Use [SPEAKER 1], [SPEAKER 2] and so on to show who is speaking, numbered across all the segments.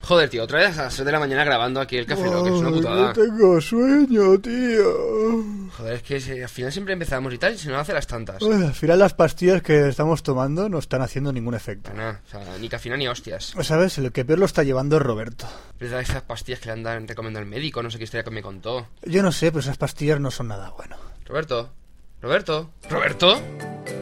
[SPEAKER 1] Joder, tío, otra vez a las 3 de la mañana grabando aquí el café, Lock, que es una
[SPEAKER 2] Ay,
[SPEAKER 1] putada.
[SPEAKER 2] No tengo sueño, tío.
[SPEAKER 1] Joder, es que eh, al final siempre empezamos y tal, y se nos hace las
[SPEAKER 3] Pues
[SPEAKER 1] tantas.
[SPEAKER 2] Ay, al final las pastillas que estamos tomando no están haciendo ningún efecto.
[SPEAKER 1] Nada, o sea, ni cafina ni hostias.
[SPEAKER 2] ¿Sabes? El que peor lo está llevando es Roberto.
[SPEAKER 1] Les da esas pastillas que le andan recomendando el médico, no sé qué historia que me contó.
[SPEAKER 2] Yo no sé, pero esas pastillas no son nada bueno.
[SPEAKER 1] Roberto, Roberto, Roberto.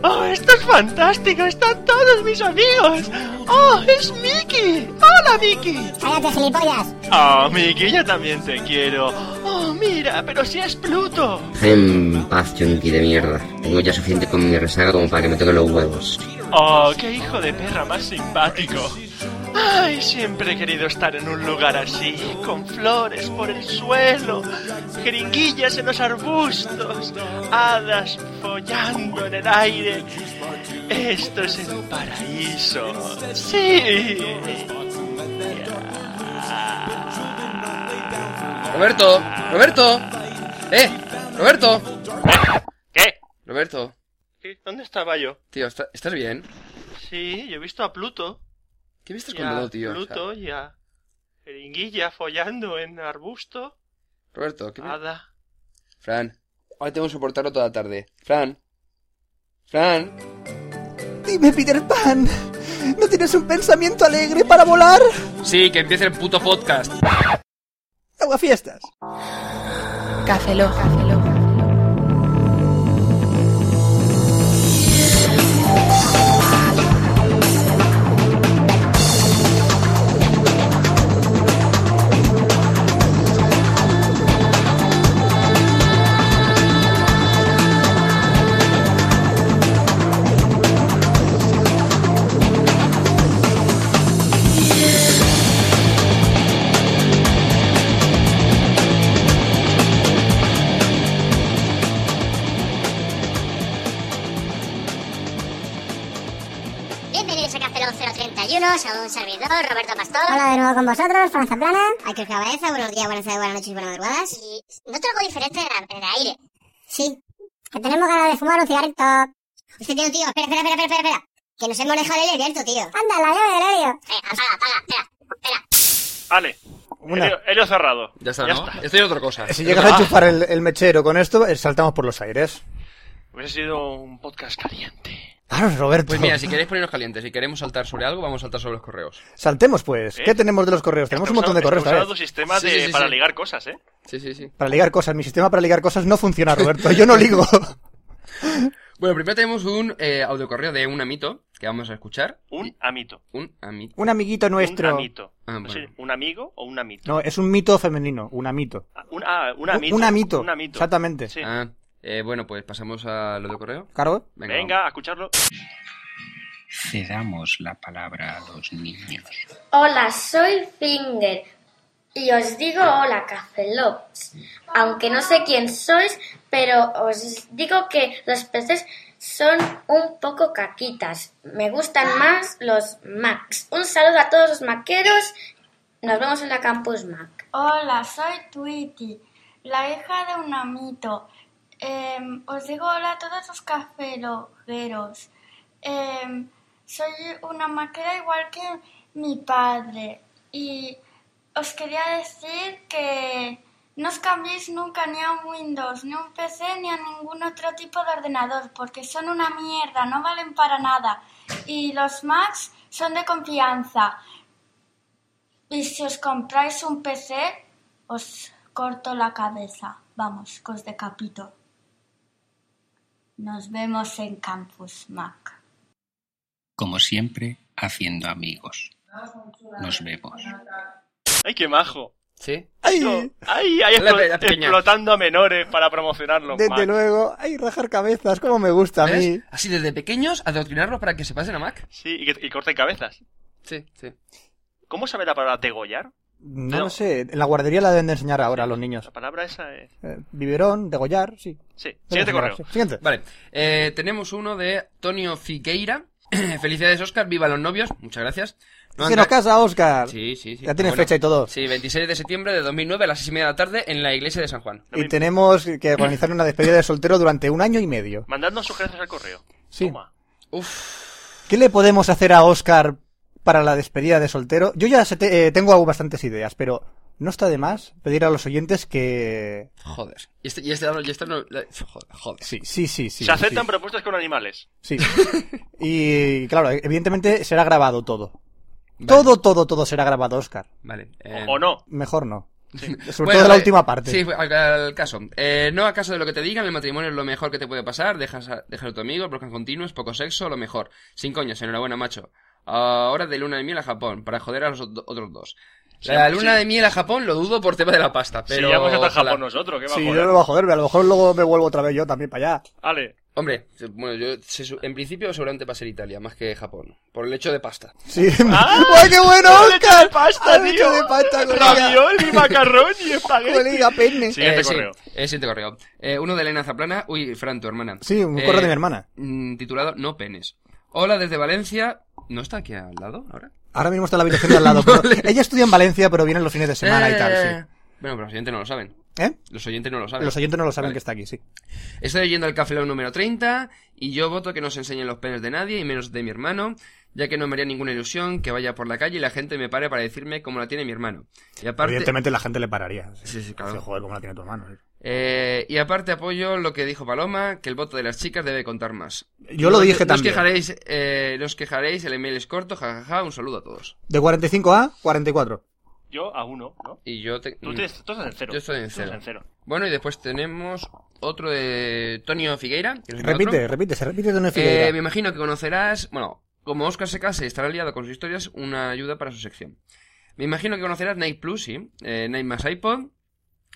[SPEAKER 3] ¡Oh, esto es fantástico! ¡Están todos mis amigos! ¡Oh, es Mickey! ¡Hola, Mickey!
[SPEAKER 4] ¡Cállate, gilipollas!
[SPEAKER 3] ¡Oh, Mickey, yo también te quiero! ¡Oh, mira, pero si es Pluto!
[SPEAKER 5] En paz, yonki de mierda. Tengo ya suficiente con mi resaca como para que me toque los huevos.
[SPEAKER 3] ¡Oh, qué hijo de perra más simpático! ¡Ay, siempre he querido estar en un lugar así! Con flores por el suelo, jeringuillas en los arbustos, hadas follando en el aire. Esto es el paraíso. ¡Sí!
[SPEAKER 1] Roberto, Roberto. Eh, Roberto.
[SPEAKER 3] ¿Qué?
[SPEAKER 1] Roberto,
[SPEAKER 3] ¿Qué? ¿Dónde estaba yo?
[SPEAKER 1] tío, ¿está- ¿estás bien?
[SPEAKER 3] Sí, yo he visto a Pluto.
[SPEAKER 1] ¿Qué me estás
[SPEAKER 3] y a
[SPEAKER 1] contando, tío? O sea,
[SPEAKER 3] Pluto y a Jeringuilla follando en arbusto.
[SPEAKER 1] Roberto, ¿qué me-
[SPEAKER 3] Ada.
[SPEAKER 1] Fran, ahora tengo que soportarlo toda la tarde. Fran. Fran.
[SPEAKER 2] Dime, Peter Pan, ¿no tienes un pensamiento alegre para volar?
[SPEAKER 1] Sí, que empiece el puto podcast.
[SPEAKER 2] Agua fiestas.
[SPEAKER 6] Café Lock.
[SPEAKER 4] Bienvenidos a Café Lock 031, a un servidor, Roberto Pastor.
[SPEAKER 7] Hola de nuevo con vosotros, Franza Plana.
[SPEAKER 4] Aquí Cruz Cabeza, buenos días, buenas tardes, buenas noches y buenas madrugadas. Y noto algo diferente en, la- en el aire.
[SPEAKER 7] Sí, que tenemos ganas de fumar un cigarrito. Anda,
[SPEAKER 4] Es que tío, tío, espera, espera, espera, espera, espera. Que nos hemos dejado el aire abierto, tío.
[SPEAKER 7] la llave del helio.
[SPEAKER 4] Eh, apaga, apaga, espera.
[SPEAKER 3] Vale.
[SPEAKER 2] Una.
[SPEAKER 3] Helio, helio cerrado.
[SPEAKER 1] Ya está, ¿no? Estoy en otra cosa. Ah.
[SPEAKER 2] Si llegas a
[SPEAKER 3] Ah.
[SPEAKER 2] enchufar el, el mechero con esto, eh, saltamos por los aires.
[SPEAKER 3] Hubiese sido un podcast caliente.
[SPEAKER 2] Claro, Roberto.
[SPEAKER 1] Pues mira, si queréis ponernos calientes, si queremos saltar sobre algo, vamos a saltar sobre los correos.
[SPEAKER 2] Saltemos, pues.
[SPEAKER 3] ¿Eh?
[SPEAKER 2] ¿Qué tenemos de los correos? Pues Tenemos un montón de correos, ¿eh?
[SPEAKER 3] He
[SPEAKER 2] ¿sabes?
[SPEAKER 3] usado tu sistema
[SPEAKER 1] Sí,
[SPEAKER 3] de,
[SPEAKER 1] sí, sí,
[SPEAKER 3] para
[SPEAKER 1] sí.
[SPEAKER 3] ligar cosas, ¿eh?
[SPEAKER 1] Sí, sí, sí.
[SPEAKER 2] Para ligar cosas. Mi sistema para ligar cosas no funciona, Roberto. Yo no ligo.
[SPEAKER 1] Bueno, primero tenemos un eh, autocorreo de un amito que vamos a escuchar.
[SPEAKER 3] Un amito.
[SPEAKER 1] Un amito.
[SPEAKER 2] Un amiguito
[SPEAKER 3] Un
[SPEAKER 2] nuestro.
[SPEAKER 3] amito.
[SPEAKER 1] Ah,
[SPEAKER 3] No
[SPEAKER 1] bueno.
[SPEAKER 3] sé, ¿Un amigo o un amito?
[SPEAKER 2] No, es un mito femenino. Un amito.
[SPEAKER 3] Ah, Un, ah, un amito.
[SPEAKER 2] Un amito.
[SPEAKER 3] Un amito.
[SPEAKER 2] Exactamente.
[SPEAKER 3] Sí.
[SPEAKER 1] Ah, eh, bueno, pues pasamos al autocorreo.
[SPEAKER 2] ¿Claro?
[SPEAKER 3] Venga, a escucharlo.
[SPEAKER 5] Cedamos la palabra a los niños.
[SPEAKER 8] Hola, soy Finger y os digo hola, Cafelops. Aunque no sé quién sois, pero os digo que los peces son un poco caquitas. Me gustan más los Macs. Un saludo a todos los maqueros. Nos vemos en la Campus Mac.
[SPEAKER 9] Hola, soy Tweety, la hija de un amito. Em, os digo hola a todos los cafelogueros. Em, soy una maquera igual que mi padre. Y os quería decir que no os cambiéis nunca ni a un Windows, ni a un PC, ni a ningún otro tipo de ordenador, porque son una mierda, no valen para nada. Y los Macs son de confianza. Y si os compráis un PC, os corto la cabeza. Vamos, que os decapito. Nos vemos en Campus Mac.
[SPEAKER 5] Como siempre, haciendo amigos. Nos vemos.
[SPEAKER 3] ¡Ay, qué majo!
[SPEAKER 1] Sí.
[SPEAKER 2] ¡Ay!
[SPEAKER 3] ¡Ay, ay,
[SPEAKER 1] La
[SPEAKER 3] explo-
[SPEAKER 1] pe- la peña.
[SPEAKER 3] explotando a menores para promocionarlo!
[SPEAKER 2] Desde luego. ¡Ay, rajar cabezas! ¡Cómo me gusta a mí!
[SPEAKER 1] ¿Ves? Así desde pequeños, adoctrinarlos para que se pasen a Mac.
[SPEAKER 3] Sí, y, que- y corten cabezas.
[SPEAKER 1] Sí, sí.
[SPEAKER 3] ¿Cómo sabe la palabra degollar?
[SPEAKER 2] No,
[SPEAKER 3] No.
[SPEAKER 2] lo sé. En la guardería la deben de enseñar ahora a los niños.
[SPEAKER 3] La palabra esa es...
[SPEAKER 2] Eh, biberón, degollar, sí.
[SPEAKER 3] Sí, siguiente correo.
[SPEAKER 2] Sí, Siguiente.
[SPEAKER 1] Vale, eh, tenemos uno de Tonio Figueira. Felicidades, Oscar. Viva los novios. Muchas gracias. No
[SPEAKER 2] Se
[SPEAKER 1] han
[SPEAKER 2] nos
[SPEAKER 1] ca-
[SPEAKER 2] casa, Oscar.
[SPEAKER 1] Sí, sí, sí.
[SPEAKER 2] Ya tiene
[SPEAKER 1] Bueno,
[SPEAKER 2] fecha y todo.
[SPEAKER 1] Sí, 26 de septiembre de 2009 a las 6 y media de la tarde en la iglesia de San Juan.
[SPEAKER 3] No me
[SPEAKER 2] Y tenemos que organizar una despedida de soltero durante un año y medio.
[SPEAKER 3] Mandadnos sugerencias al correo.
[SPEAKER 2] Sí.
[SPEAKER 3] Toma.
[SPEAKER 1] Uf,
[SPEAKER 2] ¿Qué le podemos hacer a Oscar para la despedida de soltero. Yo ya se te- eh, tengo algo- bastantes ideas, pero no está de más pedir a los oyentes que...
[SPEAKER 1] Joder. Y este, y este, y este no- la- joder, joder.
[SPEAKER 2] Sí, sí, sí. sí
[SPEAKER 3] Se aceptan
[SPEAKER 2] sí,
[SPEAKER 3] propuestas con animales.
[SPEAKER 2] sí. Y claro, evidentemente será grabado todo. Todo, todo, todo será grabado, Oscar.
[SPEAKER 1] Vale. eh,
[SPEAKER 3] O, o no.
[SPEAKER 2] Mejor no. Sobre
[SPEAKER 1] Bueno,
[SPEAKER 2] todo la
[SPEAKER 1] eh,
[SPEAKER 2] última parte.
[SPEAKER 1] Sí, al, al caso. Eh, no acaso de lo que te digan, el matrimonio es lo mejor que te puede pasar. Dejas a, dejas a tu amigo, bloques continuos, poco sexo, lo mejor. Sin coñas, enhorabuena, macho. Ahora de luna de miel a Japón, para joder a los ot- otros dos. La
[SPEAKER 3] Sí,
[SPEAKER 1] luna
[SPEAKER 3] sí.
[SPEAKER 1] de miel a Japón lo dudo por tema de la pasta, pero...
[SPEAKER 3] si ya hemos estado en
[SPEAKER 1] ojalá.
[SPEAKER 3] Japón nosotros, ¿qué va
[SPEAKER 2] Sí,
[SPEAKER 3] a
[SPEAKER 2] yo
[SPEAKER 3] joder?
[SPEAKER 2] no me voy a joder, a lo mejor luego me vuelvo otra vez yo también para allá.
[SPEAKER 3] Ale,
[SPEAKER 1] Hombre, bueno, yo se su- en principio seguramente va a ser Italia, más que Japón, por el hecho de pasta.
[SPEAKER 2] Sí.
[SPEAKER 3] ¡Ah!
[SPEAKER 2] ¡Ay, qué bueno,
[SPEAKER 3] ¡Has hecho
[SPEAKER 2] Oscar!
[SPEAKER 3] de pasta,
[SPEAKER 2] ¡Has hecho
[SPEAKER 3] tío!
[SPEAKER 2] de pasta, colega!
[SPEAKER 3] ravioli, macarrón y espagueti.
[SPEAKER 2] ¡Colega, pene! Sí,
[SPEAKER 3] Siguiente
[SPEAKER 1] Eh, sí,
[SPEAKER 3] correo.
[SPEAKER 1] eh, siguiente correo. Eh, uno de Elena Zaplana. Uy, Fran, tu hermana.
[SPEAKER 2] un
[SPEAKER 1] Eh,
[SPEAKER 2] correo de mi hermana.
[SPEAKER 1] mm, titulado No penes. Hola desde Valencia. ¿No está aquí al lado ahora?
[SPEAKER 2] Ahora mismo está la habitación de al lado. pero- Ella estudia en Valencia, pero viene los fines de semana y tal,
[SPEAKER 1] sí. Eh, Bueno, pero los oyentes no lo saben.
[SPEAKER 2] sí. ¿Eh?
[SPEAKER 1] Los oyentes no lo saben.
[SPEAKER 2] Los oyentes no lo saben
[SPEAKER 1] Vale.
[SPEAKER 2] que está aquí, sí.
[SPEAKER 1] Estoy oyendo el Café Lock número 30 y yo voto que no se enseñen los penes de nadie y menos de mi hermano, ya que no me haría ninguna ilusión que vaya por la calle y la gente me pare para decirme cómo la tiene mi hermano. Y aparte...
[SPEAKER 2] Evidentemente la gente le pararía.
[SPEAKER 1] Sí, sí, claro.
[SPEAKER 2] Dice, Joder, cómo la tiene tu hermano. eh".
[SPEAKER 1] Eh, y aparte apoyo lo que dijo Paloma, que el voto de las chicas debe contar más.
[SPEAKER 2] Yo lo
[SPEAKER 1] No-
[SPEAKER 2] dije
[SPEAKER 1] no os
[SPEAKER 2] también.
[SPEAKER 1] quejaréis, eh, no os quejaréis, el email es corto, jajaja, un saludo a todos.
[SPEAKER 2] De 45 a 44.
[SPEAKER 3] Yo a uno, ¿no?
[SPEAKER 1] Y yo te-
[SPEAKER 3] Tú, tienes, tú estás en cero.
[SPEAKER 1] Mm. Yo estoy en
[SPEAKER 3] Tú estás
[SPEAKER 1] cero.
[SPEAKER 3] en cero.
[SPEAKER 1] Bueno, y después tenemos otro de Tonio Figueira. que es otro.
[SPEAKER 2] Repite, repite, se repite de una
[SPEAKER 1] Eh,
[SPEAKER 2] fila.
[SPEAKER 1] me imagino que conocerás, bueno, como Oscar se case y estará liado con sus historias, una ayuda para su sección. Me imagino que conocerás Nike Plus, sí, eh, Nike más iPod.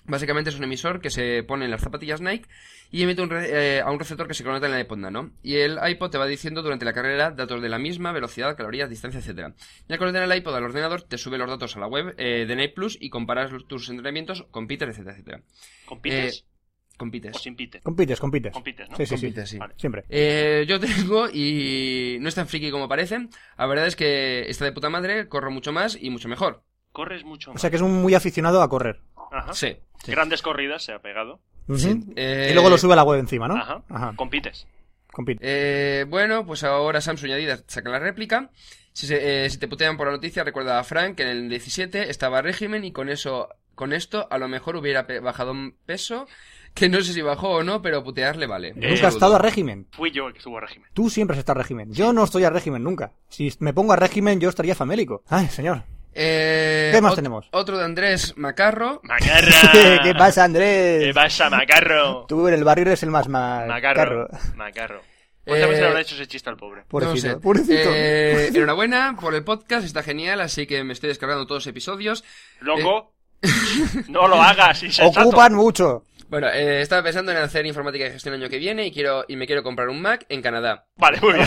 [SPEAKER 1] Básicamente es un emisor que se pone en las zapatillas Nike y emite un re- eh, a un receptor que se conecta en la iPod Nano. Y el iPod te va diciendo durante la carrera datos de la misma, velocidad, calorías, distancia, etcétera. Ya con el iPod al ordenador te sube los datos a la web eh, de Nike Plus y comparas los- tus entrenamientos, compites, etcétera, etcétera.
[SPEAKER 3] ¿Compites
[SPEAKER 1] Compites.
[SPEAKER 3] o sin pites?
[SPEAKER 2] Compites, compites.
[SPEAKER 3] Compites, ¿no?
[SPEAKER 2] Sí, sí, sí.
[SPEAKER 1] Compites, sí.
[SPEAKER 3] Vale.
[SPEAKER 2] Siempre.
[SPEAKER 1] Eh, yo tengo y no es tan friki como parece. La verdad es que está de puta madre, corro mucho más y mucho mejor.
[SPEAKER 3] Corres mucho
[SPEAKER 2] O
[SPEAKER 3] más.
[SPEAKER 2] sea que es un muy aficionado a correr.
[SPEAKER 3] Ajá.
[SPEAKER 1] Sí.
[SPEAKER 3] Grandes corridas se ha pegado.
[SPEAKER 2] Ujú.
[SPEAKER 1] Sí, eh,
[SPEAKER 2] Y luego lo sube a la web encima, ¿no?
[SPEAKER 3] Ajá. Compites.
[SPEAKER 2] Compite.
[SPEAKER 1] Eh, bueno, pues ahora Samsung y Adidas sacan la réplica. Si, se- eh, si te putean por la noticia, recuerda a Frank que en el 17 estaba régimen y con eso, con esto a lo mejor hubiera pe- bajado un peso que no sé si bajó o no, pero putearle vale.
[SPEAKER 3] Eh,
[SPEAKER 2] Nunca he
[SPEAKER 1] Saludo.
[SPEAKER 2] estado a régimen.
[SPEAKER 3] Fui yo el que estuvo a régimen.
[SPEAKER 2] Tú siempre has estado a régimen. Yo no estoy a régimen nunca. Si me pongo a régimen, yo estaría famélico. Ay, señor.
[SPEAKER 1] Eh,
[SPEAKER 2] ¿Qué más
[SPEAKER 1] ot-
[SPEAKER 2] tenemos?
[SPEAKER 1] Otro de Andrés Macarro.
[SPEAKER 3] ¡Macarra!
[SPEAKER 2] ¿Qué pasa,
[SPEAKER 3] ¿Qué
[SPEAKER 1] Eh,
[SPEAKER 2] Andrés?
[SPEAKER 3] pasa, macarro?
[SPEAKER 2] Tú en el barrio eres el más ma- carro.
[SPEAKER 3] Macarro. Macarro. ¿Cuántas veces
[SPEAKER 1] Eh,
[SPEAKER 3] le habrá hecho ese chiste al pobre?
[SPEAKER 2] Pobrecito.
[SPEAKER 1] No sé.
[SPEAKER 2] Pobrecito.
[SPEAKER 1] Eh, enhorabuena por el podcast, está genial, así que me estoy descargando todos los episodios.
[SPEAKER 3] Loco,
[SPEAKER 1] eh,
[SPEAKER 3] no lo hagas, insensato.
[SPEAKER 2] Ocupan mucho.
[SPEAKER 1] Bueno, eh, estaba pensando en hacer informática de gestión el año que viene y quiero y me quiero comprar un Mac en Canadá.
[SPEAKER 3] Vale, muy bien.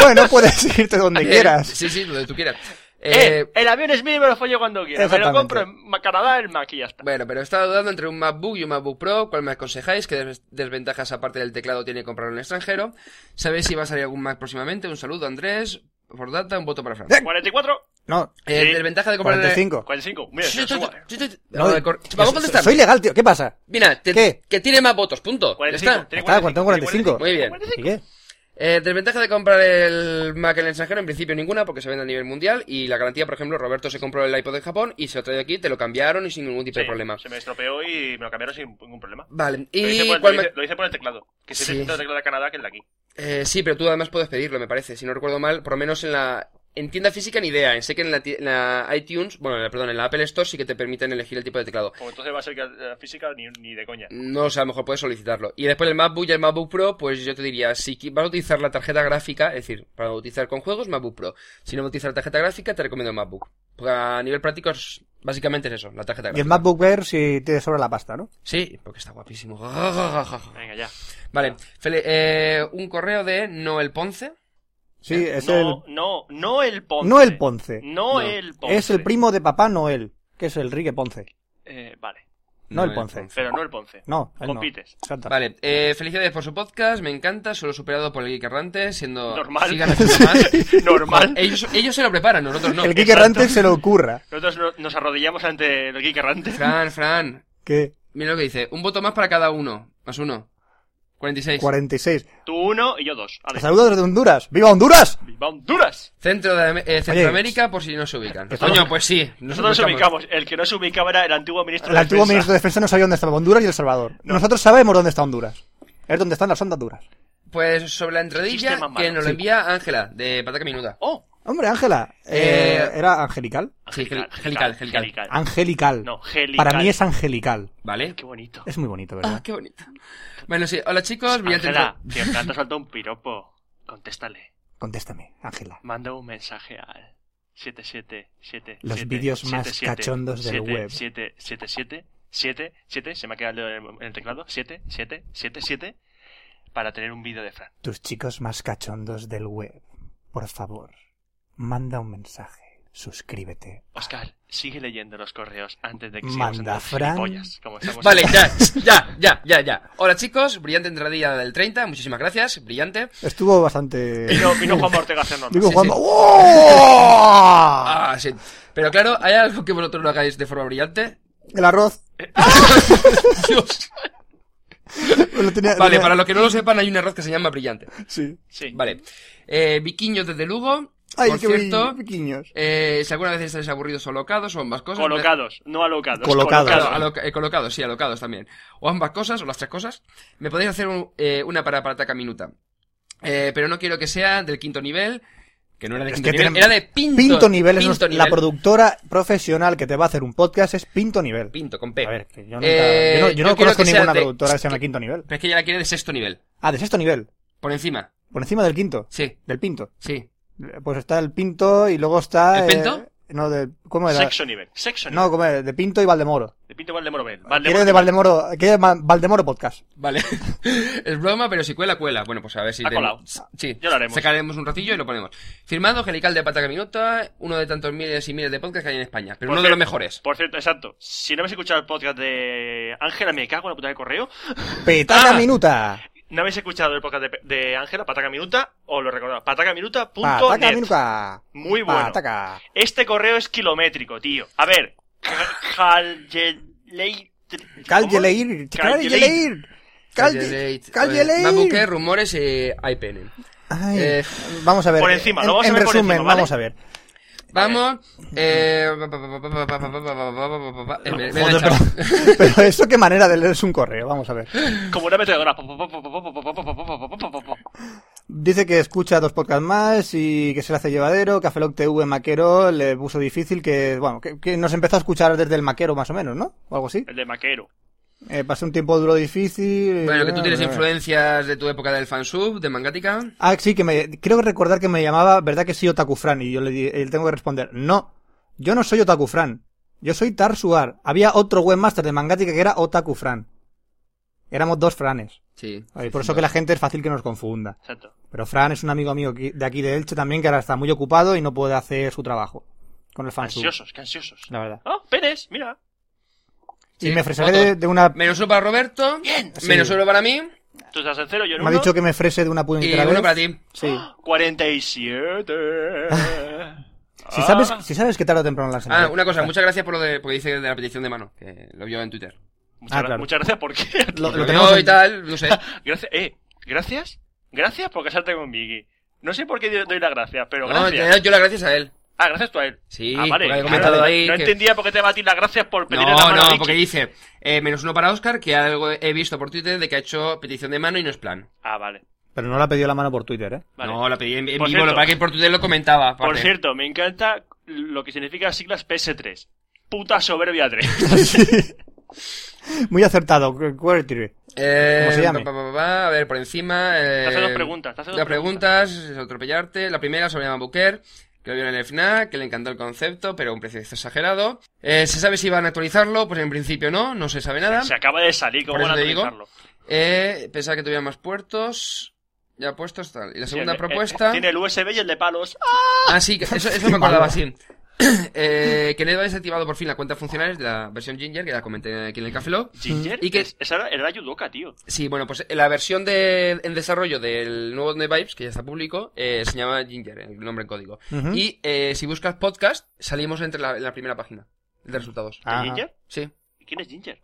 [SPEAKER 2] bueno, puedes irte donde
[SPEAKER 1] Eh,
[SPEAKER 2] quieras.
[SPEAKER 1] Sí, sí, donde tú quieras. Eh,
[SPEAKER 3] Eh, el avión es mío y me lo follo cuando quiera. Me lo
[SPEAKER 2] Exactamente.
[SPEAKER 3] compro en Ma- Canadá, el Mac y ya está.
[SPEAKER 1] Bueno, pero estaba dudando entre un MacBook y un MacBook Pro. ¿Cuál me aconsejáis? ¿Qué des- desventajas aparte del teclado tiene comprar en el extranjero? ¿Sabéis si va a salir algún Mac próximamente? Un saludo, Andrés. Por data, un voto para Fran.
[SPEAKER 2] Eh,
[SPEAKER 3] ¿44?
[SPEAKER 2] No,
[SPEAKER 1] Eh,
[SPEAKER 3] sí.
[SPEAKER 1] desventaja de comprar en el-
[SPEAKER 2] 45.
[SPEAKER 3] 45. Mira,
[SPEAKER 1] Sí, sí,
[SPEAKER 3] se lo
[SPEAKER 1] sí,
[SPEAKER 3] subo.
[SPEAKER 1] sí, sí, sí.
[SPEAKER 2] No,
[SPEAKER 1] Vamos a cor- Vamos a contestar.
[SPEAKER 2] soy legal, tío. ¿Qué pasa?
[SPEAKER 1] Mira, te-
[SPEAKER 2] ¿Qué?
[SPEAKER 1] que tiene más votos, punto. Ya
[SPEAKER 3] 45,
[SPEAKER 1] está.
[SPEAKER 3] tiene
[SPEAKER 2] Está, tengo 45.
[SPEAKER 1] Muy bien.
[SPEAKER 2] ¿Y qué?
[SPEAKER 1] Eh, desventaja de comprar el Mac en el extranjero, en principio ninguna, porque se vende a nivel mundial. Y la garantía, por ejemplo, Roberto se compró el iPod en Japón y se lo trae aquí, te lo cambiaron y sin ningún tipo
[SPEAKER 3] Sí,
[SPEAKER 1] de problema.
[SPEAKER 3] Se me estropeó y me lo cambiaron sin ningún problema.
[SPEAKER 1] Vale,
[SPEAKER 3] Lo hice,
[SPEAKER 1] y
[SPEAKER 3] por, el-
[SPEAKER 1] cuál
[SPEAKER 3] lo
[SPEAKER 1] Mac-
[SPEAKER 3] hice- lo hice por el teclado. Que se
[SPEAKER 1] Sí.
[SPEAKER 3] sí. el teclado de Canadá que el de aquí.
[SPEAKER 1] Eh, sí, pero tú además puedes pedirlo, me parece, si no recuerdo mal, por lo menos en la en tienda física ni idea, sé que en la, ti- en la iTunes, bueno, en la- perdón, en la Apple Store sí que te permiten elegir el tipo de teclado.
[SPEAKER 3] Como Pues entonces va a ser que la física ni, ni de coña.
[SPEAKER 1] No, o sea, a lo mejor puedes solicitarlo. Y después el MacBook y el MacBook Pro, pues yo te diría, si qui- vas a utilizar la tarjeta gráfica, es decir, para utilizar con juegos, MacBook Pro. Si no vas a utilizar la tarjeta gráfica, te recomiendo el MacBook. Porque a nivel práctico es, básicamente es eso, la tarjeta
[SPEAKER 2] Y el
[SPEAKER 1] gráfica.
[SPEAKER 2] MacBook Air si te sobra la pasta, ¿no?
[SPEAKER 1] Sí, porque está guapísimo.
[SPEAKER 3] Venga, ya.
[SPEAKER 1] Vale, Fele- eh, un correo de Noel Ponce.
[SPEAKER 2] Sí, es
[SPEAKER 3] Eh, no, no, no el
[SPEAKER 2] el...
[SPEAKER 3] Ponce.
[SPEAKER 2] No el Ponce.
[SPEAKER 3] No,
[SPEAKER 1] No.
[SPEAKER 3] el Ponce.
[SPEAKER 2] Es el primo de Papá Noel, que es el Rique Ponce.
[SPEAKER 3] Eh, vale,
[SPEAKER 2] No el Ponce.
[SPEAKER 3] pero no el Ponce.
[SPEAKER 2] No, él no.
[SPEAKER 3] Compites.
[SPEAKER 2] Exacto.
[SPEAKER 1] Vale, eh, felicidades por su podcast, me encanta, solo superado por el Geek Errante, siendo...
[SPEAKER 3] Normal.
[SPEAKER 1] sigan haciendo más.
[SPEAKER 3] Normal.
[SPEAKER 1] ellos, ellos se lo preparan, nosotros no.
[SPEAKER 2] el Kike
[SPEAKER 3] exacto.
[SPEAKER 2] Errante se lo ocurra.
[SPEAKER 3] Nosotros no- nos arrodillamos ante el geek errante.
[SPEAKER 1] Fran, Fran,
[SPEAKER 2] ¿Qué?
[SPEAKER 1] mira lo que dice, un voto más para cada uno, más uno. 46.
[SPEAKER 2] 46.
[SPEAKER 3] Tú uno y yo dos. Ale.
[SPEAKER 2] Saludos desde Honduras. ¡Viva Honduras!
[SPEAKER 3] ¡Viva Honduras!
[SPEAKER 1] Centro de Am- eh, Centroamérica, por si no se ubican.
[SPEAKER 2] que
[SPEAKER 1] Coño,
[SPEAKER 2] estamos-
[SPEAKER 1] pues sí.
[SPEAKER 3] Nosotros nos ubicamos. El que no se ubicaba era el antiguo ministro
[SPEAKER 2] El antiguo
[SPEAKER 3] de Defensa.
[SPEAKER 2] ministro de Defensa no sabía dónde estaba Honduras y El Salvador. Nosotros sabemos dónde está Honduras. Es donde están las ondas duras.
[SPEAKER 1] Pues sobre la entradilla
[SPEAKER 3] Sistema malo.
[SPEAKER 1] que nos lo envía Ángela, de Pataca Minuda.
[SPEAKER 3] ¡Oh!
[SPEAKER 2] Hombre, Ángela.
[SPEAKER 1] Eh,
[SPEAKER 2] eh, ¿Era angelical?
[SPEAKER 1] Sí, gel- gelical, gelical.
[SPEAKER 2] Angelical.
[SPEAKER 3] No, gelical.
[SPEAKER 2] Para mí es angelical.
[SPEAKER 1] ¿Vale?
[SPEAKER 3] Qué bonito.
[SPEAKER 2] Es muy bonito, ¿verdad?
[SPEAKER 1] qué bonito. Bueno, sí. Hola, chicos. brillante
[SPEAKER 3] Ángela,
[SPEAKER 1] entro-
[SPEAKER 3] que Hernán te ha soltado un piropo. Contéstale.
[SPEAKER 2] Contéstame, Ángela.
[SPEAKER 3] Manda un mensaje al 777.
[SPEAKER 2] Los vídeos más cachondos del web.
[SPEAKER 3] 7777 se me ha quedado el dedo en el- en el teclado. 7777 para tener un vídeo de Fran.
[SPEAKER 2] Tus chicos más cachondos del web. Por favor, manda un mensaje. Suscríbete.
[SPEAKER 3] Oscar, sigue leyendo los correos antes de que sigamos
[SPEAKER 2] Manda
[SPEAKER 3] en
[SPEAKER 2] Fran.
[SPEAKER 3] gilipollas, como estamos
[SPEAKER 1] Vale, ya, ya, ya, ya, ya. Hola, chicos. Brillante entradilla del 30. Muchísimas gracias. Brillante.
[SPEAKER 2] Estuvo bastante...
[SPEAKER 3] Vino, vino Juan Ortega a hacernos
[SPEAKER 2] Digo,
[SPEAKER 1] sí,
[SPEAKER 2] Juanma-
[SPEAKER 1] sí.
[SPEAKER 2] ¡Oh!
[SPEAKER 1] Ah, sí. Pero claro, ¿hay algo que vosotros no hagáis de forma brillante?
[SPEAKER 2] El arroz.
[SPEAKER 1] Dios.
[SPEAKER 2] Lo tenía-
[SPEAKER 1] Vale,
[SPEAKER 2] lo tenía-
[SPEAKER 1] para los que no lo sepan, hay un arroz que se llama brillante.
[SPEAKER 2] Sí.
[SPEAKER 3] Sí.
[SPEAKER 1] Vale. Eh, Viquiño desde Lugo.
[SPEAKER 2] Ay,
[SPEAKER 1] Por
[SPEAKER 2] qué
[SPEAKER 1] cierto,
[SPEAKER 2] brillo, pequeños.
[SPEAKER 1] eh, si alguna vez estáis aburridos o alocados o ambas cosas.
[SPEAKER 3] Colocados, no alocados.
[SPEAKER 2] Colocados.
[SPEAKER 1] Claro, alo- eh, colocados, sí, alocados también. O ambas cosas, o las tres cosas. Me podéis hacer un- eh, una para Parataca Minuta. Eh, pero no quiero que sea del quinto nivel. Que no era de
[SPEAKER 2] Es
[SPEAKER 1] quinto
[SPEAKER 2] que
[SPEAKER 1] nivel,
[SPEAKER 2] tenemos-
[SPEAKER 1] era de pinto.
[SPEAKER 2] Pinto Nivel es nuestra- la
[SPEAKER 1] nivel.
[SPEAKER 2] productora profesional que te va a hacer un podcast es Pinto Nivel.
[SPEAKER 1] Pinto, con P.
[SPEAKER 2] A ver, que yo, nunca-
[SPEAKER 1] Eh,
[SPEAKER 2] yo no, yo no
[SPEAKER 1] yo quiero
[SPEAKER 2] conozco
[SPEAKER 1] que sea
[SPEAKER 2] ninguna
[SPEAKER 1] de-
[SPEAKER 2] productora que se llame Quinto Nivel.
[SPEAKER 1] Pero es que ella la quiere de sexto nivel.
[SPEAKER 2] Ah, de sexto nivel.
[SPEAKER 1] Por encima.
[SPEAKER 2] Por encima del quinto.
[SPEAKER 1] Sí,
[SPEAKER 2] Del Pinto.
[SPEAKER 1] sí.
[SPEAKER 2] Pues está el Pinto y luego está...
[SPEAKER 1] ¿El
[SPEAKER 2] eh,
[SPEAKER 1] Pinto?
[SPEAKER 2] no, de... ¿Cómo era?
[SPEAKER 3] Sexo nivel. Sexo nivel.
[SPEAKER 2] No, ¿cómo era? De Pinto y Valdemoro.
[SPEAKER 3] De Pinto Valdemoro Bell.
[SPEAKER 2] Quiere de Valdemoro... Quiere Ma- Valdemoro Podcast.
[SPEAKER 1] Vale. es broma, pero si cuela, cuela. Bueno, pues a ver si...
[SPEAKER 3] Ha
[SPEAKER 1] te-
[SPEAKER 3] colado.
[SPEAKER 1] Sí.
[SPEAKER 3] Ya lo haremos.
[SPEAKER 1] Sacaremos un ratillo y lo ponemos. Firmado, Angelical de Pataca Minuta, uno de tantos miles y miles de podcasts que hay en España. Pero
[SPEAKER 3] Por
[SPEAKER 1] uno de
[SPEAKER 3] cier-
[SPEAKER 1] los mejores.
[SPEAKER 3] Por cierto, exacto. Si no habéis escuchado el podcast de Ángela, me cago en la puta de correo.
[SPEAKER 2] Petaca
[SPEAKER 3] Ah.
[SPEAKER 2] Minuta.
[SPEAKER 3] No habéis escuchado el podcast de- de Ángela, Pataca Minuta, o lo recordad,
[SPEAKER 2] Pataca
[SPEAKER 3] patacaminuta.net.
[SPEAKER 2] Minuta.
[SPEAKER 3] Muy bueno.
[SPEAKER 2] Pataca.
[SPEAKER 3] Este correo es kilométrico, tío. A ver. Calyeleit-
[SPEAKER 2] Calyeleir.
[SPEAKER 3] ¿Cómo?
[SPEAKER 2] Calyeleir.
[SPEAKER 1] Calle
[SPEAKER 2] Calye-
[SPEAKER 1] Late. Eh, Mabuque,
[SPEAKER 2] Calyeleir.
[SPEAKER 1] rumores eh, y IPN.
[SPEAKER 2] Ay,
[SPEAKER 1] Eh,
[SPEAKER 2] vamos a ver.
[SPEAKER 3] por encima,
[SPEAKER 2] en,
[SPEAKER 3] lo vamos a
[SPEAKER 2] en
[SPEAKER 3] ver por
[SPEAKER 2] resumen,
[SPEAKER 3] encima, ¿vale?
[SPEAKER 2] vamos a ver.
[SPEAKER 1] Vamos. Eh... pa, pa, pa, pa, pa, pa, pa, pa, pa, pa, pa, eh, me- me he
[SPEAKER 2] Joder,
[SPEAKER 1] enganchado.
[SPEAKER 2] pero, pero eso qué manera de leerse un correo, vamos a ver.
[SPEAKER 3] Como una metralladora.
[SPEAKER 2] Dice que escucha dos podcasts más y que se le hace llevadero, que a Feloc TV Maquero le puso difícil, que bueno, que, que nos empezó a escuchar desde el Maquero más o menos, ¿no? O algo así.
[SPEAKER 3] El de Maquero.
[SPEAKER 2] Eh, pasé un tiempo duro difícil.
[SPEAKER 1] Bueno,
[SPEAKER 2] eh,
[SPEAKER 1] que tú tienes
[SPEAKER 2] eh.
[SPEAKER 1] influencias de tu época del fansub, de Mangatica.
[SPEAKER 2] Ah, sí, que me creo recordar que me llamaba, ¿verdad que sí Otaku Fran? Y yo le, di- él tengo que responder, "No, yo no soy Otaku Fran. Yo soy Tarsuar. Había otro webmaster de Mangatica que era Otaku Fran. Éramos dos Franes.
[SPEAKER 1] Sí.
[SPEAKER 2] Ay, por eso que la gente es fácil que nos confunda.
[SPEAKER 3] Exacto.
[SPEAKER 2] Pero Fran es un amigo mío aquí- de aquí de Elche también que ahora está muy ocupado y no puede hacer su trabajo con el fansub.
[SPEAKER 3] Ansiosos, qué ansiosos.
[SPEAKER 2] La verdad.
[SPEAKER 3] Oh, Pérez, mira.
[SPEAKER 1] Sí,
[SPEAKER 2] y me fresaré
[SPEAKER 1] otro.
[SPEAKER 2] de, de una...
[SPEAKER 1] Menos uno para Roberto.
[SPEAKER 2] Sí.
[SPEAKER 1] Menos uno para mí.
[SPEAKER 3] Tú estás en cero, yo en
[SPEAKER 2] Me ha
[SPEAKER 3] uno.
[SPEAKER 2] dicho que me frese de una
[SPEAKER 1] Y
[SPEAKER 2] puñetera
[SPEAKER 1] uno
[SPEAKER 2] vez.
[SPEAKER 1] para ti.
[SPEAKER 2] Sí.
[SPEAKER 3] 47.
[SPEAKER 2] Si sabes,
[SPEAKER 3] Ah,
[SPEAKER 2] si sabes que tarde o temprano la
[SPEAKER 1] Ah, una cosa, muchas gracias por lo de. Porque dice de la petición de mano, que lo vio en Twitter.
[SPEAKER 3] muchas,
[SPEAKER 2] Ah,
[SPEAKER 3] gra-
[SPEAKER 2] claro.
[SPEAKER 3] muchas gracias porque
[SPEAKER 2] Lo,
[SPEAKER 1] Lo,
[SPEAKER 2] lo tenemos
[SPEAKER 1] vio y
[SPEAKER 2] en-
[SPEAKER 1] tal, no sé.
[SPEAKER 3] Gracias, eh, gracias, gracias por casarte con Vicky. No sé por qué doy- doy las gracias, pero
[SPEAKER 1] No, te
[SPEAKER 3] gracias.
[SPEAKER 1] doy yo las gracias a él.
[SPEAKER 3] Ah, gracias tú a él.
[SPEAKER 1] Sí,
[SPEAKER 3] ah, vale.
[SPEAKER 1] porque había
[SPEAKER 3] Ah,
[SPEAKER 1] comentado
[SPEAKER 3] no,
[SPEAKER 1] ahí
[SPEAKER 3] no
[SPEAKER 1] que-
[SPEAKER 3] entendía por qué te batí las gracias por pedir la
[SPEAKER 1] No,
[SPEAKER 3] mano a
[SPEAKER 1] no,
[SPEAKER 3] Vicky.
[SPEAKER 1] porque dice eh, menos uno para Oscar, que algo he visto por Twitter de que ha hecho petición de mano y no es plan.
[SPEAKER 3] Ah, vale.
[SPEAKER 2] Pero no la ha pedido la mano por Twitter, ¿eh?
[SPEAKER 3] vale.
[SPEAKER 1] No, la pedí en, en
[SPEAKER 3] Por
[SPEAKER 1] vivo, lo
[SPEAKER 3] cierto.
[SPEAKER 1] para que por Twitter lo comentaba.
[SPEAKER 3] por
[SPEAKER 1] aparte.
[SPEAKER 3] cierto, me encanta lo que significa las siglas PS3. Puta soberbia 3.
[SPEAKER 2] Muy acertado, Qu- Query.
[SPEAKER 1] Eh,
[SPEAKER 2] ¿Cómo se llama?
[SPEAKER 1] pa, pa, pa, pa, a ver, por encima. Eh,
[SPEAKER 3] Te hace dos preguntas, te hace dos
[SPEAKER 1] las preguntas, es atropellarte. La primera sobre Emma Buquer, que lo vio en el FNAC, que le encantó el concepto, pero a un precio exagerado. Eh, ¿Se sabe si van a actualizarlo? Pues en principio no, no se sabe nada.
[SPEAKER 3] Se acaba de salir, ¿cómo
[SPEAKER 1] Por
[SPEAKER 3] van a
[SPEAKER 1] eso te digo.
[SPEAKER 3] utilizarlo?
[SPEAKER 1] Eh, pensaba que tuviera más puertos. Ya puestos, tal. Y la segunda
[SPEAKER 3] Sí, el- el-
[SPEAKER 1] propuesta.
[SPEAKER 3] tiene el USB y el de palos.
[SPEAKER 1] Ah, sí, que- eso, eso me acordaba, sí. eh, que Ned ha desactivado por fin la cuenta funcional de la versión Ginger, que la comenté aquí en el Café Lock.
[SPEAKER 3] Ginger,
[SPEAKER 1] ¿Y qué?
[SPEAKER 3] es- esa era, era la Yudoka, tío.
[SPEAKER 1] Sí, bueno, pues la versión de, en desarrollo del nuevo Net Vibes, que ya está público, eh, se llama Ginger, el nombre en código.
[SPEAKER 10] ¿Mm?
[SPEAKER 2] Ujú.
[SPEAKER 1] Y eh, si buscas podcast, salimos entre la, en la primera página de resultados.
[SPEAKER 3] ¿De
[SPEAKER 2] Ajá.
[SPEAKER 3] Ginger?
[SPEAKER 1] Sí.
[SPEAKER 3] ¿Quién es Ginger?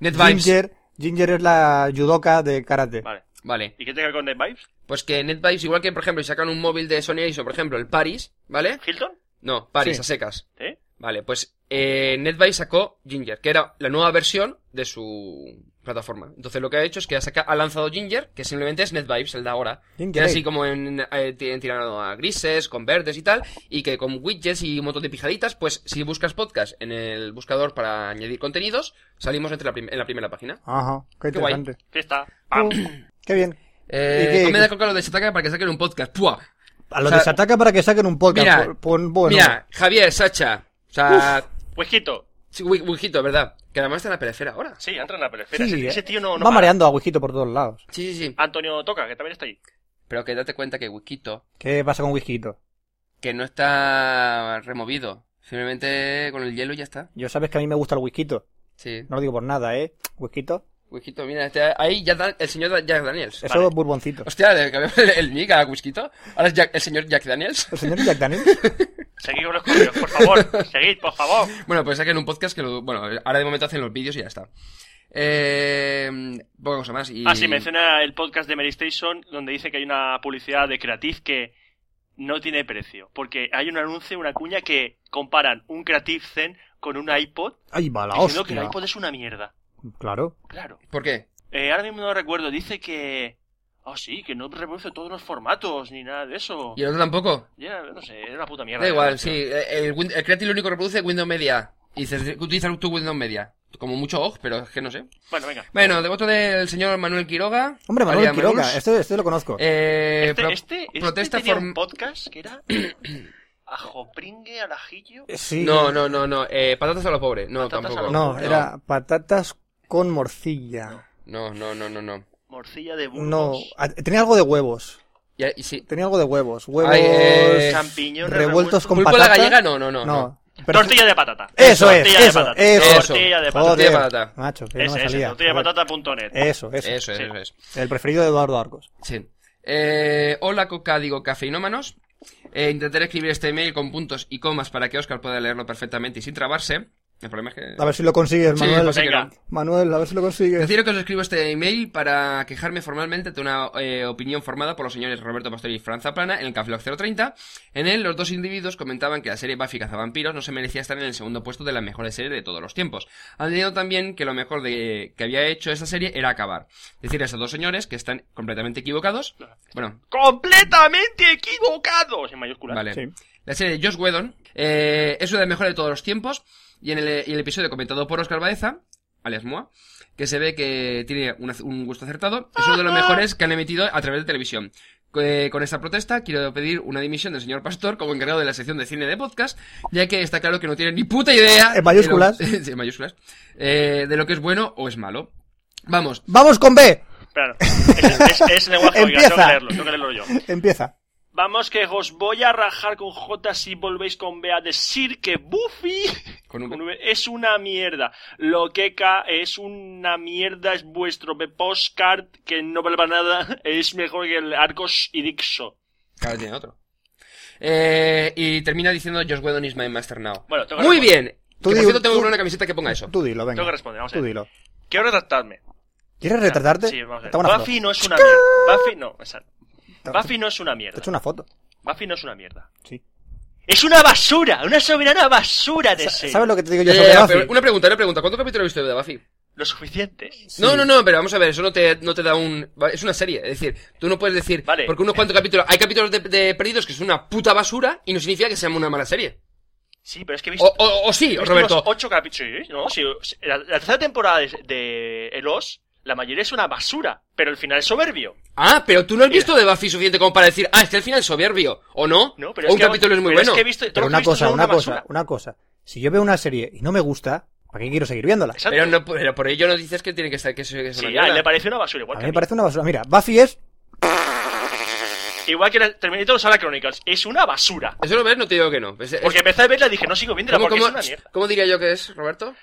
[SPEAKER 1] Net Vibes.
[SPEAKER 2] Ginger, Ginger es la judoka de karate.
[SPEAKER 3] Vale.
[SPEAKER 1] Vale.
[SPEAKER 3] ¿Y qué tiene que ver con NetVibes?
[SPEAKER 1] Pues que NetVibes, igual que, por ejemplo, si sacan un móvil de Sony ISO, por ejemplo, el Paris, ¿vale?
[SPEAKER 3] ¿Hilton?
[SPEAKER 1] No, Paris
[SPEAKER 2] Sí.
[SPEAKER 1] a secas.
[SPEAKER 3] ¿Sí?
[SPEAKER 1] Vale, pues eh, NetVibes sacó Ginger, que era la nueva versión de su plataforma. Entonces lo que ha hecho es que ha, saca- ha lanzado Ginger, que simplemente es NetVibes, el de ahora.
[SPEAKER 2] Ginger
[SPEAKER 1] Que era
[SPEAKER 2] Ale.
[SPEAKER 1] así como en, eh, ti- en tirado a grises, con verdes y tal, y que con widgets y un montón de pijaditas, pues si buscas podcast en el buscador para añadir contenidos, salimos entre la prim- en la primera página.
[SPEAKER 2] Ajá, qué
[SPEAKER 1] Qué guay. Ah.
[SPEAKER 2] interesante.
[SPEAKER 3] Fiesta.
[SPEAKER 2] Qué bien.
[SPEAKER 1] Eh,
[SPEAKER 2] ¿Y qué-
[SPEAKER 1] no me
[SPEAKER 2] qué-
[SPEAKER 1] da con que lo de Shataka para que saquen un podcast. ¡Pua!
[SPEAKER 2] A
[SPEAKER 1] O
[SPEAKER 2] los
[SPEAKER 1] sea,
[SPEAKER 2] de Sataka para que saquen un podcast.
[SPEAKER 1] mira,
[SPEAKER 2] Pon- pon- bueno,
[SPEAKER 1] Mira, Javier, Sacha, o sea,
[SPEAKER 3] Huesquito.
[SPEAKER 1] sí, Wi- Wijito, ¿verdad? Que además está en la perifera ahora.
[SPEAKER 3] Sí, entra en la pelefera.
[SPEAKER 2] sí,
[SPEAKER 3] ese, ese tío no, no
[SPEAKER 2] va
[SPEAKER 3] para.
[SPEAKER 2] mareando a Wijito por todos lados.
[SPEAKER 1] Sí, sí, sí.
[SPEAKER 3] Antonio Toca, que también está ahí.
[SPEAKER 1] Pero que date cuenta que Wikito,
[SPEAKER 2] ¿Qué pasa con Wijito?
[SPEAKER 1] que no está removido. Simplemente con el hielo y ya está.
[SPEAKER 2] Yo sabes que a mí me gusta el Wijito.
[SPEAKER 1] Sí.
[SPEAKER 2] No lo digo por nada, ¿eh? Wijito.
[SPEAKER 1] Wikito, mira, este- ahí ya Dan- el señor Da- Jack Daniels.
[SPEAKER 2] Eso
[SPEAKER 3] Vale.
[SPEAKER 2] es burboncito.
[SPEAKER 1] Hostia, le cambió el, el nick a Wikito. Ahora es Jack- el señor Jack Daniels.
[SPEAKER 2] El señor Jack Daniels.
[SPEAKER 3] Seguid con los correos, por favor. Seguid, por favor.
[SPEAKER 1] Bueno, pues saquen un podcast que lo... Bueno, ahora de momento hacen los vídeos y ya está. Eh... Poca cosa más y...
[SPEAKER 3] Ah, sí, menciona el podcast de Mary Station donde dice que hay una publicidad de Creative que no tiene precio. Porque hay un anuncio, una cuña que comparan un Creative Zen con un iPod
[SPEAKER 2] Ahí va la
[SPEAKER 3] diciendo que el
[SPEAKER 2] hostia.
[SPEAKER 3] iPod es una mierda.
[SPEAKER 2] Claro.
[SPEAKER 3] Claro.
[SPEAKER 1] ¿Por qué?
[SPEAKER 3] Eh, ahora mismo no recuerdo, dice que... Ah, sí, que no reproduce todos los formatos ni nada de eso.
[SPEAKER 1] ¿Y el otro tampoco?
[SPEAKER 3] Ya, no sé, era una puta mierda.
[SPEAKER 1] Da
[SPEAKER 3] de
[SPEAKER 1] igual, sí.
[SPEAKER 3] anuncio.
[SPEAKER 1] eh, El, Win- el Creative lo único que reproduce es Windows Media. Y dices, utilizas tu Windows Media. Como mucho OG, pero es que no sé.
[SPEAKER 3] Bueno, venga.
[SPEAKER 1] Bueno, de voto del señor Manuel Quiroga.
[SPEAKER 2] Hombre, Manuel
[SPEAKER 1] alias
[SPEAKER 2] Quiroga,
[SPEAKER 1] Manus.
[SPEAKER 2] este, este lo conozco.
[SPEAKER 1] Eh,
[SPEAKER 3] Este,
[SPEAKER 1] pro-
[SPEAKER 3] este, este
[SPEAKER 1] protesta
[SPEAKER 3] tenía
[SPEAKER 1] form-
[SPEAKER 3] un podcast que era ajopringue al ajillo.
[SPEAKER 2] sí.
[SPEAKER 1] Eh, No, no, no, no. Eh, patatas a los pobres. No,
[SPEAKER 3] Patatas a
[SPEAKER 1] tampoco.
[SPEAKER 3] lo
[SPEAKER 2] No,
[SPEAKER 3] no.
[SPEAKER 2] era patatas con morcilla.
[SPEAKER 1] No, no, no, no, no.
[SPEAKER 3] Morcilla de Burgos.
[SPEAKER 2] No, ah, tenía algo de huevos.
[SPEAKER 1] Y, y sí.
[SPEAKER 2] Tenía algo de huevos. Huevos
[SPEAKER 1] Ay, eh,
[SPEAKER 3] champiñones
[SPEAKER 2] revueltos
[SPEAKER 3] revueltos.
[SPEAKER 2] con
[SPEAKER 1] ¿Pulpo a
[SPEAKER 2] patata.
[SPEAKER 1] la gallega? No, no, no. no.
[SPEAKER 2] Pero-
[SPEAKER 3] Tortilla de patata.
[SPEAKER 2] Eso es,
[SPEAKER 3] tortilla de
[SPEAKER 2] eso,
[SPEAKER 3] patata.
[SPEAKER 2] eso.
[SPEAKER 3] Tortilla de patata.
[SPEAKER 1] Tortilla de
[SPEAKER 2] Joder,
[SPEAKER 1] patata.
[SPEAKER 2] Macho, que no
[SPEAKER 3] Ese,
[SPEAKER 2] me
[SPEAKER 3] ese,
[SPEAKER 2] salía. Eh,
[SPEAKER 3] tortilladepatata.net.
[SPEAKER 2] Eso, eso.
[SPEAKER 1] Eso es,
[SPEAKER 3] Sí.
[SPEAKER 1] eso es.
[SPEAKER 2] El preferido de Eduardo Arcos.
[SPEAKER 1] Sí. Eh, hola, coca, digo cafeinómanos. Eh, intentaré escribir este email con puntos y comas para que Oscar pueda leerlo perfectamente y sin trabarse. El problema es que...
[SPEAKER 2] A ver si lo consigues,
[SPEAKER 1] Sí,
[SPEAKER 2] Manuel.
[SPEAKER 1] pues sí que
[SPEAKER 3] Venga.
[SPEAKER 1] no.
[SPEAKER 2] Manuel, a ver si lo consigues.
[SPEAKER 1] Deciros que os escribo este email para quejarme formalmente de una eh, opinión formada por los señores Roberto Pastor y Franza Plana en el Café Lock 030. En él, los dos individuos comentaban que la serie Buffy Cazavampiros no se merecía estar en el segundo puesto de las mejores series de todos los tiempos. Añadiendo también que lo mejor de, que había hecho esta serie era acabar. Decir a estos dos señores que están completamente equivocados. Bueno,
[SPEAKER 3] Completamente equivocados. En mayúsculas.
[SPEAKER 1] vale.
[SPEAKER 2] Sí.
[SPEAKER 1] La serie de Josh Whedon eh, es una de las mejores de todos los tiempos. Y en el, y el episodio comentado por Oscar Baeza, alias Moa, que se ve que tiene un, ac- un gusto acertado, es uno de los mejores que han emitido a través de televisión. Co- eh, con esta protesta quiero pedir una dimisión del señor Pastor como encargado de la sección de cine de podcast, ya que está claro que no tiene ni puta idea.
[SPEAKER 2] En mayúsculas.
[SPEAKER 1] de lo- sí, en mayúsculas. Eh, de lo que es bueno o es malo. Vamos,
[SPEAKER 2] Vamos con B.
[SPEAKER 3] Espera, es, es, es lenguaje, oiga, tengo que
[SPEAKER 2] Empieza.
[SPEAKER 3] leerlo, tengo que leerlo yo.
[SPEAKER 2] Empieza.
[SPEAKER 3] Vamos que os voy a rajar con J si volvéis con B a decir que Buffy
[SPEAKER 1] Con un-
[SPEAKER 3] con V, es una mierda. Lo que K es una mierda es vuestro postcard que no vale para nada. Es mejor que el Arcos y Dixo.
[SPEAKER 1] Cada tiene otro. Eh, y termina diciendo Josh Whedon is my master now.
[SPEAKER 3] Bueno, tengo que
[SPEAKER 1] Muy
[SPEAKER 3] responder.
[SPEAKER 1] bien.
[SPEAKER 2] Tú
[SPEAKER 1] que, por
[SPEAKER 2] di-
[SPEAKER 1] cierto, tengo
[SPEAKER 2] tú-
[SPEAKER 1] que poner una camiseta que ponga eso.
[SPEAKER 2] Tú dilo, venga.
[SPEAKER 3] Tengo que responder, vamos a
[SPEAKER 2] Tú
[SPEAKER 3] ver.
[SPEAKER 2] dilo.
[SPEAKER 3] Quiero retractarme.
[SPEAKER 2] ¿Quieres retratarte?
[SPEAKER 3] Sí, vamos a ver.
[SPEAKER 2] Te hago una
[SPEAKER 3] Buffy
[SPEAKER 2] foto.
[SPEAKER 3] no es una mierda. Buffy no, exacto.
[SPEAKER 2] Te-
[SPEAKER 3] Buffy no es una
[SPEAKER 2] Te he
[SPEAKER 3] mierda.
[SPEAKER 2] hecho una foto.
[SPEAKER 3] Buffy no es una mierda.
[SPEAKER 2] Sí.
[SPEAKER 3] Es una basura, una soberana basura de
[SPEAKER 2] Sa-
[SPEAKER 3] serie.
[SPEAKER 2] ¿Sabes lo que te digo
[SPEAKER 3] Eh,
[SPEAKER 1] Ya,
[SPEAKER 2] yo
[SPEAKER 1] ya,
[SPEAKER 2] sobre
[SPEAKER 1] ya,
[SPEAKER 2] Buffy?
[SPEAKER 1] Eh, pero una pregunta, una pregunta. ¿Cuántos capítulos has visto de Buffy?
[SPEAKER 3] Lo suficiente.
[SPEAKER 1] No, no, no, pero vamos a ver, eso no te, no te da un... va- Es una serie, es decir, tú no puedes decir...
[SPEAKER 3] Vale.
[SPEAKER 1] Porque unos cuantos capítulos... Hay capítulos de, de perdidos que son una puta basura y no significa que sea una mala serie.
[SPEAKER 3] Sí, pero es que
[SPEAKER 1] O,
[SPEAKER 3] he visto.
[SPEAKER 1] o, o sí,
[SPEAKER 3] he visto
[SPEAKER 1] Roberto.
[SPEAKER 3] unos ocho capítulos. ¿sí? No, sí, sí, la, la tercera temporada de, de El Os, la mayoría es una basura, pero el final es soberbio.
[SPEAKER 1] Ah, pero tú no has visto de Buffy suficiente como para decir... Ah, es que el final es soberbio, ¿o no?
[SPEAKER 3] No,
[SPEAKER 1] o
[SPEAKER 3] pero es
[SPEAKER 1] un
[SPEAKER 3] que-
[SPEAKER 1] capítulo es muy
[SPEAKER 3] pero
[SPEAKER 1] bueno.
[SPEAKER 3] Es que he visto, todo
[SPEAKER 2] Pero
[SPEAKER 3] lo que he
[SPEAKER 2] una
[SPEAKER 3] visto
[SPEAKER 2] cosa,
[SPEAKER 3] son
[SPEAKER 2] una cosa,
[SPEAKER 3] basura.
[SPEAKER 2] una cosa. Si yo veo una serie y no me gusta, ¿para qué quiero seguir viéndola?
[SPEAKER 3] Exacto.
[SPEAKER 1] Pero, no, pero por ello no dices que tiene que estar... Que es, que es
[SPEAKER 3] Sí,
[SPEAKER 1] una
[SPEAKER 3] a
[SPEAKER 1] mierda.
[SPEAKER 3] él le parece una basura, igual
[SPEAKER 2] A
[SPEAKER 3] que
[SPEAKER 2] mí
[SPEAKER 3] a
[SPEAKER 2] me
[SPEAKER 3] mí.
[SPEAKER 2] parece una basura. Mira, Buffy es...
[SPEAKER 3] Igual que la Terminator Sala Chronicles, es una basura.
[SPEAKER 1] Eso lo ves, no te digo que no. Es- es-
[SPEAKER 3] Porque empecé a verla y dije, no sigo viéndola
[SPEAKER 1] ¿Cómo,
[SPEAKER 3] porque
[SPEAKER 1] cómo-
[SPEAKER 3] es una mierda.
[SPEAKER 1] cómo diría yo que es, Roberto?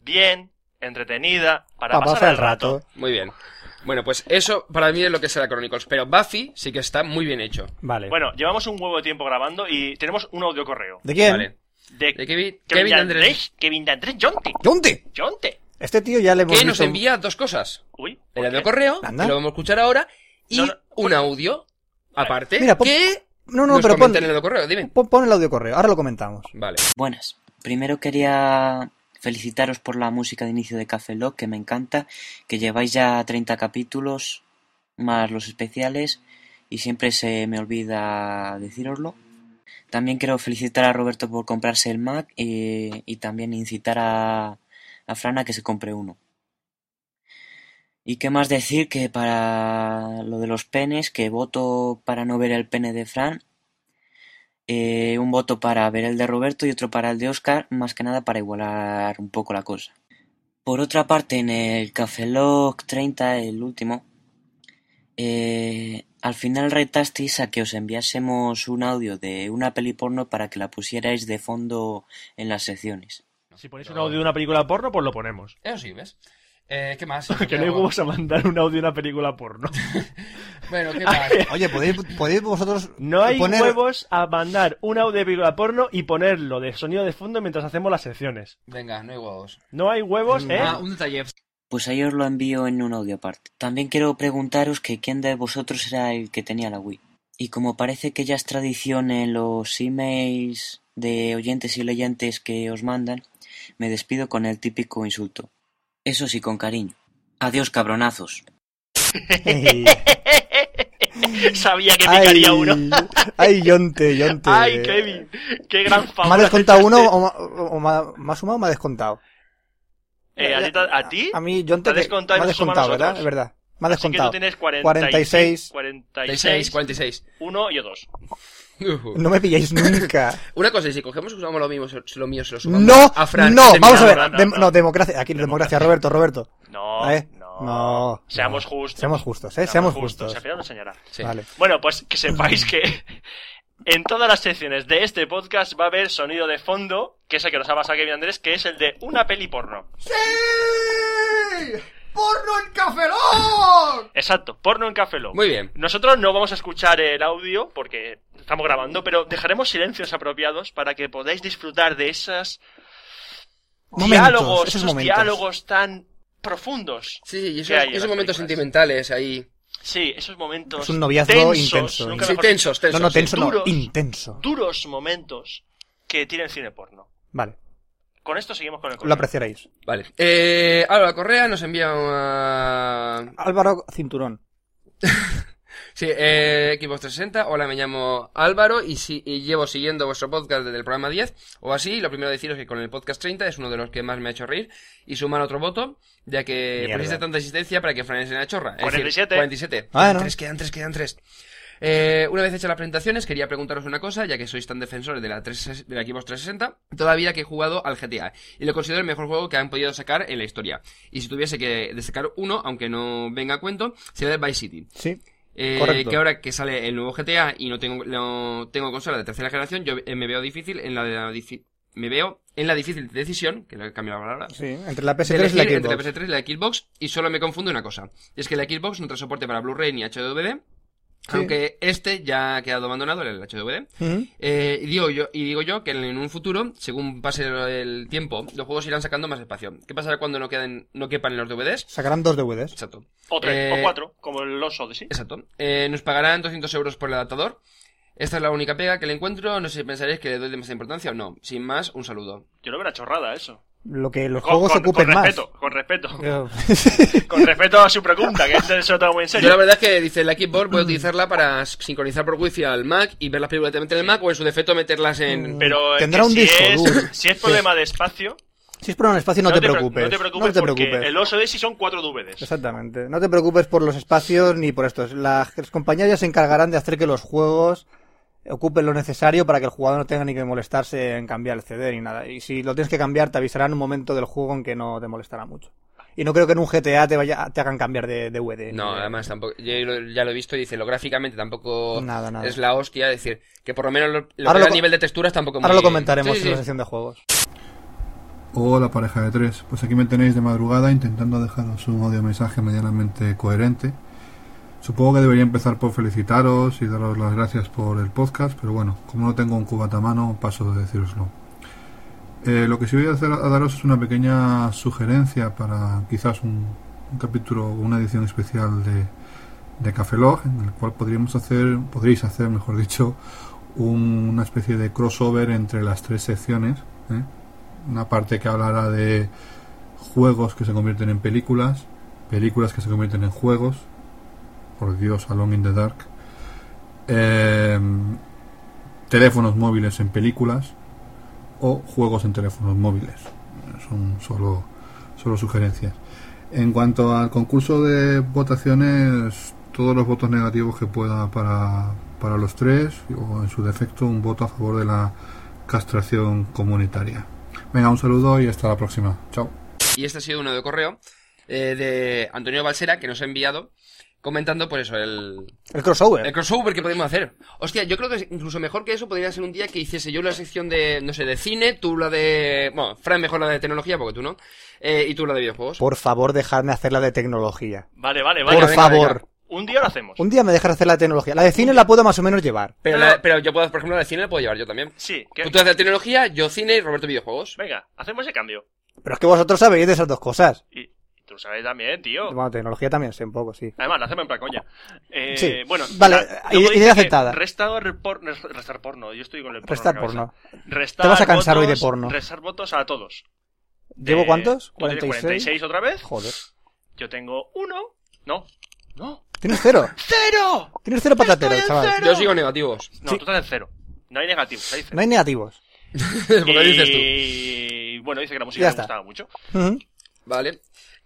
[SPEAKER 3] Bien, entretenida, para
[SPEAKER 2] Para
[SPEAKER 3] pasar, el rato.
[SPEAKER 1] Muy bien. Bueno, pues eso para mí es lo que será Chronicles. Pero Buffy sí que está muy bien hecho.
[SPEAKER 2] Vale.
[SPEAKER 3] Bueno, llevamos un huevo de tiempo grabando y tenemos un audio correo.
[SPEAKER 2] ¿De quién?
[SPEAKER 1] Vale.
[SPEAKER 3] De,
[SPEAKER 1] De Kevin,
[SPEAKER 3] Kevin
[SPEAKER 1] Kevin Andrés.
[SPEAKER 3] Andrés. Kevin Andrés Jonte.
[SPEAKER 2] ¿Dónde?
[SPEAKER 3] Jonte.
[SPEAKER 2] Este tío ya le hemos
[SPEAKER 1] Que nos
[SPEAKER 2] visto-
[SPEAKER 1] envía dos cosas.
[SPEAKER 3] Uy.
[SPEAKER 1] El
[SPEAKER 3] ¿por
[SPEAKER 1] audio
[SPEAKER 3] qué?
[SPEAKER 1] correo, que
[SPEAKER 2] Anda.
[SPEAKER 1] lo vamos a escuchar ahora, y
[SPEAKER 3] No, no,
[SPEAKER 1] un audio, aparte,
[SPEAKER 2] Mira, pon-
[SPEAKER 1] que
[SPEAKER 2] No,
[SPEAKER 1] este?
[SPEAKER 2] no,
[SPEAKER 1] nos
[SPEAKER 2] pero pon,
[SPEAKER 1] comenta en el audio correo, dime.
[SPEAKER 2] pon- pon el audio correo, ahora lo comentamos.
[SPEAKER 1] Vale.
[SPEAKER 11] Buenas. Primero quería felicitaros por la música de inicio de Café Lock, que me encanta, que lleváis ya 30 capítulos más los especiales y siempre se me olvida deciroslo. También quiero felicitar a Roberto por comprarse el Mac eh, y, también incitar a, a Fran a que se compre uno. ¿Y qué más decir que para lo de los penes, que voto para no ver el pene de Fran eh, un voto para ver el de Roberto y otro para el de Oscar, más que nada para igualar un poco la cosa. Por otra parte, en el Café Lock 30, el último, eh, al final retasteis a que os enviásemos un audio de una peli porno para que la pusierais de fondo en las secciones.
[SPEAKER 3] Si ponéis un audio de una película porno, pues lo ponemos.
[SPEAKER 1] Eso sí, ¿ves? Eh, ¿Qué más?
[SPEAKER 3] Que no hay huevos a mandar un audio de una película porno.
[SPEAKER 1] Bueno, ¿qué más?
[SPEAKER 2] Oye, ¿podéis, podéis vosotros
[SPEAKER 3] No hay
[SPEAKER 2] poner...
[SPEAKER 3] huevos a mandar un audio de película porno y ponerlo de sonido de fondo mientras hacemos las secciones.
[SPEAKER 1] Venga, no hay huevos.
[SPEAKER 3] No hay huevos, ¿eh?
[SPEAKER 1] Ah, un detalle.
[SPEAKER 11] Pues ahí os lo envío en un audio aparte. También quiero preguntaros que quién de vosotros era el que tenía la Wii. Y como parece que ya es tradición en los emails de oyentes y leyentes que os mandan, me despido con el típico insulto. Eso sí, con cariño. Adiós, cabronazos.
[SPEAKER 2] Ey,
[SPEAKER 3] Sabía que
[SPEAKER 2] ay,
[SPEAKER 3] picaría uno.
[SPEAKER 2] ay, yonte, yonte.
[SPEAKER 3] Ay, Kevin, qué gran favor.
[SPEAKER 2] ¿Me ha
[SPEAKER 3] has
[SPEAKER 2] descontado
[SPEAKER 3] hecho
[SPEAKER 2] uno
[SPEAKER 3] este.
[SPEAKER 2] o, ma- o ma- me ha sumado o me ha descontado?
[SPEAKER 3] Eh, ¿a ti te- a ti?
[SPEAKER 2] A mí, Yonte,
[SPEAKER 3] Te ha
[SPEAKER 2] que-
[SPEAKER 3] descontado y
[SPEAKER 2] me ha
[SPEAKER 3] nos suma a
[SPEAKER 2] descontado, ¿verdad?
[SPEAKER 3] nosotros.
[SPEAKER 2] Es verdad. Me ha
[SPEAKER 3] Así que
[SPEAKER 2] descontado.
[SPEAKER 3] tú tienes
[SPEAKER 2] 46,
[SPEAKER 3] 46,
[SPEAKER 1] 46,
[SPEAKER 3] 46,
[SPEAKER 1] 46.
[SPEAKER 3] 1 y 2.
[SPEAKER 1] Ujú.
[SPEAKER 2] No me pilláis nunca.
[SPEAKER 1] Una cosa, y si cogemos y usamos lo mismo, se- lo mío se lo sumamos
[SPEAKER 2] no,
[SPEAKER 1] Pues a Fran.
[SPEAKER 2] no,
[SPEAKER 1] terminamos.
[SPEAKER 2] vamos a ver.
[SPEAKER 3] no, no,
[SPEAKER 2] Dem-
[SPEAKER 3] no.
[SPEAKER 2] no, democracia. Aquí, democracia, Roberto, Roberto.
[SPEAKER 3] No,
[SPEAKER 2] ¿Eh?
[SPEAKER 3] no,
[SPEAKER 2] No,
[SPEAKER 3] Seamos
[SPEAKER 2] no.
[SPEAKER 3] justos.
[SPEAKER 2] Seamos justos, ¿eh? Seamos justos.
[SPEAKER 3] Al final nos enseñará.
[SPEAKER 1] Sí.
[SPEAKER 2] Vale.
[SPEAKER 3] Bueno, pues que sepáis que en todas las secciones de este podcast va a haber sonido de fondo, que es el que nos ha pasado Kevin Andrés, que es el de una peli porno.
[SPEAKER 2] ¡Porno en cafelón!
[SPEAKER 3] Exacto, porno en Café Lock.
[SPEAKER 1] Muy bien.
[SPEAKER 3] Nosotros no vamos a escuchar el audio porque estamos grabando, pero dejaremos silencios apropiados para que podáis disfrutar de esas
[SPEAKER 2] Momentos,
[SPEAKER 3] diálogos,
[SPEAKER 2] esos
[SPEAKER 3] esos
[SPEAKER 2] momentos.
[SPEAKER 3] diálogos tan profundos.
[SPEAKER 1] Sí, sí, y
[SPEAKER 3] que
[SPEAKER 1] esos,
[SPEAKER 3] hay en
[SPEAKER 1] esos
[SPEAKER 3] las
[SPEAKER 1] momentos
[SPEAKER 3] películas.
[SPEAKER 1] sentimentales ahí.
[SPEAKER 3] Sí, esos momentos.
[SPEAKER 2] Es un noviazgo
[SPEAKER 3] tensos,
[SPEAKER 2] intenso. Claro,
[SPEAKER 3] nunca
[SPEAKER 1] Sí,
[SPEAKER 3] mejor dicho,
[SPEAKER 1] tensos,
[SPEAKER 2] No,
[SPEAKER 1] tensos.
[SPEAKER 2] no,
[SPEAKER 1] sí.
[SPEAKER 2] tenso, no.
[SPEAKER 3] duros.
[SPEAKER 2] Intenso.
[SPEAKER 3] Duros momentos que tiene el cine porno.
[SPEAKER 2] Vale,
[SPEAKER 3] Con esto seguimos con el
[SPEAKER 2] lo
[SPEAKER 3] correo.
[SPEAKER 2] apreciaréis.
[SPEAKER 1] Vale. Eh, Álvaro Correa nos envía una...
[SPEAKER 2] Álvaro Cinturón.
[SPEAKER 1] Sí, eh, Equipos 360, hola, me llamo Álvaro y, si, y llevo siguiendo vuestro podcast desde el programa 10 o así. Lo primero deciros que con el podcast 30 es uno de los que más me ha hecho reír y suman otro voto, ya que
[SPEAKER 2] Mierda.
[SPEAKER 1] pusiste tanta insistencia para que Fran se la chorra. Es
[SPEAKER 3] 47.
[SPEAKER 1] Decir, 47.
[SPEAKER 2] Ah,
[SPEAKER 1] Quedan
[SPEAKER 2] no.
[SPEAKER 1] tres, quedan tres, quedan tres. Eh, una vez hechas las presentaciones, quería preguntaros una cosa, ya que sois tan defensores de la, 360 de la Xbox 360, todavía que he jugado al GTA, y lo considero el mejor juego que han podido sacar en la historia. Y si tuviese que destacar uno, aunque no venga a cuento, sería el Vice City.
[SPEAKER 2] Sí.
[SPEAKER 1] Eh,
[SPEAKER 2] Correcto.
[SPEAKER 1] que ahora que sale el nuevo GTA y no tengo, no tengo consola de tercera generación, yo eh, me veo difícil en la, de la difi- me veo en la difícil decisión, que le he cambiado la palabra,
[SPEAKER 2] Sí, entre la
[SPEAKER 1] de
[SPEAKER 2] PS3 y la
[SPEAKER 1] elegir entre
[SPEAKER 2] Xbox.
[SPEAKER 1] la PS3 y la Xbox y solo me confunde una cosa, y es que la Xbox no trae soporte para Blu-ray ni HDVD,
[SPEAKER 2] Sí.
[SPEAKER 1] aunque este ya ha quedado abandonado el HDVD.
[SPEAKER 2] Ujú.
[SPEAKER 1] Eh, y, digo yo, y digo yo que en un futuro, según pase el tiempo, los juegos irán sacando más espacio. ¿Qué pasará cuando no queden, no quepan en los DVDs?
[SPEAKER 2] Sacarán dos DVDs.
[SPEAKER 1] Exacto.
[SPEAKER 3] O tres,
[SPEAKER 1] Eh,
[SPEAKER 3] o cuatro, como el oso de sí.
[SPEAKER 1] Exacto. Eh, nos pagarán 200 euros por el adaptador. Esta es la única pega que le encuentro. No sé si pensaréis que le doy demasiada importancia o no. Sin más, un saludo.
[SPEAKER 3] Yo lo veo una chorrada eso.
[SPEAKER 2] Lo que los
[SPEAKER 3] Con-
[SPEAKER 2] juegos
[SPEAKER 3] con,
[SPEAKER 2] ocupen
[SPEAKER 3] con
[SPEAKER 2] más.
[SPEAKER 3] respeto, con respeto.
[SPEAKER 2] Eh,
[SPEAKER 3] Con respeto a su pregunta, que este se lo tomo muy en
[SPEAKER 1] Yo la
[SPEAKER 3] serio.
[SPEAKER 1] verdad es que dice la Xbox voy a utilizarla para s- sincronizar por wifi al Mac y ver las películas directamente en el Mac o en su defecto meterlas en...
[SPEAKER 3] Pero es
[SPEAKER 2] Tendrá
[SPEAKER 3] que
[SPEAKER 2] un
[SPEAKER 3] si
[SPEAKER 2] disco
[SPEAKER 3] es,
[SPEAKER 2] duro.
[SPEAKER 3] Si es problema de espacio,
[SPEAKER 2] si es por un espacio, no, te,
[SPEAKER 3] pre-
[SPEAKER 2] preocupes.
[SPEAKER 3] No te preocupes, porque
[SPEAKER 2] preocupes.
[SPEAKER 3] el oso de sí son cuatro DVDs.
[SPEAKER 2] Exactamente. No te preocupes por los espacios ni por estos. Las compañías ya se encargarán de hacer que los juegos ocupen lo necesario para que el jugador no tenga ni que molestarse en cambiar el CD ni nada. Y si lo tienes que cambiar, te avisarán un momento del juego en que no te molestará mucho. Y no creo que en un GTA te vaya, te hagan cambiar de DVD.
[SPEAKER 1] No, además tampoco... Yo lo- ya lo he visto y dice, lo gráficamente tampoco
[SPEAKER 2] Nada, nada.
[SPEAKER 1] es la hostia. Es decir, que por lo menos lo, lo que
[SPEAKER 2] Ahora lo
[SPEAKER 1] da a
[SPEAKER 2] co-
[SPEAKER 1] nivel de texturas tampoco...
[SPEAKER 2] Ahora
[SPEAKER 1] muy-
[SPEAKER 2] lo comentaremos
[SPEAKER 1] Sí, sí,
[SPEAKER 2] en la
[SPEAKER 1] sí.
[SPEAKER 2] sección de juegos.
[SPEAKER 10] Hola pareja de tres, pues aquí me tenéis de madrugada intentando dejaros un audio mensaje medianamente coherente. Supongo que debería empezar por felicitaros y daros las gracias por el podcast, pero bueno, como no tengo un cubata a mano, paso de deciroslo. Eh, lo que sí voy a, hacer, a daros es una pequeña sugerencia para quizás un, un capítulo o una edición especial de, de Café Log, en el cual podríamos hacer, podréis hacer, mejor dicho, un- una especie de crossover entre las tres secciones. ¿eh? Una parte que hablará de juegos que se convierten en películas, películas que se convierten en juegos, por Dios, Alone in the Dark, eh, teléfonos móviles en películas o juegos en teléfonos móviles. Son solo, solo sugerencias. En cuanto al concurso de votaciones, todos los votos negativos que pueda para, para los tres, o en su defecto un voto a favor de la castración comunitaria. Venga, un saludo y hasta la próxima. Chao.
[SPEAKER 1] Y este ha sido uno de correo eh, de Antonio Balsera que nos ha enviado comentando por eso el
[SPEAKER 2] El crossover.
[SPEAKER 1] el crossover que podemos hacer. Hostia, yo creo que incluso mejor que eso podría ser un día que hiciese yo la sección de no sé, de cine, tú la de, bueno, Fran mejor la de tecnología porque tú no, eh, y tú la de videojuegos.
[SPEAKER 2] Por favor, dejadme hacer la de tecnología.
[SPEAKER 3] Vale, vale, vale.
[SPEAKER 2] Por
[SPEAKER 3] Venga,
[SPEAKER 2] favor.
[SPEAKER 3] venga. Un día lo hacemos.
[SPEAKER 2] Un día me dejas hacer la de tecnología. La de cine la puedo más o menos llevar.
[SPEAKER 1] Pero, la- pero yo puedo, por ejemplo, la de cine la puedo llevar yo también.
[SPEAKER 3] Sí, que-
[SPEAKER 1] Tú haces la tecnología, yo cine y Roberto videojuegos.
[SPEAKER 3] Venga, hacemos ese cambio.
[SPEAKER 2] Pero es que vosotros sabéis de esas dos cosas.
[SPEAKER 3] Y, y tú sabes también, tío.
[SPEAKER 2] Bueno, tecnología también sé un poco, sí.
[SPEAKER 3] Además, lo hacemos en plan coña. Eh,
[SPEAKER 2] Sí,
[SPEAKER 3] Bueno,
[SPEAKER 2] vale, idea
[SPEAKER 3] luego dice que
[SPEAKER 2] aceptada.
[SPEAKER 3] Restar, por- restar porno. Yo estoy con el porno. en
[SPEAKER 2] Restar
[SPEAKER 3] la cabeza.
[SPEAKER 2] porno.
[SPEAKER 3] Restar
[SPEAKER 2] Te vas a cansar hoy de
[SPEAKER 3] votos-
[SPEAKER 2] porno.
[SPEAKER 3] Restar votos a todos.
[SPEAKER 2] ¿Llevo
[SPEAKER 3] Eh,
[SPEAKER 2] cuántos?
[SPEAKER 3] ¿tú tienes
[SPEAKER 2] 46.
[SPEAKER 3] 46 otra vez?
[SPEAKER 2] Joder.
[SPEAKER 3] Yo tengo uno. No. No.
[SPEAKER 2] Tienes cero.
[SPEAKER 3] ¡Cero!
[SPEAKER 2] Tienes cero patateros,
[SPEAKER 3] Estoy en
[SPEAKER 2] chaval.
[SPEAKER 3] cero.
[SPEAKER 1] Yo sigo negativos.
[SPEAKER 3] No, tú estás en cero. No hay negativos, hay cero.
[SPEAKER 2] No hay negativos.
[SPEAKER 1] Porque dices
[SPEAKER 3] Eh,
[SPEAKER 1] tú.
[SPEAKER 3] Y bueno, dice que la música
[SPEAKER 2] Ya
[SPEAKER 3] le
[SPEAKER 2] está.
[SPEAKER 3] gustaba mucho.
[SPEAKER 2] Ujú.
[SPEAKER 1] Vale.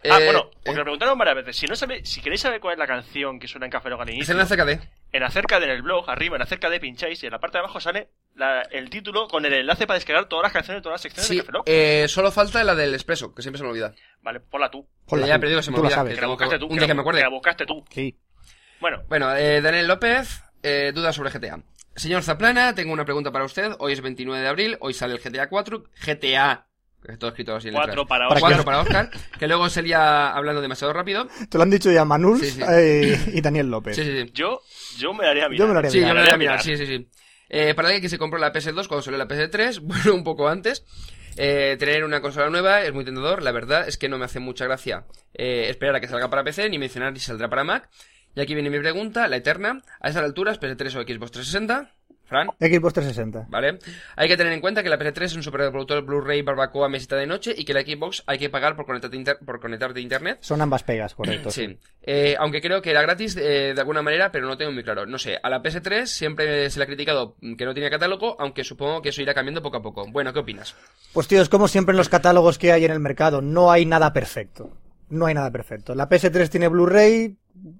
[SPEAKER 3] ah,
[SPEAKER 1] Eh,
[SPEAKER 3] bueno, porque
[SPEAKER 1] eh,
[SPEAKER 3] lo preguntaron varias veces. Si no sabe, si queréis saber cuál es la canción que suena en Café Lock al
[SPEAKER 1] es
[SPEAKER 3] inicio,
[SPEAKER 1] en la CKD.
[SPEAKER 3] en acerca de en el blog, arriba, en acerca de pincháis y en la parte de abajo sale la- el título con el enlace para descargar todas las canciones de todas las secciones
[SPEAKER 1] Sí,
[SPEAKER 3] de Café Lock.
[SPEAKER 1] eh, solo falta la del expreso, que siempre se me olvida.
[SPEAKER 3] Vale, ponla tú.
[SPEAKER 2] Ponla
[SPEAKER 1] ya,
[SPEAKER 2] tú,
[SPEAKER 1] pero digo, se me
[SPEAKER 2] tú la
[SPEAKER 1] olvida,
[SPEAKER 2] sabes.
[SPEAKER 1] que
[SPEAKER 3] Que la
[SPEAKER 1] tengo
[SPEAKER 3] buscaste tú.
[SPEAKER 1] un
[SPEAKER 3] que
[SPEAKER 1] día
[SPEAKER 3] la-
[SPEAKER 1] que me acuerde.
[SPEAKER 3] Que la buscaste tú.
[SPEAKER 2] Sí.
[SPEAKER 3] Bueno,
[SPEAKER 1] Bueno, eh, Daniel López, eh, duda sobre GTA. Señor Zaplana, tengo una pregunta para usted. Hoy es 29 de abril, hoy sale el GTA 4. GTA. que Todo escrito así en letras.
[SPEAKER 3] cuatro
[SPEAKER 2] Para
[SPEAKER 3] para otro.
[SPEAKER 2] que-
[SPEAKER 1] Cuatro para Oscar. Que luego sería hablando demasiado rápido.
[SPEAKER 2] Te lo han dicho ya Manul
[SPEAKER 1] Sí, sí.
[SPEAKER 2] eh, y Daniel López.
[SPEAKER 1] Sí, sí, sí.
[SPEAKER 3] Yo, yo me daría a mirar.
[SPEAKER 2] Yo me lo haría
[SPEAKER 1] Sí, yo
[SPEAKER 2] mirar.
[SPEAKER 1] lo voy a mirar, sí, sí, sí. Eh, para alguien que se compró la PS2 cuando salió la PS3, bueno, un poco antes, eh, tener una consola nueva es muy tentador. La verdad es que no me hace mucha gracia eh, esperar a que salga para PC ni mencionar si saldrá para Mac. Y aquí viene mi pregunta, la eterna. ¿A esas alturas PS3 o Xbox 360? Fran.
[SPEAKER 2] Xbox 360.
[SPEAKER 1] ¿Vale? Hay que tener en cuenta que la PS3 es un superreproductor Blu-ray, barbacoa, mesita de noche y que la Xbox hay que pagar por conectarte, a inter- por conectarte a internet.
[SPEAKER 2] Son ambas pegas, correcto.
[SPEAKER 1] Sí. Eh, aunque creo que era gratis eh, de alguna manera, pero no lo tengo muy claro. No sé, a la PS3 siempre se le ha criticado que no tenía catálogo, aunque supongo que eso irá cambiando poco a poco. Bueno, ¿qué opinas?
[SPEAKER 2] Pues tío, es como siempre en los catálogos que hay en el mercado, no hay nada perfecto. No hay nada perfecto. La PS3 tiene Blu-ray,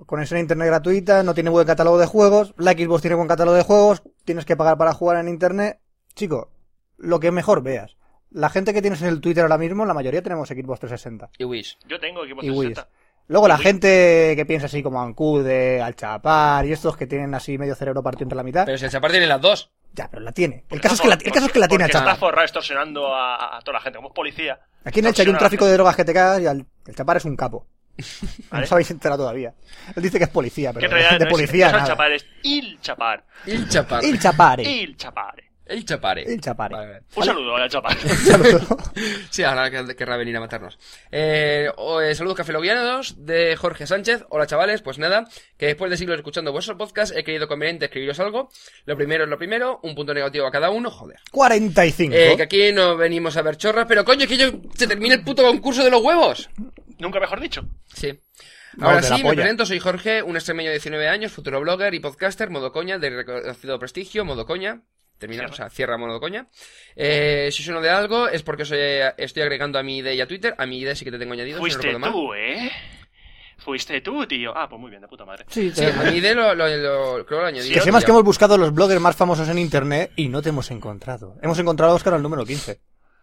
[SPEAKER 2] conexión a internet gratuita, no tiene buen catálogo de juegos, la Xbox tiene buen catálogo de juegos, tienes que pagar para jugar en internet. Chico, lo que mejor veas. La gente que tienes en el Twitter ahora mismo, la mayoría tenemos Xbox 360.
[SPEAKER 1] Y Wish.
[SPEAKER 3] Yo tengo equipo
[SPEAKER 2] Y Wii.
[SPEAKER 3] 360.
[SPEAKER 2] Luego la gente que piensa así como Ancude, Alchapar y estos que tienen así medio cerebro partido entre la mitad.
[SPEAKER 1] Pero si el Chapar tiene las dos.
[SPEAKER 2] Ya, pero la tiene. El
[SPEAKER 3] Porque
[SPEAKER 2] caso es
[SPEAKER 3] está
[SPEAKER 2] que la,
[SPEAKER 3] for-
[SPEAKER 2] el caso es que la
[SPEAKER 3] porque-
[SPEAKER 2] tiene
[SPEAKER 3] porque Está
[SPEAKER 2] Alchapar.
[SPEAKER 3] forrado extorsionando a, a toda la gente, como es policía.
[SPEAKER 2] Aquí en el chat hay un
[SPEAKER 3] extorsiona a la
[SPEAKER 2] tráfico
[SPEAKER 3] gente.
[SPEAKER 2] de drogas que te cagas y al- el Chapar es un capo. No
[SPEAKER 3] Vale.
[SPEAKER 2] os habéis enterado todavía. Él dice que es policía,
[SPEAKER 3] Que
[SPEAKER 2] pero
[SPEAKER 3] en realidad
[SPEAKER 2] de
[SPEAKER 3] no es-
[SPEAKER 2] policía
[SPEAKER 3] no son
[SPEAKER 2] nada.
[SPEAKER 3] chapares, il chapar.
[SPEAKER 1] El Chapar.
[SPEAKER 2] El Chapare.
[SPEAKER 3] Il chapare.
[SPEAKER 1] El Chapare.
[SPEAKER 2] El Chapare.
[SPEAKER 1] Vale, vale.
[SPEAKER 3] Un saludo al chapar.
[SPEAKER 2] Saludo.
[SPEAKER 1] Sí, ahora que- querrá venir a matarnos. Eh, o, eh, saludos cafeloguianos de Jorge Sánchez. Hola chavales, pues nada, que después de siglos escuchando vuestros podcasts he querido conveniente escribiros algo. Lo primero es lo primero, un punto negativo a cada uno, joder.
[SPEAKER 2] 45.
[SPEAKER 1] Eh, que aquí no venimos a ver chorras, pero coño, que yo se termina el puto concurso de los huevos.
[SPEAKER 3] Nunca mejor dicho.
[SPEAKER 1] Sí.
[SPEAKER 2] No,
[SPEAKER 1] Ahora
[SPEAKER 2] de la
[SPEAKER 1] sí, me
[SPEAKER 2] polla.
[SPEAKER 1] presento, soy Jorge, un extremeño de 19 años, futuro blogger y podcaster, modo coña, de reconocido prestigio, modo coña. Termina,
[SPEAKER 3] Cierra.
[SPEAKER 1] o sea, cierra modo coña. Eh, si soy uno de algo, es porque soy, estoy agregando a mi ID y a Twitter. A mi ID sí que te tengo añadido, si
[SPEAKER 3] Fuiste
[SPEAKER 1] no recuerdo mal.
[SPEAKER 3] tú, ¿eh? Fuiste tú, tío. Ah, pues muy bien, de puta madre.
[SPEAKER 2] Sí,
[SPEAKER 1] Sí, a mi ID lo, lo- lo- creo que lo añadí.
[SPEAKER 2] Que sepas que hemos buscado los bloggers más famosos en internet y no te hemos encontrado. Hemos encontrado a Oscar al número 15.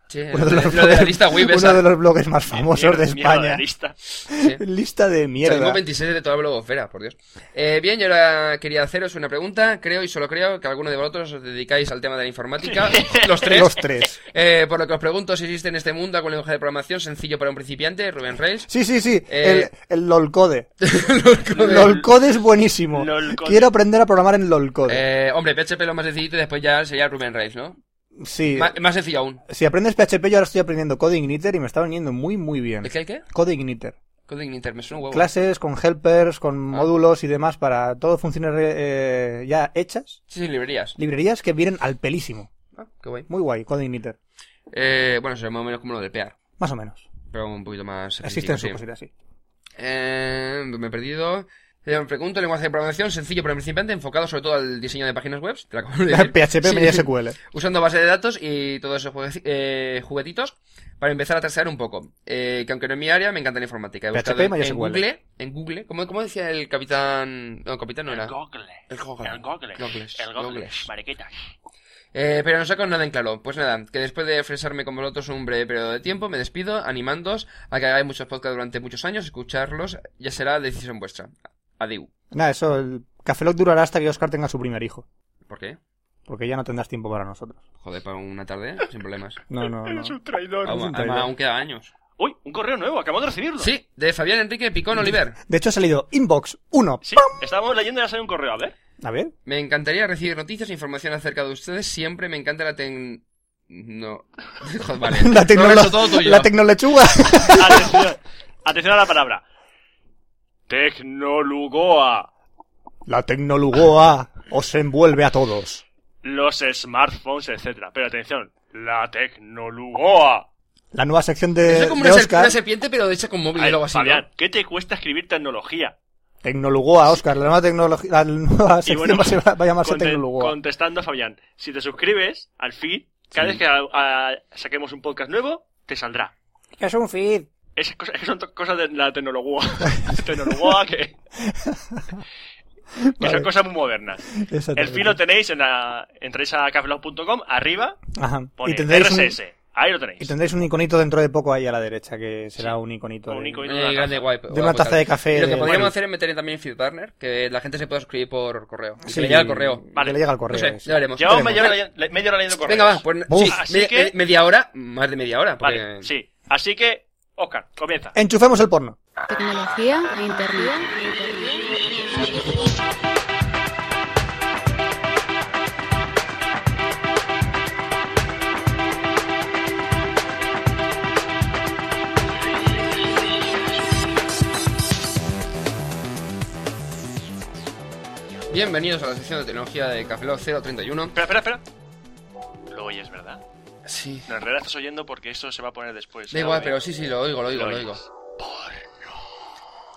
[SPEAKER 1] Sí,
[SPEAKER 2] Uno de los,
[SPEAKER 1] lo de la
[SPEAKER 2] bloggers-
[SPEAKER 1] lista web
[SPEAKER 2] uno
[SPEAKER 1] esa.
[SPEAKER 2] de los bloggers más famosos
[SPEAKER 3] Mierda-
[SPEAKER 2] de
[SPEAKER 3] mierda
[SPEAKER 2] España.
[SPEAKER 3] lista.
[SPEAKER 1] Sí.
[SPEAKER 2] Lista de
[SPEAKER 1] Tengo
[SPEAKER 2] mierda.
[SPEAKER 1] 26 de toda la blogosfera, por Dios. Eh, bien, yo ahora quería haceros una pregunta. Creo y solo creo que alguno de vosotros os dedicáis al tema de la informática. Los tres.
[SPEAKER 2] Los tres.
[SPEAKER 1] Eh, por lo que os pregunto si existe en este mundo algún lenguaje de programación sencillo para un principiante, Ruben Rails.
[SPEAKER 2] Sí, sí, sí.
[SPEAKER 1] Eh,
[SPEAKER 2] El, el LOLcode.
[SPEAKER 1] Lolcode.
[SPEAKER 2] LOLcode es buenísimo.
[SPEAKER 3] LOLcode.
[SPEAKER 2] Quiero aprender a programar en LOLcode.
[SPEAKER 1] Eh, hombre, PHP lo más sencillito y después ya sería Ruben Rails, ¿no?
[SPEAKER 2] Sí.
[SPEAKER 1] Más, más sencillo aún.
[SPEAKER 2] Si aprendes PHP, yo ahora estoy aprendiendo Code Igniter y me está viniendo muy, muy bien.
[SPEAKER 1] ¿El qué, el qué?
[SPEAKER 2] Code Igniter.
[SPEAKER 1] Coding Inter, me suena un huevo.
[SPEAKER 2] Clases con helpers, con
[SPEAKER 1] Ah.
[SPEAKER 2] módulos y demás para todo funciones eh, ya hechas.
[SPEAKER 1] Sí, sí, librerías.
[SPEAKER 2] Librerías que vienen al pelísimo.
[SPEAKER 1] Ah, qué guay.
[SPEAKER 2] Muy guay, Code Igniter.
[SPEAKER 1] Eh, bueno, sería más o menos como lo de Pear,
[SPEAKER 2] Más o menos.
[SPEAKER 1] pero un poquito más.
[SPEAKER 2] Existen
[SPEAKER 1] eficiente,
[SPEAKER 2] sus cositas así.
[SPEAKER 1] Eh, me he perdido. Eh, me pregunto, lenguaje de programación sencillo para principiante, enfocado sobre todo al diseño de páginas web. Te la acabo de decir.
[SPEAKER 2] PHP,
[SPEAKER 1] Sí.
[SPEAKER 2] media SQL.
[SPEAKER 1] Usando base de datos y todos esos juegue- eh, juguetitos para empezar a trasear un poco. Eh, que aunque no es mi área, me encanta la informática. He
[SPEAKER 2] PHP,
[SPEAKER 1] buscado en, en
[SPEAKER 2] MySQL.
[SPEAKER 1] Google, en Google, ¿cómo, cómo decía el capitán? No, capitán no era.
[SPEAKER 3] Google.
[SPEAKER 1] El Google.
[SPEAKER 3] El Google.
[SPEAKER 1] Googles.
[SPEAKER 3] El Google.
[SPEAKER 1] Googles.
[SPEAKER 3] Mariquita.
[SPEAKER 1] Eh, pero no saco nada en claro. Pues nada, que después de fresarme con vosotros un breve periodo de tiempo, me despido animándoos a que hagáis muchos podcasts durante muchos años, escucharlos, ya será decisión vuestra. Adiós.
[SPEAKER 2] Nada, eso, el Café Lock durará hasta que Oscar tenga su primer hijo.
[SPEAKER 1] ¿Por qué?
[SPEAKER 2] Porque ya no tendrás tiempo para nosotros.
[SPEAKER 1] Joder, para una tarde, ¿eh? sin problemas.
[SPEAKER 2] No, no, no.
[SPEAKER 3] Eres un traidor.
[SPEAKER 1] Vamos,
[SPEAKER 2] un
[SPEAKER 1] además,
[SPEAKER 2] traidor.
[SPEAKER 1] aún queda años.
[SPEAKER 3] Uy, un correo nuevo, acabo de recibirlo.
[SPEAKER 1] Sí, de Fabián Enrique Picón Oliver.
[SPEAKER 2] De hecho, ha salido Inbox 1.
[SPEAKER 3] Sí, estábamos leyendo y ya salió un correo, a ver.
[SPEAKER 2] A ver.
[SPEAKER 1] Me encantaría recibir noticias e información acerca de ustedes. Siempre me encanta la tec... No. Joder, vale.
[SPEAKER 2] La,
[SPEAKER 1] Lo
[SPEAKER 2] tecnolo-
[SPEAKER 1] resto todo tuyo.
[SPEAKER 2] la tecnolechuga.
[SPEAKER 3] Atención, atención a la palabra. Tecnolugoa.
[SPEAKER 2] la tecnolugoa os envuelve a todos.
[SPEAKER 3] Los smartphones, etcétera. Pero atención, la Tecnolugoa.
[SPEAKER 2] La nueva sección
[SPEAKER 1] Eso
[SPEAKER 2] de,
[SPEAKER 1] es como
[SPEAKER 2] de
[SPEAKER 1] una, serp-
[SPEAKER 2] Oscar.
[SPEAKER 1] una serpiente, pero hecha con móvil
[SPEAKER 3] Ay,
[SPEAKER 1] o algo así. ¿no?
[SPEAKER 3] Fabián, ¿qué te cuesta escribir tecnología?
[SPEAKER 2] Tecnolugoa, Oscar. La nueva, tecnología la nueva
[SPEAKER 3] Y
[SPEAKER 2] sección
[SPEAKER 3] bueno,
[SPEAKER 2] va a ser- va a llamarse
[SPEAKER 3] conte-
[SPEAKER 2] Tecnolugoa.
[SPEAKER 3] Contestando a Fabián, si te suscribes al feed, cada vez que a- a- saquemos un podcast nuevo, te saldrá.
[SPEAKER 2] Es un feed.
[SPEAKER 3] Esas cosas, esas son to- cosas de la tecnología. tecnología que, que son
[SPEAKER 2] Vale.
[SPEAKER 3] cosas muy modernas. El
[SPEAKER 2] Exactamente.
[SPEAKER 3] feed lo tenéis en la, entréis a cafelog.com, arriba,
[SPEAKER 2] Ajá.
[SPEAKER 3] pone
[SPEAKER 2] Y tendréis, un,
[SPEAKER 3] RSS. Ahí lo tenéis.
[SPEAKER 2] y tendréis un iconito dentro de poco ahí a la derecha, que será
[SPEAKER 3] Sí.
[SPEAKER 2] un iconito.
[SPEAKER 3] Un
[SPEAKER 2] de-
[SPEAKER 3] iconito.
[SPEAKER 1] Eh, grande, guay, guay,
[SPEAKER 2] De una taza
[SPEAKER 1] tal.
[SPEAKER 2] de café
[SPEAKER 1] Y lo que
[SPEAKER 2] de-
[SPEAKER 1] podríamos
[SPEAKER 2] Bueno.
[SPEAKER 1] hacer es meter también Feed Partner, que la gente se pueda suscribir por correo. Y
[SPEAKER 2] Sí,
[SPEAKER 1] que le llega el correo.
[SPEAKER 2] Que
[SPEAKER 3] Vale.
[SPEAKER 2] le llega el
[SPEAKER 1] No
[SPEAKER 2] correo.
[SPEAKER 1] sé,
[SPEAKER 2] sí.
[SPEAKER 1] ya veremos.
[SPEAKER 3] Llevamos
[SPEAKER 2] Veremos.
[SPEAKER 3] media hora, le- media hora leyendo correos.
[SPEAKER 1] Venga, va, pues
[SPEAKER 2] Uf.
[SPEAKER 1] sí,
[SPEAKER 3] Así
[SPEAKER 1] media,
[SPEAKER 3] que-
[SPEAKER 1] me- media hora, más de media hora. Porque...
[SPEAKER 3] Vale, sí. Así que, Oscar, comienza.
[SPEAKER 2] Enchufemos el porno.
[SPEAKER 6] Tecnología e internet.
[SPEAKER 1] Bienvenidos a la sección de tecnología de Café Lock 031.
[SPEAKER 3] Espera, espera, espera. Lo oyes, ¿verdad?
[SPEAKER 1] Sí,
[SPEAKER 3] No, en realidad estás oyendo porque eso se va a poner después.
[SPEAKER 1] da
[SPEAKER 3] ¿eh?
[SPEAKER 1] igual,
[SPEAKER 3] Oye.
[SPEAKER 1] pero sí, sí, lo oigo, lo oigo, lo oigo.
[SPEAKER 3] oyes.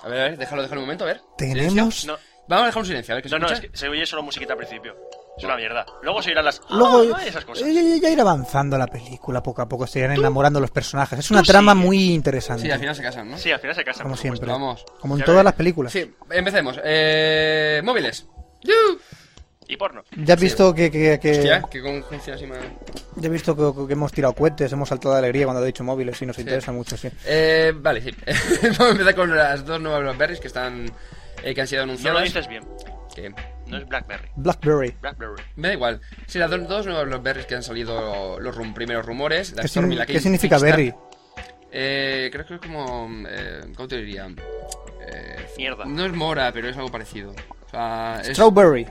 [SPEAKER 1] A ver, a ver, déjalo, déjalo un momento, a ver.
[SPEAKER 2] Tenemos-
[SPEAKER 1] Silencio. Vamos a dejar un silencio, a ver qué se
[SPEAKER 3] No, no, es
[SPEAKER 1] escucha.
[SPEAKER 3] que se oye solo musiquita al principio. Es una mierda. Luego se irán las.
[SPEAKER 2] Luego
[SPEAKER 3] Ah, esas cosas.
[SPEAKER 2] eh, ya, ya ir avanzando la película poco a poco, se irán enamorando los personajes. Es una trama muy interesante.
[SPEAKER 1] Sí, al final se casan, ¿no?
[SPEAKER 3] Sí, al final se casan.
[SPEAKER 2] como
[SPEAKER 3] por supuesto.
[SPEAKER 2] siempre.
[SPEAKER 1] Vamos.
[SPEAKER 2] Como en
[SPEAKER 3] Ya
[SPEAKER 2] todas
[SPEAKER 3] veré.
[SPEAKER 2] las películas.
[SPEAKER 1] Sí, empecemos. Eh, móviles. ¡Yu!
[SPEAKER 3] Y porno.
[SPEAKER 2] Ya has visto que, que- que-
[SPEAKER 1] Hostia, qué conjunción así más...
[SPEAKER 2] ya has visto que, que hemos tirado cohetes, hemos saltado de alegría cuando he dicho móviles y nos interesa mucho, sí.
[SPEAKER 1] Eh, vale, sí. Vamos a empezar con las dos nuevas Blackberries que están... eh, que han sido
[SPEAKER 3] No lo
[SPEAKER 1] anunciadas.
[SPEAKER 3] dices bien.
[SPEAKER 1] Que-
[SPEAKER 3] No es Blackberry.
[SPEAKER 2] BlackBerry.
[SPEAKER 3] Blackberry.
[SPEAKER 1] Me da igual. Sí, las dos, dos nuevas Blackberries que han salido los rum- primeros rumores. La
[SPEAKER 2] ¿Qué,
[SPEAKER 1] Storm y
[SPEAKER 2] signi-
[SPEAKER 1] la
[SPEAKER 2] qué
[SPEAKER 1] Kim-
[SPEAKER 2] significa
[SPEAKER 1] Kickstarter.
[SPEAKER 2] Berry?
[SPEAKER 1] Eh, creo que es como... Eh, ¿Cómo te diría? Eh,
[SPEAKER 3] Mierda.
[SPEAKER 1] No es mora, pero es algo parecido. O sea, es-
[SPEAKER 2] Strawberry.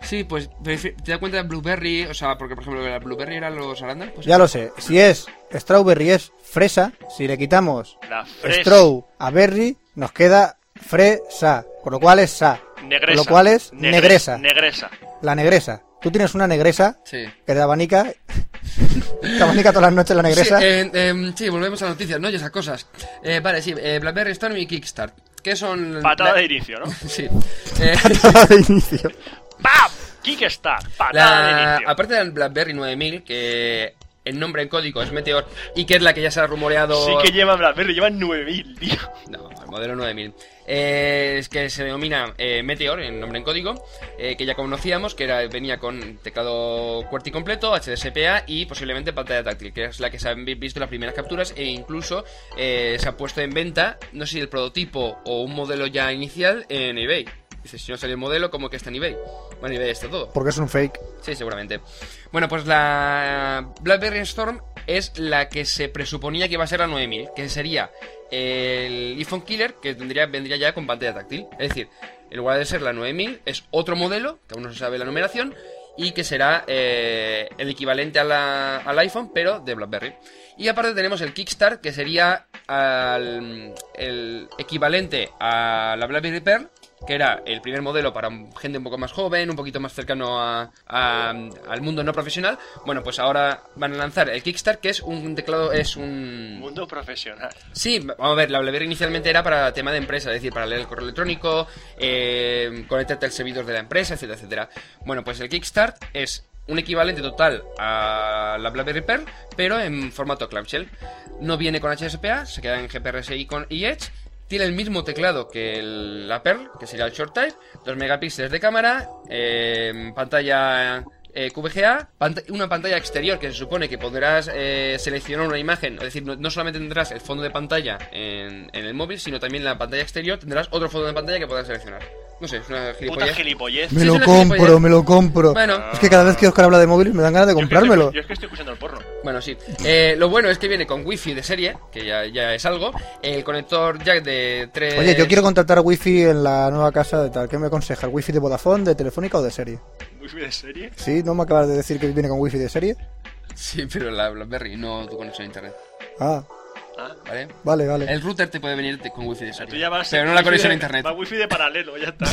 [SPEAKER 1] Sí, pues prefi- te das cuenta de Blueberry, o sea, porque por ejemplo la Blueberry eran los arándanos. Pues,
[SPEAKER 2] Ya lo sé. Si es Strawberry es fresa, si le quitamos
[SPEAKER 3] La fresa.
[SPEAKER 2] Straw a Berry, nos queda fresa. Con lo cual es sa.
[SPEAKER 3] Negresa.
[SPEAKER 2] Con lo cual es
[SPEAKER 3] Negre-
[SPEAKER 2] negresa.
[SPEAKER 3] Negresa.
[SPEAKER 2] La negresa. Tú tienes una negresa
[SPEAKER 1] Sí.
[SPEAKER 2] que te abanica. te abanica todas las noches la negresa.
[SPEAKER 1] Sí, eh, eh, sí, volvemos a noticias, ¿no? Y esas cosas. Eh, vale, sí, eh, Blackberry Storm y Kickstart. ¿Qué son...?
[SPEAKER 3] Patada
[SPEAKER 1] la-
[SPEAKER 3] de inicio, ¿no?
[SPEAKER 1] Sí. Eh,
[SPEAKER 2] de inicio.
[SPEAKER 3] ¡Pam! Kickstart. Patada
[SPEAKER 1] la-
[SPEAKER 3] de inicio.
[SPEAKER 1] Aparte del Blackberry 9000, que el nombre en código es Meteor, y que es la que ya se ha rumoreado...
[SPEAKER 3] Sí que llevan Blackberry, llevan 9000, tío.
[SPEAKER 1] No, el modelo 9000. Eh, es que se denomina eh, Meteor, en nombre en código, eh, que ya conocíamos, que era, venía con teclado QWERTY completo, HDSPA y posiblemente pantalla táctil, que es la que se han vi- visto las primeras capturas e incluso eh, se ha puesto en venta, no sé si el prototipo o un modelo ya inicial en eBay. Dice, si no sale el modelo, ¿cómo que está en eBay? Bueno, eBay está todo.
[SPEAKER 2] Porque es un fake.
[SPEAKER 1] Sí, seguramente. Bueno, pues la BlackBerry Storm es la que se presuponía que iba a ser la 9000, que sería el iPhone Killer, que tendría, vendría ya con pantalla táctil. Es decir, en lugar de ser la 9000, es otro modelo, que aún no se sabe la numeración, y que será eh, el equivalente a la- al iPhone, pero de BlackBerry. Y aparte tenemos el Kickstart, que sería al- el equivalente a la BlackBerry Pearl, que era el primer modelo para un- gente un poco más joven, un poquito más cercano a- a- al mundo no profesional. Bueno, pues ahora van a lanzar el Kickstart, que es un teclado, es un...
[SPEAKER 3] Mundo profesional.
[SPEAKER 1] Sí, vamos a ver, la BlackBerry inicialmente era para tema de empresa, es decir, para leer el correo electrónico, eh, conectarte al servidor de la empresa, etcétera, etcétera. Bueno, pues el Kickstart es un equivalente total a la BlackBerry Pearl, pero en formato clamshell. No viene con HSPA, se queda en GPRSI con y Edge. Tiene el mismo teclado que el- la Pearl, que sería el Short Type, 2 megapíxeles de cámara, eh, pantalla eh, QVGA, pant- una pantalla exterior que se supone que podrás eh, seleccionar una imagen, es decir, no, no solamente tendrás el fondo de pantalla en, en el móvil, sino también la pantalla exterior tendrás otro fondo de pantalla que podrás seleccionar. No sé, es una gilipollez.
[SPEAKER 3] Puta gilipollez.
[SPEAKER 1] Sí,
[SPEAKER 2] Me
[SPEAKER 1] es
[SPEAKER 2] lo
[SPEAKER 1] una
[SPEAKER 2] compro,
[SPEAKER 1] gilipollez.
[SPEAKER 2] me lo compro.
[SPEAKER 1] Bueno.
[SPEAKER 2] Es que cada vez que Oscar habla de móviles me dan ganas de comprármelo.
[SPEAKER 3] Yo es que estoy escuchando el porno.
[SPEAKER 1] Bueno, sí. Eh, lo bueno es que viene con wifi de serie, que ya, ya es algo. El conector jack de 3...
[SPEAKER 2] Oye, yo quiero contratar wifi en la nueva casa de tal. ¿Qué me aconseja? ¿El wifi de Vodafone, de Telefónica o de serie?
[SPEAKER 3] Muy bien, ¿en serie?
[SPEAKER 2] ¿Sí? ¿No me acabas de decir que viene con wifi de serie?
[SPEAKER 1] Sí, pero la BlackBerry, no tu conexión a internet.
[SPEAKER 2] Ah,
[SPEAKER 1] ¿Vale?
[SPEAKER 2] vale, vale.
[SPEAKER 1] El router te puede venir te- con wifi de
[SPEAKER 3] Tú
[SPEAKER 1] serie.
[SPEAKER 3] ya vas
[SPEAKER 1] Pero no la
[SPEAKER 3] wifi
[SPEAKER 1] conexión
[SPEAKER 3] de-
[SPEAKER 1] a internet,
[SPEAKER 3] Va wifi de paralelo, ya está.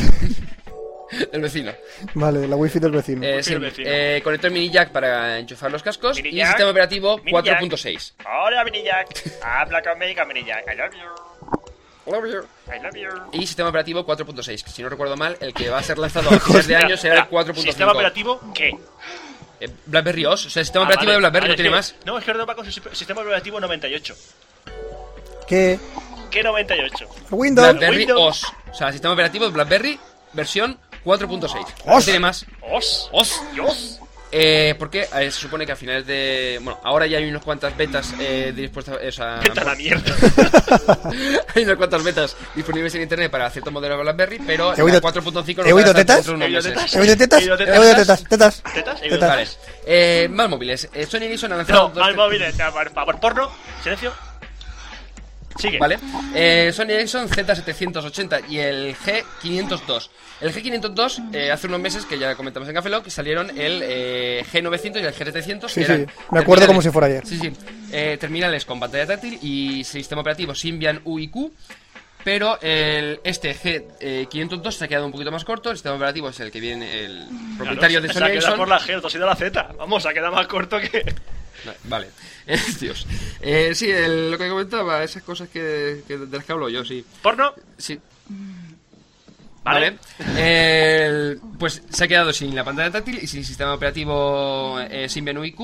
[SPEAKER 1] el vecino.
[SPEAKER 3] Pues
[SPEAKER 2] Vale, la wifi del vecino.
[SPEAKER 1] Eh, sí, eh, conector mini jack para enchufar los cascos y
[SPEAKER 3] jack,
[SPEAKER 1] sistema operativo
[SPEAKER 3] mini
[SPEAKER 1] 4.6.
[SPEAKER 3] Hola, Mini Jack. Habla conmigo, Mini Jack. I love you. I love you.
[SPEAKER 1] Y sistema operativo 4.6, que si no recuerdo mal, el que va a ser lanzado a fines de año será el
[SPEAKER 3] Espera,
[SPEAKER 1] 4.5.
[SPEAKER 3] ¿Sistema operativo qué?
[SPEAKER 1] Eh, BlackBerry OS, o sea, sistema
[SPEAKER 3] Ah,
[SPEAKER 1] operativo
[SPEAKER 3] vale,
[SPEAKER 1] de BlackBerry,
[SPEAKER 3] vale,
[SPEAKER 1] no tiene
[SPEAKER 3] es que-
[SPEAKER 1] más.
[SPEAKER 3] No, es que ahora va con su sistema operativo 98.
[SPEAKER 2] ¿Qué?
[SPEAKER 3] ¿Qué 98?
[SPEAKER 2] Windows.
[SPEAKER 1] BlackBerry
[SPEAKER 3] Windows.
[SPEAKER 1] OS, o sea, sistema operativo de BlackBerry versión 4.6. No
[SPEAKER 2] OS.
[SPEAKER 1] tiene más.
[SPEAKER 3] ¡Os!
[SPEAKER 1] OS.
[SPEAKER 3] ¡Dios!
[SPEAKER 1] Eh, porque eh, se supone que a finales de. Bueno, ahora ya hay unas cuantas betas eh, dispuestas. eh, o sea,
[SPEAKER 3] ¡Vete a la mierda!
[SPEAKER 1] hay unas cuantas betas disponibles en internet para cierto modelo de BlackBerry, pero
[SPEAKER 2] ¿He oído-
[SPEAKER 1] la 4.5 no
[SPEAKER 2] he oído
[SPEAKER 1] hasta
[SPEAKER 2] tetas?
[SPEAKER 1] dentro de unos
[SPEAKER 3] ¿He oído
[SPEAKER 1] meses.
[SPEAKER 3] tetas?
[SPEAKER 2] ¿He oído Eh, tetas?
[SPEAKER 3] He oído
[SPEAKER 2] ¿He oído
[SPEAKER 3] tetas.
[SPEAKER 2] tetas? ¿Tetas?
[SPEAKER 3] ¿Tetas? He oído
[SPEAKER 2] ¿Tetas?
[SPEAKER 1] Vale. Eh, más móviles. Eh, Sony Ericsson ha lanzado.
[SPEAKER 3] No,
[SPEAKER 1] dos
[SPEAKER 3] mal
[SPEAKER 1] te-
[SPEAKER 3] móviles, no, por favor, porno. Silencio. Sigue.
[SPEAKER 1] Vale. Eh, Sony Ericsson Z780 y el G502. El G502, eh, hace unos meses que ya comentamos en Café Lock, salieron el eh, G900 y el G700.
[SPEAKER 2] Sí,
[SPEAKER 1] que
[SPEAKER 2] sí.
[SPEAKER 1] eran
[SPEAKER 2] Me acuerdo
[SPEAKER 1] terminales-
[SPEAKER 2] como si fuera ayer.
[SPEAKER 1] Sí, sí. Eh, terminales con pantalla táctil y sistema operativo Symbian UIQ. Pero el, este G502 se ha quedado un poquito más corto. El sistema operativo es el que viene el propietario de
[SPEAKER 3] Claro,
[SPEAKER 1] Sony
[SPEAKER 3] Se ha quedado
[SPEAKER 1] Ericsson.
[SPEAKER 3] por la G, otro ha sido la Z. Vamos, se ha quedado más corto que.
[SPEAKER 1] No, Vale, Eh, Dios. Eh, sí, el- lo que comentaba, esas cosas que, que- de las que hablo yo, sí.
[SPEAKER 3] Porno.
[SPEAKER 1] Sí.
[SPEAKER 3] Vale.
[SPEAKER 1] Vale. El- pues se ha quedado sin la pantalla táctil y sin sistema operativo eh, Symbian UIQ.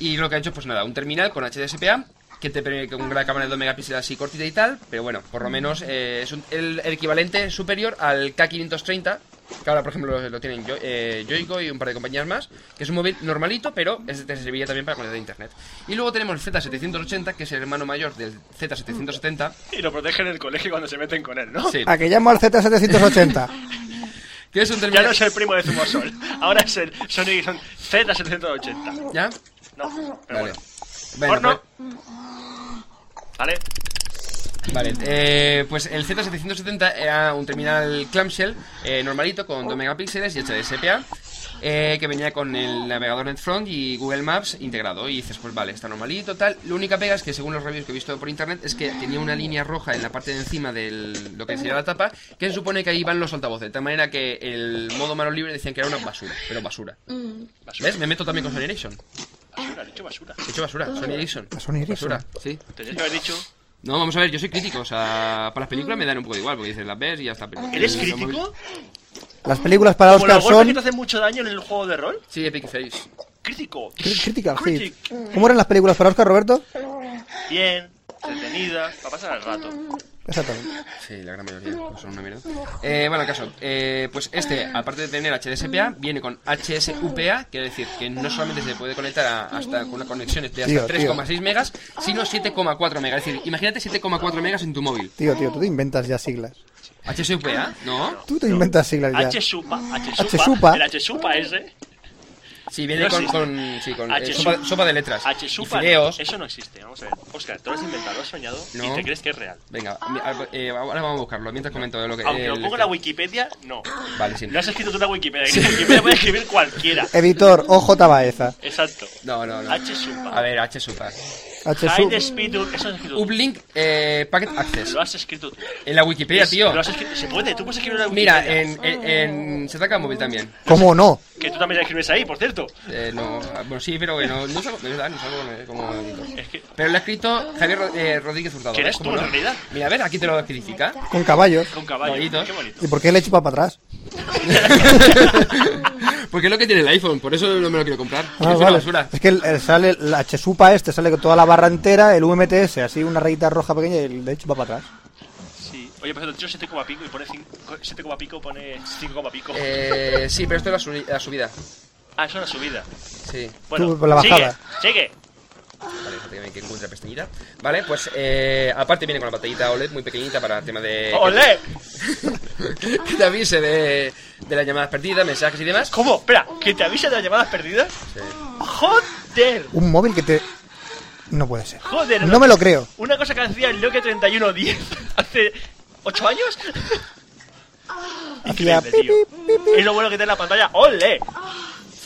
[SPEAKER 1] Y lo que ha hecho, pues nada, un terminal con HDSPA que te permite con una cámara de 2 megapíxeles así cortita y tal. Pero bueno, por lo menos eh, es un- el, el equivalente superior al K530. Que ahora, por ejemplo, lo, lo tienen Yo- eh, Yoigo y un par de compañías más. Que es un móvil normalito, pero es, te serviría también para conectar a internet. Y luego tenemos el Z780, que es el hermano mayor del Z770.
[SPEAKER 3] Y lo protegen en el colegio cuando se meten con él, ¿no?
[SPEAKER 1] Sí.
[SPEAKER 2] ¿A que llamo al Z780?
[SPEAKER 1] Que es un
[SPEAKER 3] ah, Ya
[SPEAKER 1] terminal.
[SPEAKER 3] no es el primo de Zumosol. Ahora es el Sony Ericsson Z780.
[SPEAKER 1] ¿Ya?
[SPEAKER 3] No, pero
[SPEAKER 1] Vale.
[SPEAKER 3] bueno.
[SPEAKER 1] Bueno,
[SPEAKER 3] Porno.
[SPEAKER 1] pues-
[SPEAKER 3] Vale.
[SPEAKER 1] Vale, eh, pues el Z770 era un terminal clamshell eh, normalito con 2 megapíxeles y HDSPA eh, que venía con el navegador NetFront y Google Maps integrado. Y dices, pues vale, está normalito, tal. La única pega es que según los reviews que he visto por internet es que tenía una línea roja en la parte de encima de lo que sería la tapa que se supone que ahí van los altavoces. De tal manera que el modo mano libre decían que era una basura, pero basura.
[SPEAKER 3] Basura.
[SPEAKER 1] ¿Ves? Me meto también con Sony Ericsson.
[SPEAKER 3] Basura, he dicho basura.
[SPEAKER 1] He hecho basura, Sony Ericsson.
[SPEAKER 2] Ah, Sony Ericsson.
[SPEAKER 1] Basura, sí.
[SPEAKER 3] Tendrías que haber dicho.
[SPEAKER 1] No, vamos a ver, yo soy crítico, o sea, para las películas me dan un poco de igual, porque dices, las ves y ya está. pero-
[SPEAKER 3] ¿Eres
[SPEAKER 1] el móvil-
[SPEAKER 3] crítico?
[SPEAKER 2] Las películas para
[SPEAKER 3] Como
[SPEAKER 2] Oscar
[SPEAKER 3] los golpes que
[SPEAKER 2] son...
[SPEAKER 3] te hacen mucho daño en el juego de rol.
[SPEAKER 1] Sí, Epic Face.
[SPEAKER 3] Crítico.
[SPEAKER 2] Cri- Critical Hit.
[SPEAKER 3] Critic.
[SPEAKER 2] ¿Cómo eran las películas para Oscar, Roberto?
[SPEAKER 3] Bien, entretenida, para pasar el rato.
[SPEAKER 2] Exactamente.
[SPEAKER 1] Sí, la gran mayoría, pues son una mierda. Eh, bueno, el caso, eh, pues este, aparte de tener HDSPA, viene con HSUPA, quiere decir que no solamente se puede conectar a- hasta con una conexión de
[SPEAKER 2] Tío,
[SPEAKER 1] hasta
[SPEAKER 2] tío.
[SPEAKER 1] 3,6 megas, sino 7,4 megas. Es decir, imagínate 7,4 megas en tu móvil.
[SPEAKER 2] Tío, tío, tú te inventas ya siglas.
[SPEAKER 1] HSUPA, ¿no?
[SPEAKER 2] Tú te inventas siglas ya.
[SPEAKER 3] H-Supa,
[SPEAKER 2] H-Supa.
[SPEAKER 3] H-Supa. El H-Supa ese.
[SPEAKER 1] Sí, viene
[SPEAKER 3] No
[SPEAKER 1] con,
[SPEAKER 3] existe.
[SPEAKER 1] con- sí, con, eh,
[SPEAKER 3] H
[SPEAKER 1] sopa, sopa de letras.
[SPEAKER 3] H
[SPEAKER 1] y
[SPEAKER 3] supa,
[SPEAKER 1] fideos.
[SPEAKER 3] no, Eso no existe. Vamos a ver. Oscar, tú lo has inventado, lo has soñado
[SPEAKER 1] No.
[SPEAKER 3] y te crees que es real.
[SPEAKER 1] Venga, mi- a- eh, ahora vamos a buscarlo. Mientras comento lo que...
[SPEAKER 3] Aunque
[SPEAKER 1] el- este.
[SPEAKER 3] lo ponga en la Wikipedia, no.
[SPEAKER 1] Vale, sí.
[SPEAKER 3] Lo has escrito tú en la Wikipedia. que En la Wikipedia puede escribir cualquiera.
[SPEAKER 2] Editor, OJ Baeza.
[SPEAKER 3] Exacto.
[SPEAKER 1] No, no, no.
[SPEAKER 3] H supa.
[SPEAKER 1] A ver, H supa.
[SPEAKER 2] H
[SPEAKER 3] Hide speed, eso has escrito tú.
[SPEAKER 1] Ublink eh, Packet Access.
[SPEAKER 3] Lo has escrito tú.
[SPEAKER 1] En la Wikipedia,
[SPEAKER 3] Es-
[SPEAKER 1] tío.
[SPEAKER 3] Lo has escrito. Se puede, tú puedes escribir en la Wikipedia.
[SPEAKER 1] Mira, en, en, en Setaka Móvil también.
[SPEAKER 2] ¿Cómo no?
[SPEAKER 3] Que tú también la escribes ahí, por cierto.
[SPEAKER 1] Eh, no, bueno, sí, pero que no, no salgo, de verdad, no salgo con él como editor.
[SPEAKER 3] Es que-
[SPEAKER 1] Pero lo ha escrito Javier Ro- eh, Rodríguez Hurtado.
[SPEAKER 3] ¿Que
[SPEAKER 1] ¿ves
[SPEAKER 3] eres
[SPEAKER 1] cómo
[SPEAKER 3] tú, en realidad?
[SPEAKER 1] Mira, a ver, aquí te lo especifica.
[SPEAKER 2] Con caballos.
[SPEAKER 3] Con caballo.
[SPEAKER 1] Bonito.
[SPEAKER 3] Qué bonito.
[SPEAKER 2] ¿Y por qué le chupa para atrás?
[SPEAKER 1] Porque es lo que tiene el iPhone, por eso no me lo quiero comprar.
[SPEAKER 2] Ah,
[SPEAKER 1] es una
[SPEAKER 2] vale.
[SPEAKER 1] basura.
[SPEAKER 2] Es que el- el sale la Chesupa este, sale con toda la barra entera, el UMTS, así una rayita roja pequeña y el de hecho va para atrás.
[SPEAKER 3] Sí. Oye, por cierto, yo 7 coma pico y pone 5, 7 coma pico, pone 5 coma pico.
[SPEAKER 1] Eh, sí, pero esto es la, su- la subida.
[SPEAKER 3] Ah, es una subida.
[SPEAKER 1] Sí.
[SPEAKER 3] Bueno,
[SPEAKER 2] Tú, por la bajada.
[SPEAKER 3] sigue, sigue.
[SPEAKER 1] Vale, déjate que me- que encuentre la pestañita. Vale, pues eh, aparte viene con la pantallita OLED muy pequeñita para el tema de...
[SPEAKER 3] ¡Olé!
[SPEAKER 1] Que te avise de, de las llamadas perdidas, mensajes y demás.
[SPEAKER 3] ¿Cómo? Espera, ¿que te avisa de las llamadas perdidas?
[SPEAKER 1] Sí.
[SPEAKER 3] ¡Joder!
[SPEAKER 2] Un móvil que te... No puede ser.
[SPEAKER 3] ¡Joder!
[SPEAKER 2] No me lo creo.
[SPEAKER 3] Una cosa que hacía el Nokia 3110 hace 8 años.
[SPEAKER 2] Hacía
[SPEAKER 3] Increíble, tío. Es lo bueno que tiene la pantalla. ¡Ole!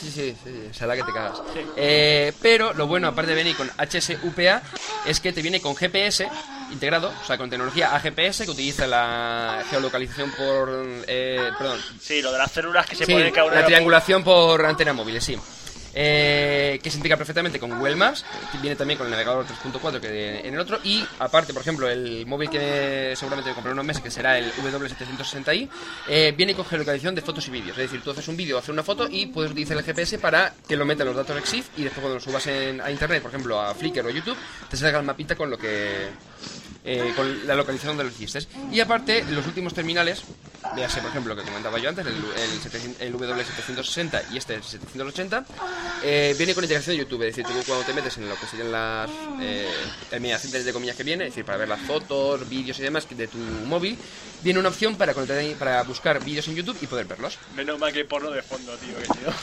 [SPEAKER 1] Sí, sí, sí, o sea, la que te cagas. Eh, pero lo bueno, aparte de venir con HSUPA, es que te viene con GPS integrado, o sea, con tecnología AGPS que utiliza la geolocalización por. eh, perdón,
[SPEAKER 3] Sí, lo de las células que se
[SPEAKER 1] sí,
[SPEAKER 3] ponen cada una
[SPEAKER 1] la
[SPEAKER 3] de las-
[SPEAKER 1] triangulación por antena móvil, sí. Eh, que se integra perfectamente con Google Maps, que viene también con el navegador 3.4 que en el otro, y aparte, por ejemplo, el móvil que seguramente compré unos meses, que será el W760i, eh, viene con geolocalización de fotos y vídeos. Es decir, tú haces un vídeo, haces una foto y puedes utilizar el GPS para que lo metan los datos en EXIF y después cuando lo subas en- a internet, por ejemplo, a Flickr o YouTube, te salga el mapita con lo que. eh, con la localización de los chistes. Y aparte, los últimos terminales, véase por ejemplo lo que comentaba yo antes, el, el 700 el W760 y este el 780, eh, viene con integración de YouTube. Es decir, tú cuando te metes en lo que serían las eh, terminaciones de comillas que viene, es decir, para ver las fotos, vídeos y demás de tu móvil, viene una opción para, conectar ahí- para buscar vídeos en YouTube y poder verlos.
[SPEAKER 3] Menos mal que porno de fondo, tío. Que tío.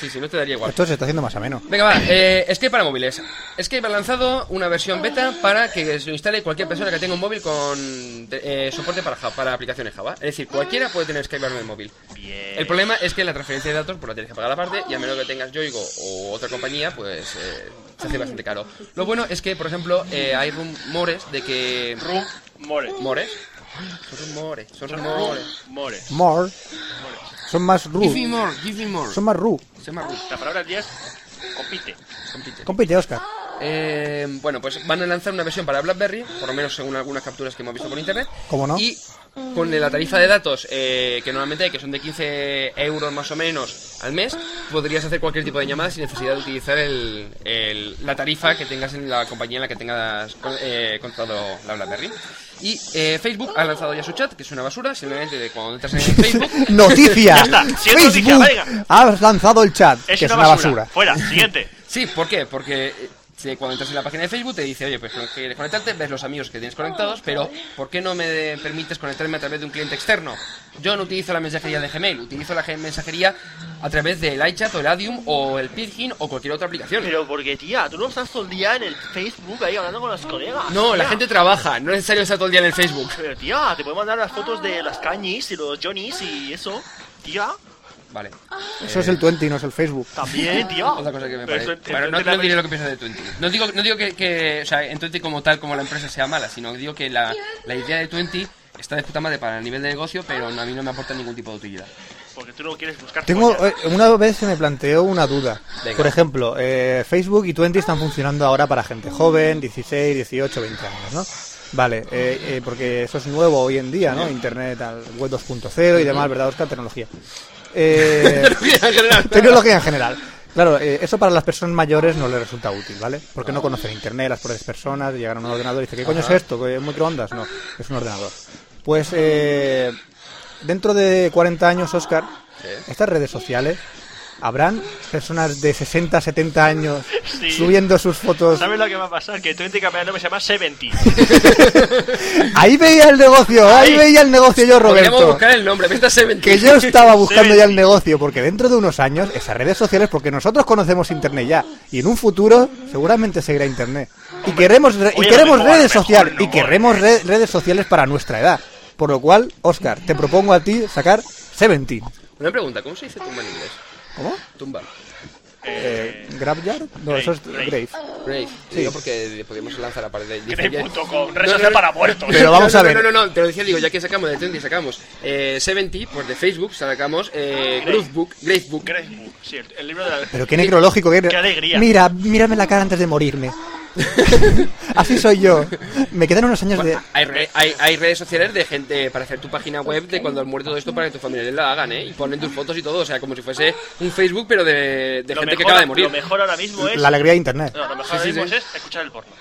[SPEAKER 1] Sí, sí, no te daría igual.
[SPEAKER 2] Esto se está haciendo más ameno.
[SPEAKER 1] Venga, va, eh, Skype para móviles. Skype ha lanzado una versión beta para que se lo instale cualquier persona que tenga un móvil con eh, soporte para, Java- para aplicaciones Java. Es decir, cualquiera puede tener Skype en el móvil.
[SPEAKER 3] Bien.
[SPEAKER 1] El problema es que la transferencia de datos pues, la tienes que pagar aparte y a menos que tengas Yoigo o otra compañía, pues eh, se hace bastante caro. Lo bueno es que, por ejemplo, eh, hay rumores de que...
[SPEAKER 3] Rum more.
[SPEAKER 1] ¿Mores? Son rumores, son
[SPEAKER 3] Son
[SPEAKER 1] rumores.
[SPEAKER 3] more.
[SPEAKER 2] More. Son más
[SPEAKER 1] Give me
[SPEAKER 2] ru.
[SPEAKER 1] more, give me more.
[SPEAKER 2] Son más ru.
[SPEAKER 1] Se llama Ru,
[SPEAKER 3] La palabra 10 compite.
[SPEAKER 1] compite.
[SPEAKER 2] Compite, Oscar.
[SPEAKER 1] Eh, bueno, pues van a lanzar una versión para BlackBerry, por lo menos según algunas capturas que hemos visto por internet.
[SPEAKER 2] ¿Cómo no?
[SPEAKER 1] Y con la tarifa de datos eh, que normalmente hay, que son de 15 euros más o menos al mes, podrías hacer cualquier tipo de llamada sin necesidad de utilizar el, el- la tarifa que tengas en la compañía en la que tengas con- eh, contratado la BlackBerry. Y eh, Facebook ha lanzado ya su chat, que es una basura, simplemente de cuando entras en Facebook...
[SPEAKER 2] Noticia.
[SPEAKER 3] Ya está, siguiente noticia, venga.
[SPEAKER 2] Facebook. Has lanzado el chat,
[SPEAKER 3] Es
[SPEAKER 2] que es
[SPEAKER 3] una
[SPEAKER 2] una
[SPEAKER 3] basura.
[SPEAKER 2] basura.
[SPEAKER 3] Fuera, siguiente.
[SPEAKER 1] Sí, ¿por qué? Porque eh, si cuando entras en la página de Facebook te dice, oye, pues quieres conectarte, ves los amigos que tienes conectados, pero ¿por qué no me de- permites conectarme a través de un cliente externo? Yo no utilizo la mensajería de Gmail, utilizo la ge- mensajería a través del iChat o el Adium o el Pidgin o cualquier otra aplicación.
[SPEAKER 3] Pero porque, tía, tú no estás todo el día en el Facebook ahí hablando con los colegas.
[SPEAKER 1] No, la
[SPEAKER 3] tía.
[SPEAKER 1] gente trabaja, no es necesario estar todo el día en el Facebook.
[SPEAKER 3] Pero, tía, te puedo mandar las fotos de las cañis y los Johnnies y eso. Tía,
[SPEAKER 1] Vale.
[SPEAKER 2] Eso es el 20, no es el Facebook.
[SPEAKER 3] también, tía.
[SPEAKER 1] Otra cosa que me
[SPEAKER 3] Pero
[SPEAKER 1] parece.
[SPEAKER 3] eso-
[SPEAKER 1] Bueno, no,
[SPEAKER 3] entonces la-
[SPEAKER 1] no diré lo que pienso de Twenty. No digo, no digo que, que, o sea, en Twenty como tal, como la empresa sea mala, sino que digo que la, la idea de Twenty está de puta madre para el nivel de negocio, pero a mí no me aporta ningún tipo de utilidad.
[SPEAKER 3] Porque tú no quieres buscar
[SPEAKER 2] Tengo
[SPEAKER 3] follar.
[SPEAKER 2] eh, una vez se me planteó una duda.
[SPEAKER 1] Venga.
[SPEAKER 2] Por ejemplo, eh, Facebook y Twenty están funcionando ahora para gente joven, 16, 18, 20 años, ¿no? Vale, eh, eh, porque eso es nuevo hoy en día, ¿no? Internet, al web 2.0 y demás, ¿verdad, Oscar? Tecnología. Eh, Tecnología en general. Claro, eh, eso para las personas mayores no les resulta útil, ¿vale? Porque no conocen internet, las pobres personas, llegan a un ordenador y dicen, ¿qué coño es esto? ¿Qué, ¿Microondas? No, es un ordenador. Pues eh, dentro de 40 años, Oscar, estas redes sociales Habrán personas de 60, 70 años subiendo sus fotos.
[SPEAKER 3] ¿Sabes lo que va a pasar? Que 20 Campeano me llama 70.
[SPEAKER 2] Ahí veía el negocio, ahí, veía el negocio yo,
[SPEAKER 1] Podríamos
[SPEAKER 2] Roberto.
[SPEAKER 1] buscar el nombre, vete a 70.
[SPEAKER 2] Que yo estaba buscando ya el negocio, porque dentro de unos años, esas redes sociales, porque nosotros conocemos Internet ya, y en un futuro seguramente seguirá Internet. Y queremos, re- y
[SPEAKER 3] oye,
[SPEAKER 2] queremos
[SPEAKER 3] a lo mejor,
[SPEAKER 2] redes
[SPEAKER 3] a lo
[SPEAKER 2] sociales,
[SPEAKER 3] mejor
[SPEAKER 2] y
[SPEAKER 3] no,
[SPEAKER 2] queremos re- redes sociales para nuestra edad. Por lo cual, Oscar, te propongo a ti sacar 17.
[SPEAKER 1] Una pregunta, ¿cómo se dice tumba en inglés?
[SPEAKER 2] ¿Cómo?
[SPEAKER 1] Tumba.
[SPEAKER 2] Eh, ¿Graveyard? No, eso es Grave.
[SPEAKER 1] Grave.
[SPEAKER 2] Sí.
[SPEAKER 1] Digo porque podemos lanzar a pared de...
[SPEAKER 3] Grave.com, red social para muertos.
[SPEAKER 2] Pero vamos
[SPEAKER 1] No,
[SPEAKER 2] a
[SPEAKER 1] no,
[SPEAKER 2] ver.
[SPEAKER 1] No, no, no, te lo decía, digo, ya que sacamos de Trendy, sacamos eh, 70, pues de Facebook sacamos eh,
[SPEAKER 3] Ah, Grave.
[SPEAKER 1] Groovebook, Gravebook.
[SPEAKER 3] Grave. Sí, el, el libro de la...
[SPEAKER 2] Pero qué necrológico, qué,
[SPEAKER 3] Qué alegría.
[SPEAKER 2] Mira, mírame la cara antes de morirme. Así soy yo. Me quedan unos años de.
[SPEAKER 1] Hay, re- hay, hay redes sociales de gente para hacer tu página web de cuando han muerto todo esto para que tus familiares la hagan, ¿eh? Y ponen tus fotos y todo, o sea, como si fuese un Facebook, pero de, de
[SPEAKER 3] Lo
[SPEAKER 1] gente
[SPEAKER 3] mejor,
[SPEAKER 1] que acaba de morir.
[SPEAKER 3] Lo mejor ahora mismo es...
[SPEAKER 2] La alegría de internet.
[SPEAKER 3] No, lo mejor
[SPEAKER 1] Sí,
[SPEAKER 3] ahora
[SPEAKER 1] sí,
[SPEAKER 3] mismo
[SPEAKER 1] sí.
[SPEAKER 3] es escuchar el porno.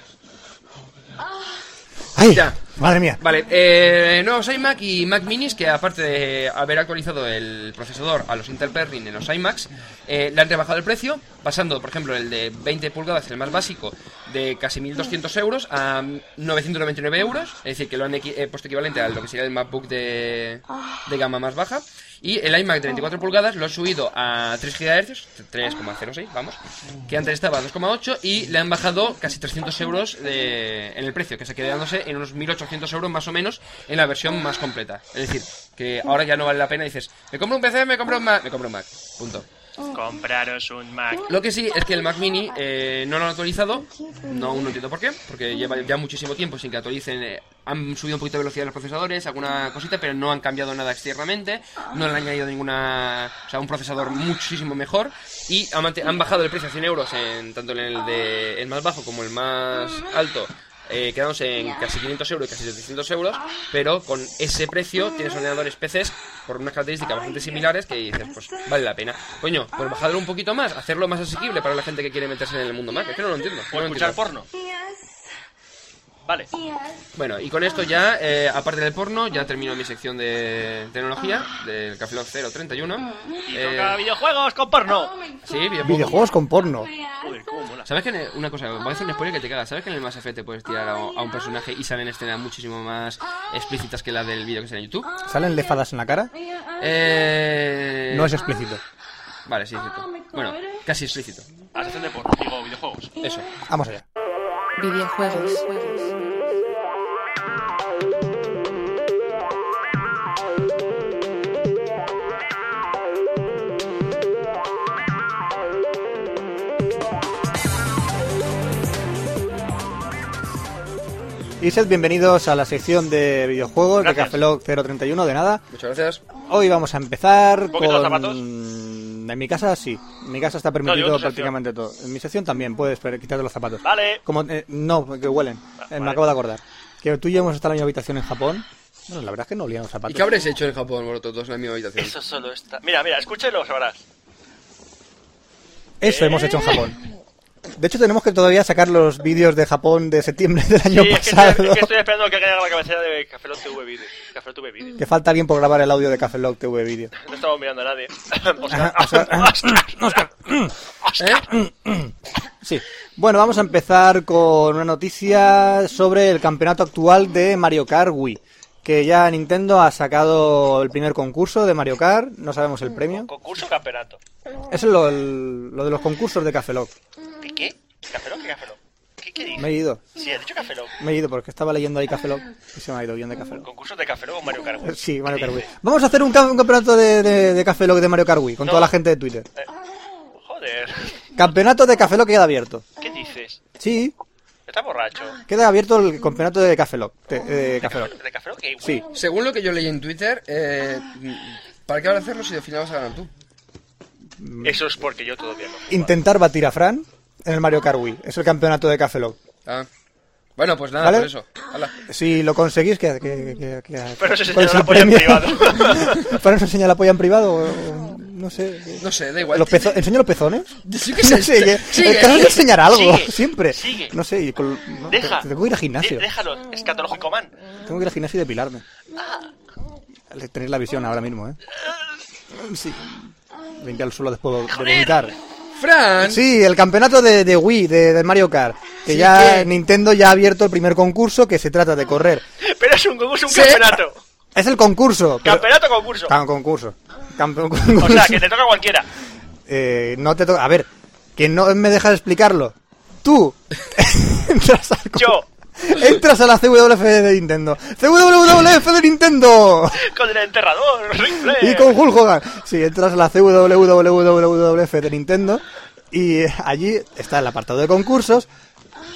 [SPEAKER 2] ¡Ay!
[SPEAKER 1] Ya.
[SPEAKER 2] Madre mía.
[SPEAKER 1] Vale, eh, nuevos iMac y Mac Minis que aparte de haber actualizado el procesador a los Intel Perrin en los iMacs, eh, le han rebajado el precio, pasando, por ejemplo, el de 20 pulgadas, el más básico, de casi 1.200 euros a 999 euros, es decir, que lo han equi- eh, puesto equivalente a lo que sería el MacBook de, de gama más baja, y el iMac de 24 pulgadas lo han subido a 3 GHz, 3,06, vamos, que antes estaba a 2,8 y le han bajado casi 300 euros de- en el precio, que se quedándose en unos 1.800 euros más o menos en la versión más completa. Es decir, que ahora ya no vale la pena dices, me compro un PC, me compro un Mac, me compro un Mac, punto.
[SPEAKER 3] Compraros un Mac.
[SPEAKER 1] Lo que sí es que el Mac Mini eh, no lo han actualizado. No, aún no entiendo por qué. Porque lleva ya muchísimo tiempo sin que actualicen. eh, han subido un poquito de velocidad los procesadores, alguna cosita, pero no han cambiado nada externamente. No le han añadido ninguna. O sea, un procesador muchísimo mejor. Y han, mante- han bajado el precio a 100 euros, en, tanto en el, de, el más bajo como el más alto. Eh, quedándose en casi 500 euros, casi 700 euros, pero con ese precio tienes ordenadores PCs por unas características bastante similares que dices, pues vale la pena. Coño, pues bajadlo un poquito más, hacerlo más asequible para la gente que quiere meterse en el mundo Mac. Es que no lo entiendo. no
[SPEAKER 3] O
[SPEAKER 1] lo
[SPEAKER 3] escuchar
[SPEAKER 1] entiendo.
[SPEAKER 3] porno. Vale.
[SPEAKER 1] Bueno, y con esto ya, eh, aparte del porno, ya termino mi sección de tecnología del Café Lock 031.
[SPEAKER 3] Y
[SPEAKER 1] Eh,
[SPEAKER 3] toca videojuegos con porno.
[SPEAKER 1] sí, videojuegos.
[SPEAKER 2] Videojuegos con porno.
[SPEAKER 3] Joder, cómo mola.
[SPEAKER 1] ¿Sabes que en el- una cosa? Voy a hacer un spoiler que te cagas. ¿Sabes que en el Mass Effect te puedes tirar a, a un personaje y salen escenas muchísimo más explícitas que las del vídeo que sale en YouTube?
[SPEAKER 2] ¿Salen lefadas en la cara?
[SPEAKER 1] Eh...
[SPEAKER 2] No es explícito.
[SPEAKER 1] Vale, sí, es cierto. Bueno, casi explícito.
[SPEAKER 3] Ah, sección de porno. Digo, videojuegos.
[SPEAKER 1] Eso.
[SPEAKER 2] Vamos allá.
[SPEAKER 6] Videojuegos.
[SPEAKER 2] Y sed bienvenidos a la sección de videojuegos de
[SPEAKER 3] Gracias.
[SPEAKER 2] Café Lock 031. De nada.
[SPEAKER 1] Muchas gracias.
[SPEAKER 2] Hoy vamos a empezar
[SPEAKER 3] ¿Un poquito de
[SPEAKER 2] con.
[SPEAKER 3] zapatos?
[SPEAKER 2] En mi casa sí. En mi casa está permitido
[SPEAKER 3] digo tu sección.
[SPEAKER 2] prácticamente todo. En mi sección también puedes per- quitarte los zapatos.
[SPEAKER 3] Vale.
[SPEAKER 2] Como, eh, no, que huelen. Eh, Me
[SPEAKER 3] vale.
[SPEAKER 2] acabo de acordar. Que tú y yo hemos estado en la misma habitación en Japón. Bueno, la verdad es que no olían los zapatos.
[SPEAKER 1] ¿Y qué habréis hecho en Japón vosotros dos en la misma habitación?
[SPEAKER 3] Eso solo está... Mira, mira, escúchelo, sabrás.
[SPEAKER 2] Eso hemos
[SPEAKER 3] Eh.
[SPEAKER 2] hecho en Japón. De hecho, tenemos que todavía sacar los vídeos de Japón de septiembre del año
[SPEAKER 3] Sí, es que,
[SPEAKER 2] pasado.
[SPEAKER 3] estoy, es que estoy esperando que caiga la cabecera de Café Lock TV Video. Café Lock TV Video.
[SPEAKER 2] Que falta alguien por grabar el audio de Café Lock TV vídeo.
[SPEAKER 3] No estamos mirando a nadie.
[SPEAKER 2] Ah,
[SPEAKER 3] Oscar.
[SPEAKER 2] Ajá, Oscar.
[SPEAKER 3] Oscar.
[SPEAKER 1] ¿Eh?
[SPEAKER 2] Sí. Bueno, vamos a empezar con una noticia sobre el campeonato actual de Mario Kart Wii. Que ya Nintendo ha sacado el primer concurso de Mario Kart, no sabemos el premio.
[SPEAKER 3] Concurso o campeonato.
[SPEAKER 2] Eso es lo, lo de los concursos de Café Lock.
[SPEAKER 3] ¿De qué? ¿Café Lock? ¿Qué Café Lock? ¿Qué, qué dices?
[SPEAKER 2] Me he ido,
[SPEAKER 3] Sí, he dicho Café Lock.
[SPEAKER 2] me he ido porque estaba leyendo ahí Café Lock y se me ha ido bien de Café Lock.
[SPEAKER 3] Concurso de Café Lock con Mario Kart. güey.
[SPEAKER 2] Sí, Mario
[SPEAKER 3] ¿Qué
[SPEAKER 2] Kart Wii.
[SPEAKER 3] dices?
[SPEAKER 2] Vamos a hacer un, cam- un campeonato de, de- de Café Lock de Mario Kart Wii con
[SPEAKER 3] No.
[SPEAKER 2] toda la gente de Twitter.
[SPEAKER 3] Eh, joder.
[SPEAKER 2] Campeonato de Café Lock queda abierto.
[SPEAKER 3] ¿Qué dices?
[SPEAKER 2] Sí,
[SPEAKER 3] Está borracho.
[SPEAKER 2] queda abierto el campeonato de Café Lock. de- de Café Lock.
[SPEAKER 3] ¿De Café Lock? ¿Qué, güey?
[SPEAKER 2] Sí.
[SPEAKER 1] Según lo que yo leí en Twitter, eh, ¿para qué ahora hacerlo si al final vas a ganar tú?
[SPEAKER 3] Eso es porque yo todavía no.
[SPEAKER 2] intentar batir a Fran en el Mario Kart Wii. Es el campeonato de Café Lock.
[SPEAKER 1] Ah. Bueno, pues nada,
[SPEAKER 2] ¿Vale?
[SPEAKER 1] por eso. Hala.
[SPEAKER 2] Si lo conseguís, que... que, que, que-
[SPEAKER 3] Pero eso se
[SPEAKER 2] ¿cuál es
[SPEAKER 3] señala
[SPEAKER 2] el
[SPEAKER 3] la polla en
[SPEAKER 2] premio? ¿Fran nos enseña la polla en privado? o- o- no sé.
[SPEAKER 1] No sé, da igual.
[SPEAKER 2] Los pezo- ¿Enseña los pezones?
[SPEAKER 1] Sí que
[SPEAKER 2] No
[SPEAKER 1] se-
[SPEAKER 2] sé, que-
[SPEAKER 1] sigue.
[SPEAKER 2] el caso es enseñar algo,
[SPEAKER 3] Sigue,
[SPEAKER 2] siempre.
[SPEAKER 3] sigue.
[SPEAKER 2] No sé, y con- no, te-
[SPEAKER 3] Deja.
[SPEAKER 2] tengo que ir al gimnasio.
[SPEAKER 3] De- déjalo, escatológico man.
[SPEAKER 2] Tengo que ir al gimnasio y depilarme. Tenéis la visión ahora mismo, ¿eh? Sí. Limpiar el suelo después de vomitar.
[SPEAKER 1] Fran.
[SPEAKER 2] Sí, el campeonato de, de Wii, de, del Mario Kart. Que
[SPEAKER 1] Sí,
[SPEAKER 2] ya
[SPEAKER 1] ¿qué?
[SPEAKER 2] Nintendo ya ha abierto el primer concurso que se trata de correr.
[SPEAKER 3] Pero es un, es un
[SPEAKER 2] Sí.
[SPEAKER 3] campeonato.
[SPEAKER 2] Es el concurso. pero-
[SPEAKER 3] Campeonato concurso.
[SPEAKER 2] Ah, un concurso. Campeón
[SPEAKER 3] O
[SPEAKER 2] concurso.
[SPEAKER 3] sea, que te toca a cualquiera.
[SPEAKER 2] Eh, no te toca. A ver, que no me dejas explicarlo. Tú entras al con-
[SPEAKER 3] Yo,
[SPEAKER 2] entras a la CWF de Nintendo. CWF de Nintendo.
[SPEAKER 3] con el enterrador, Ric Flair.
[SPEAKER 2] Y con Hulk Hogan. Sí, entras a la CWWF de Nintendo y allí está el apartado de concursos.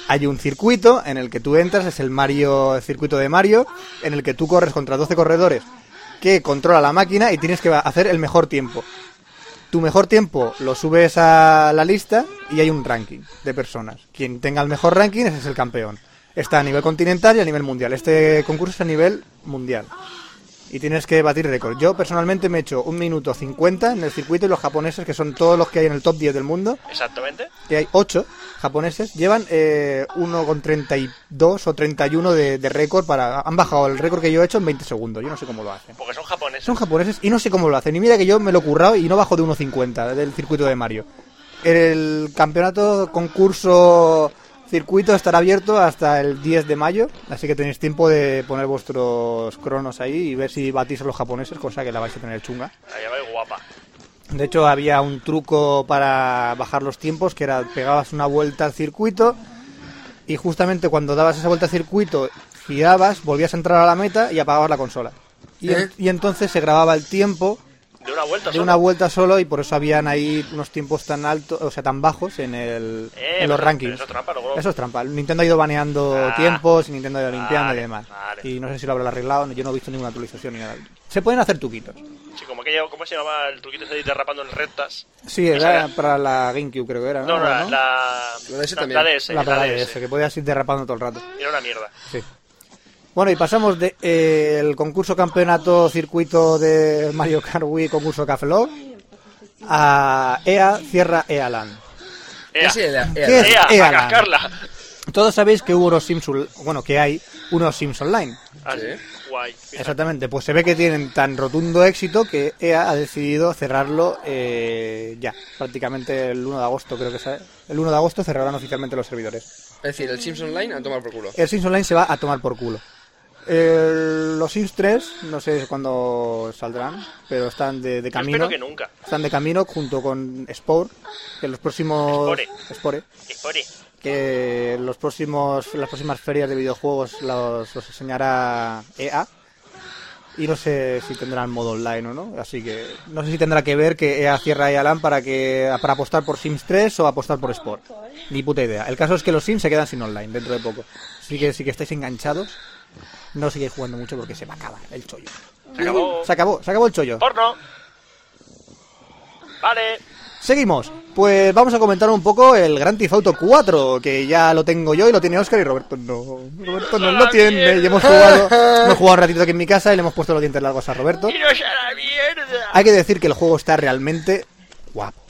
[SPEAKER 2] Hay un circuito en el que tú entras, es el Mario el circuito de Mario, en el que tú corres contra 12 corredores que controla la máquina y tienes que hacer el mejor tiempo. Tu mejor tiempo lo subes a la lista y hay un ranking de personas. Quien tenga el mejor ranking ese es el campeón. Está a nivel continental y a nivel mundial. Este concurso es a nivel mundial y tienes que batir récord. Yo personalmente me he hecho un minuto 50 en el circuito y los japoneses, que son todos los que hay en el top 10 del mundo,
[SPEAKER 3] Exactamente.
[SPEAKER 2] que hay 8 japoneses, llevan eh, 1,32 o 31 de, de récord. para Han bajado el récord que yo he hecho en 20 segundos. Yo no sé cómo lo hacen.
[SPEAKER 3] Porque son japoneses.
[SPEAKER 2] Son japoneses y no sé cómo lo hacen. Y mira que yo me lo he currado y no bajo de 1,50 del circuito de Mario. El campeonato concurso circuito estará abierto hasta el 10 de mayo, así que tenéis tiempo de poner vuestros cronos ahí y ver si batís a los japoneses, cosa que la vais a tener chunga.
[SPEAKER 3] La llamáis guapa.
[SPEAKER 2] De hecho, había un truco para bajar los tiempos, que era pegabas una vuelta al circuito y justamente cuando dabas esa vuelta al circuito, girabas, volvías a entrar a la meta y apagabas la consola. Y, en-
[SPEAKER 3] ¿Eh?
[SPEAKER 2] y entonces se grababa el tiempo
[SPEAKER 3] De una vuelta
[SPEAKER 2] de
[SPEAKER 3] solo.
[SPEAKER 2] una vuelta solo y por eso habían ahí unos tiempos tan altos, o sea, tan bajos en, el,
[SPEAKER 3] Eh,
[SPEAKER 2] en los
[SPEAKER 3] pero-
[SPEAKER 2] rankings.
[SPEAKER 3] pero eso es trampa, luego-
[SPEAKER 2] Eso es trampa. Nintendo ha ido baneando
[SPEAKER 3] Ah,
[SPEAKER 2] tiempos, Nintendo ha ido limpiando
[SPEAKER 3] vale,
[SPEAKER 2] y demás.
[SPEAKER 3] vale.
[SPEAKER 2] Y no sé si lo habrán arreglado, yo no he visto ninguna actualización ni nada. Se pueden hacer tuquitos.
[SPEAKER 3] Sí, como aquello- ¿cómo se llamaba el truquito ese de ir derrapando en rectas?
[SPEAKER 2] Sí,
[SPEAKER 3] Esa
[SPEAKER 2] era para la GameCube creo que era.
[SPEAKER 3] No, no, la,
[SPEAKER 2] Ah, ¿no?
[SPEAKER 3] la, la, la DS.
[SPEAKER 2] La para
[SPEAKER 3] la
[SPEAKER 2] DS,
[SPEAKER 3] DS.
[SPEAKER 2] que podías ir derrapando todo el rato.
[SPEAKER 3] Era una mierda.
[SPEAKER 2] Sí. Bueno, y pasamos del de, eh, el concurso campeonato circuito de Mario Kart Wii concurso Café Lock a EA Cierra EA Land.
[SPEAKER 3] Ea.
[SPEAKER 1] Ese era- era-
[SPEAKER 2] ¿Qué es
[SPEAKER 3] Ea,
[SPEAKER 2] EA
[SPEAKER 3] a
[SPEAKER 2] Land?
[SPEAKER 3] cascarla.
[SPEAKER 2] Todos sabéis que hubo unos Sims, on- bueno, que hay unos Sims Online.
[SPEAKER 3] Ah, Guay. Mira.
[SPEAKER 2] Exactamente, pues se ve que tienen tan rotundo éxito que EA ha decidido cerrarlo eh, ya, prácticamente el 1 de agosto, creo que es. El 1 de agosto cerrarán oficialmente los servidores.
[SPEAKER 1] Es decir, el Sims Online a tomar por culo.
[SPEAKER 2] El Sims Online se va a tomar por culo. El- los Sims 3, no sé cuándo saldrán, pero están de, de
[SPEAKER 3] Yo
[SPEAKER 2] camino.
[SPEAKER 3] espero que nunca.
[SPEAKER 2] Están de camino junto con Spore, que los próximos.
[SPEAKER 3] Spore.
[SPEAKER 2] Spore,
[SPEAKER 3] Espere.
[SPEAKER 2] que los próximos, las próximas ferias de videojuegos los, los enseñará EA. Y no sé si tendrán modo online o no, así que no sé si tendrá que ver que EA cierra EA LAN para, que, para apostar por Sims 3 o apostar por Sport. Ni puta idea. El caso es que los Sims se quedan sin online dentro de poco. Así que si que estáis enganchados, no sigáis jugando mucho porque se va a acabar el chollo.
[SPEAKER 3] Se acabó.
[SPEAKER 2] Se acabó, se acabó el chollo.
[SPEAKER 3] Porno. Vale.
[SPEAKER 2] Seguimos. Pues vamos a comentar un poco el Grand Theft Auto 4, que ya lo tengo yo y lo tiene Oscar y Roberto no. Roberto no lo tiene. Y hemos jugado, hemos jugado un ratito aquí en mi casa y le hemos puesto los dientes largos a Roberto.
[SPEAKER 3] ¡Tiros a la mierda!
[SPEAKER 2] Hay que decir que el juego está realmente guapo.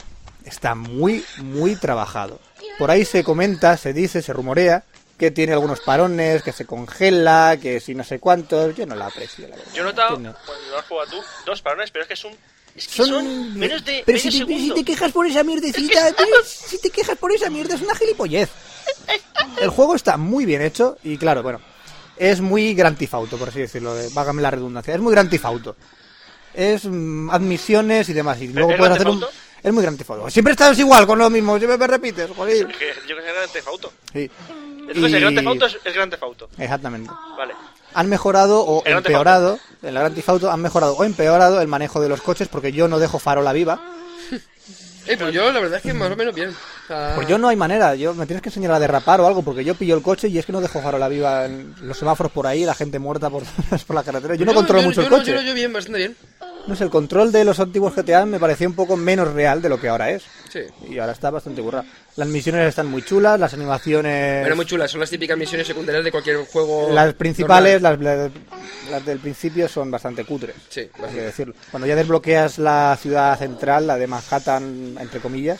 [SPEAKER 2] Está muy, muy trabajado. Por ahí se comenta, se dice, se rumorea que tiene algunos parones, que se congela, que si no sé cuántos. Yo no la aprecio, la verdad.
[SPEAKER 3] Yo he notado,
[SPEAKER 2] Tiene-
[SPEAKER 3] cuando lo has jugado tú, dos parones, pero es que son, es que
[SPEAKER 2] Son-
[SPEAKER 3] son,
[SPEAKER 2] Pero si
[SPEAKER 3] menos de medio
[SPEAKER 2] te, pero si
[SPEAKER 3] segundo.
[SPEAKER 2] te quejas por esa mierdecita, pero si te quejas por esa mierda, es una gilipollez. El juego está muy bien hecho y, claro, bueno, es muy Grand Theft Auto, por así decirlo, de- válgame la redundancia, es muy Grand Theft Auto. Es mm, admisiones y demás, y luego
[SPEAKER 3] es
[SPEAKER 2] puedes
[SPEAKER 3] Grand
[SPEAKER 2] hacer un...
[SPEAKER 3] Theft Auto?
[SPEAKER 2] Es muy Grand Theft Auto. Siempre estás igual con lo mismo, siempre me repites,
[SPEAKER 3] Es
[SPEAKER 2] joder.
[SPEAKER 3] que Yo que sé, Grand Theft Auto.
[SPEAKER 2] Sí,
[SPEAKER 3] Entonces,
[SPEAKER 2] Y-
[SPEAKER 3] el Grand Theft Auto es, es Grand Theft Auto.
[SPEAKER 2] exactamente.
[SPEAKER 3] Vale.
[SPEAKER 2] han mejorado o
[SPEAKER 3] El Grand Theft
[SPEAKER 2] empeorado, en la Grand Theft Auto han mejorado o empeorado el manejo de los coches porque yo no dejo farola viva.
[SPEAKER 1] Eh, pues yo la verdad es que más o menos bien. O sea,
[SPEAKER 2] Pues yo no hay manera, yo me tienes que enseñar a derrapar o algo porque yo pillo el coche y es que no dejo farola viva en los semáforos por ahí, la gente muerta por, por la carretera. Yo no controlo mucho
[SPEAKER 1] yo
[SPEAKER 2] el
[SPEAKER 1] no,
[SPEAKER 2] coche.
[SPEAKER 1] Yo, no, yo bien, bastante bien.
[SPEAKER 2] No sé, el control de los antiguos GTA me parecía un poco menos real de lo que ahora es.
[SPEAKER 1] Sí.
[SPEAKER 2] Y ahora está bastante burra. Las misiones están muy chulas, las animaciones...
[SPEAKER 1] Bueno, muy chulas. Son las típicas misiones secundarias de cualquier juego.
[SPEAKER 2] Las principales,
[SPEAKER 1] normal.
[SPEAKER 2] las, las- las del principio, son bastante cutres.
[SPEAKER 1] Sí,
[SPEAKER 2] hay que
[SPEAKER 1] bastante.
[SPEAKER 2] decirlo. Cuando ya desbloqueas la ciudad central, la de Manhattan, entre comillas,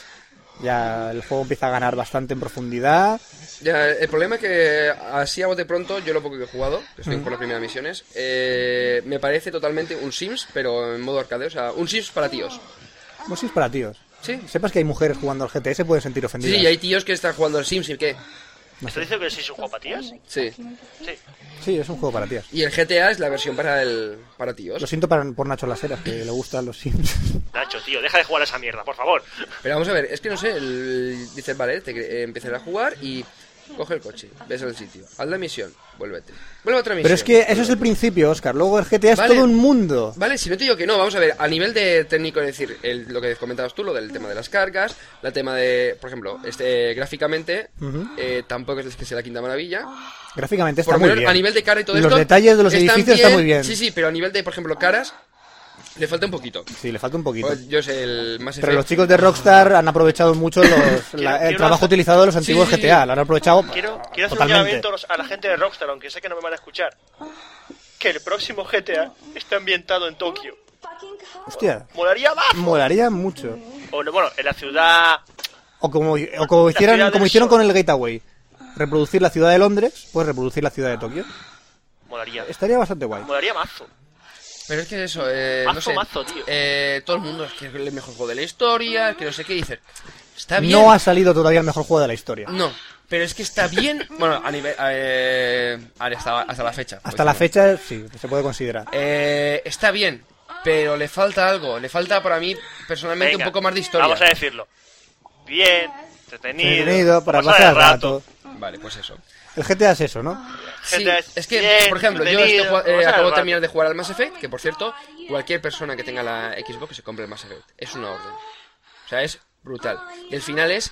[SPEAKER 2] ya el juego empieza a ganar bastante en profundidad.
[SPEAKER 1] Ya, el problema es que así a bote pronto, yo lo poco que he jugado, que estoy por las primeras misiones, eh, me parece totalmente un Sims, pero en modo arcade, o sea, un Sims para tíos.
[SPEAKER 2] Pues sí, es para tíos.
[SPEAKER 1] Sí.
[SPEAKER 2] Sepas que hay mujeres jugando al GTS se pueden sentir ofendidas.
[SPEAKER 1] Sí, y hay tíos que están jugando al Sims y que.
[SPEAKER 3] ¿Estás diciendo que sí es un juego para tíos?
[SPEAKER 1] Sí.
[SPEAKER 3] Sí.
[SPEAKER 2] Sí, es un juego para tías.
[SPEAKER 1] Y el GTA es la versión para el para tíos.
[SPEAKER 2] Lo siento para- por Nacho Laseras, que le gustan los Sims.
[SPEAKER 3] Nacho, tío, deja de jugar a esa mierda, por favor.
[SPEAKER 1] Pero vamos a ver, es que no sé, el- dices, vale, te cre- eh, empezarás a jugar y coge el coche, ves al sitio, haz la misión, vuélvete. Vuelve a otra misión.
[SPEAKER 2] Pero es que eso es el principio, Oscar. Luego el GTA es
[SPEAKER 1] Vale.
[SPEAKER 2] todo un mundo.
[SPEAKER 1] Vale, si no te digo que no, vamos a ver, a nivel de técnico, es decir, el- lo que comentabas tú, lo del tema de las cargas, la tema de, por ejemplo, este gráficamente,
[SPEAKER 2] Ujú.
[SPEAKER 1] eh, tampoco es que sea la quinta maravilla.
[SPEAKER 2] Gráficamente está
[SPEAKER 1] por lo
[SPEAKER 2] muy
[SPEAKER 1] menos
[SPEAKER 2] bien.
[SPEAKER 1] a nivel de cara y todo
[SPEAKER 2] Los
[SPEAKER 1] esto,
[SPEAKER 2] detalles de los
[SPEAKER 1] están
[SPEAKER 2] edificios están muy bien.
[SPEAKER 1] Sí, sí, pero a nivel de, por ejemplo, caras, le falta un poquito.
[SPEAKER 2] Sí, le falta un poquito.
[SPEAKER 1] Pues yo sé, el más
[SPEAKER 2] Pero los chicos de Rockstar han aprovechado mucho los- la- el
[SPEAKER 3] quiero
[SPEAKER 2] trabajo
[SPEAKER 3] hacer-
[SPEAKER 2] utilizado de los
[SPEAKER 1] Sí,
[SPEAKER 2] antiguos
[SPEAKER 1] sí, sí.
[SPEAKER 2] GTA. Lo han aprovechado
[SPEAKER 3] Quiero, quiero hacer un
[SPEAKER 2] totalmente.
[SPEAKER 3] llamamiento a los- a la gente de Rockstar, aunque sé que no me van a escuchar. Que el próximo GTA está ambientado en Tokio.
[SPEAKER 2] Hostia,
[SPEAKER 3] Molaría más.
[SPEAKER 2] molaría mucho.
[SPEAKER 3] O no, bueno, en la ciudad.
[SPEAKER 2] O como, o como
[SPEAKER 3] ciudad
[SPEAKER 2] hicieron,
[SPEAKER 3] del
[SPEAKER 2] como hicieron
[SPEAKER 3] sol.
[SPEAKER 2] con el Gateway. Reproducir la ciudad de Londres, pues reproducir la ciudad de Tokio.
[SPEAKER 3] Molaría.
[SPEAKER 2] Estaría bastante guay.
[SPEAKER 3] Molaría mazo.
[SPEAKER 1] Pero es que eso, eh,
[SPEAKER 3] Mazo,
[SPEAKER 1] no sé.
[SPEAKER 3] mazo, tío.
[SPEAKER 1] eh, todo el mundo es que es el mejor juego de la historia, el que no sé qué dices. Está bien.
[SPEAKER 2] No ha salido todavía el mejor juego de la historia.
[SPEAKER 1] No, pero es que está bien. Bueno, a nivel. eh, hasta, hasta la fecha. pues,
[SPEAKER 2] Hasta la fecha, sí, se puede considerar.
[SPEAKER 1] Eh, está bien, pero le falta algo. Le falta para mí, personalmente,
[SPEAKER 3] Venga,
[SPEAKER 1] un poco más de historia.
[SPEAKER 3] Vamos a decirlo. Bien, entretenido.
[SPEAKER 2] Entretenido, para pasar el rato.
[SPEAKER 1] Vale, pues eso.
[SPEAKER 2] El GTA es eso, ¿no?
[SPEAKER 1] Sí,
[SPEAKER 3] Gente,
[SPEAKER 1] es que,
[SPEAKER 3] bien,
[SPEAKER 1] por ejemplo, yo
[SPEAKER 3] entretenido,
[SPEAKER 1] estoy jua- eh,
[SPEAKER 3] vamos a
[SPEAKER 1] acabo de
[SPEAKER 3] rato.
[SPEAKER 1] terminar de jugar al Mass Effect, que por cierto, cualquier persona que tenga la Xbox se compre el Mass Effect. Es una orden. O sea, es brutal. Y el final es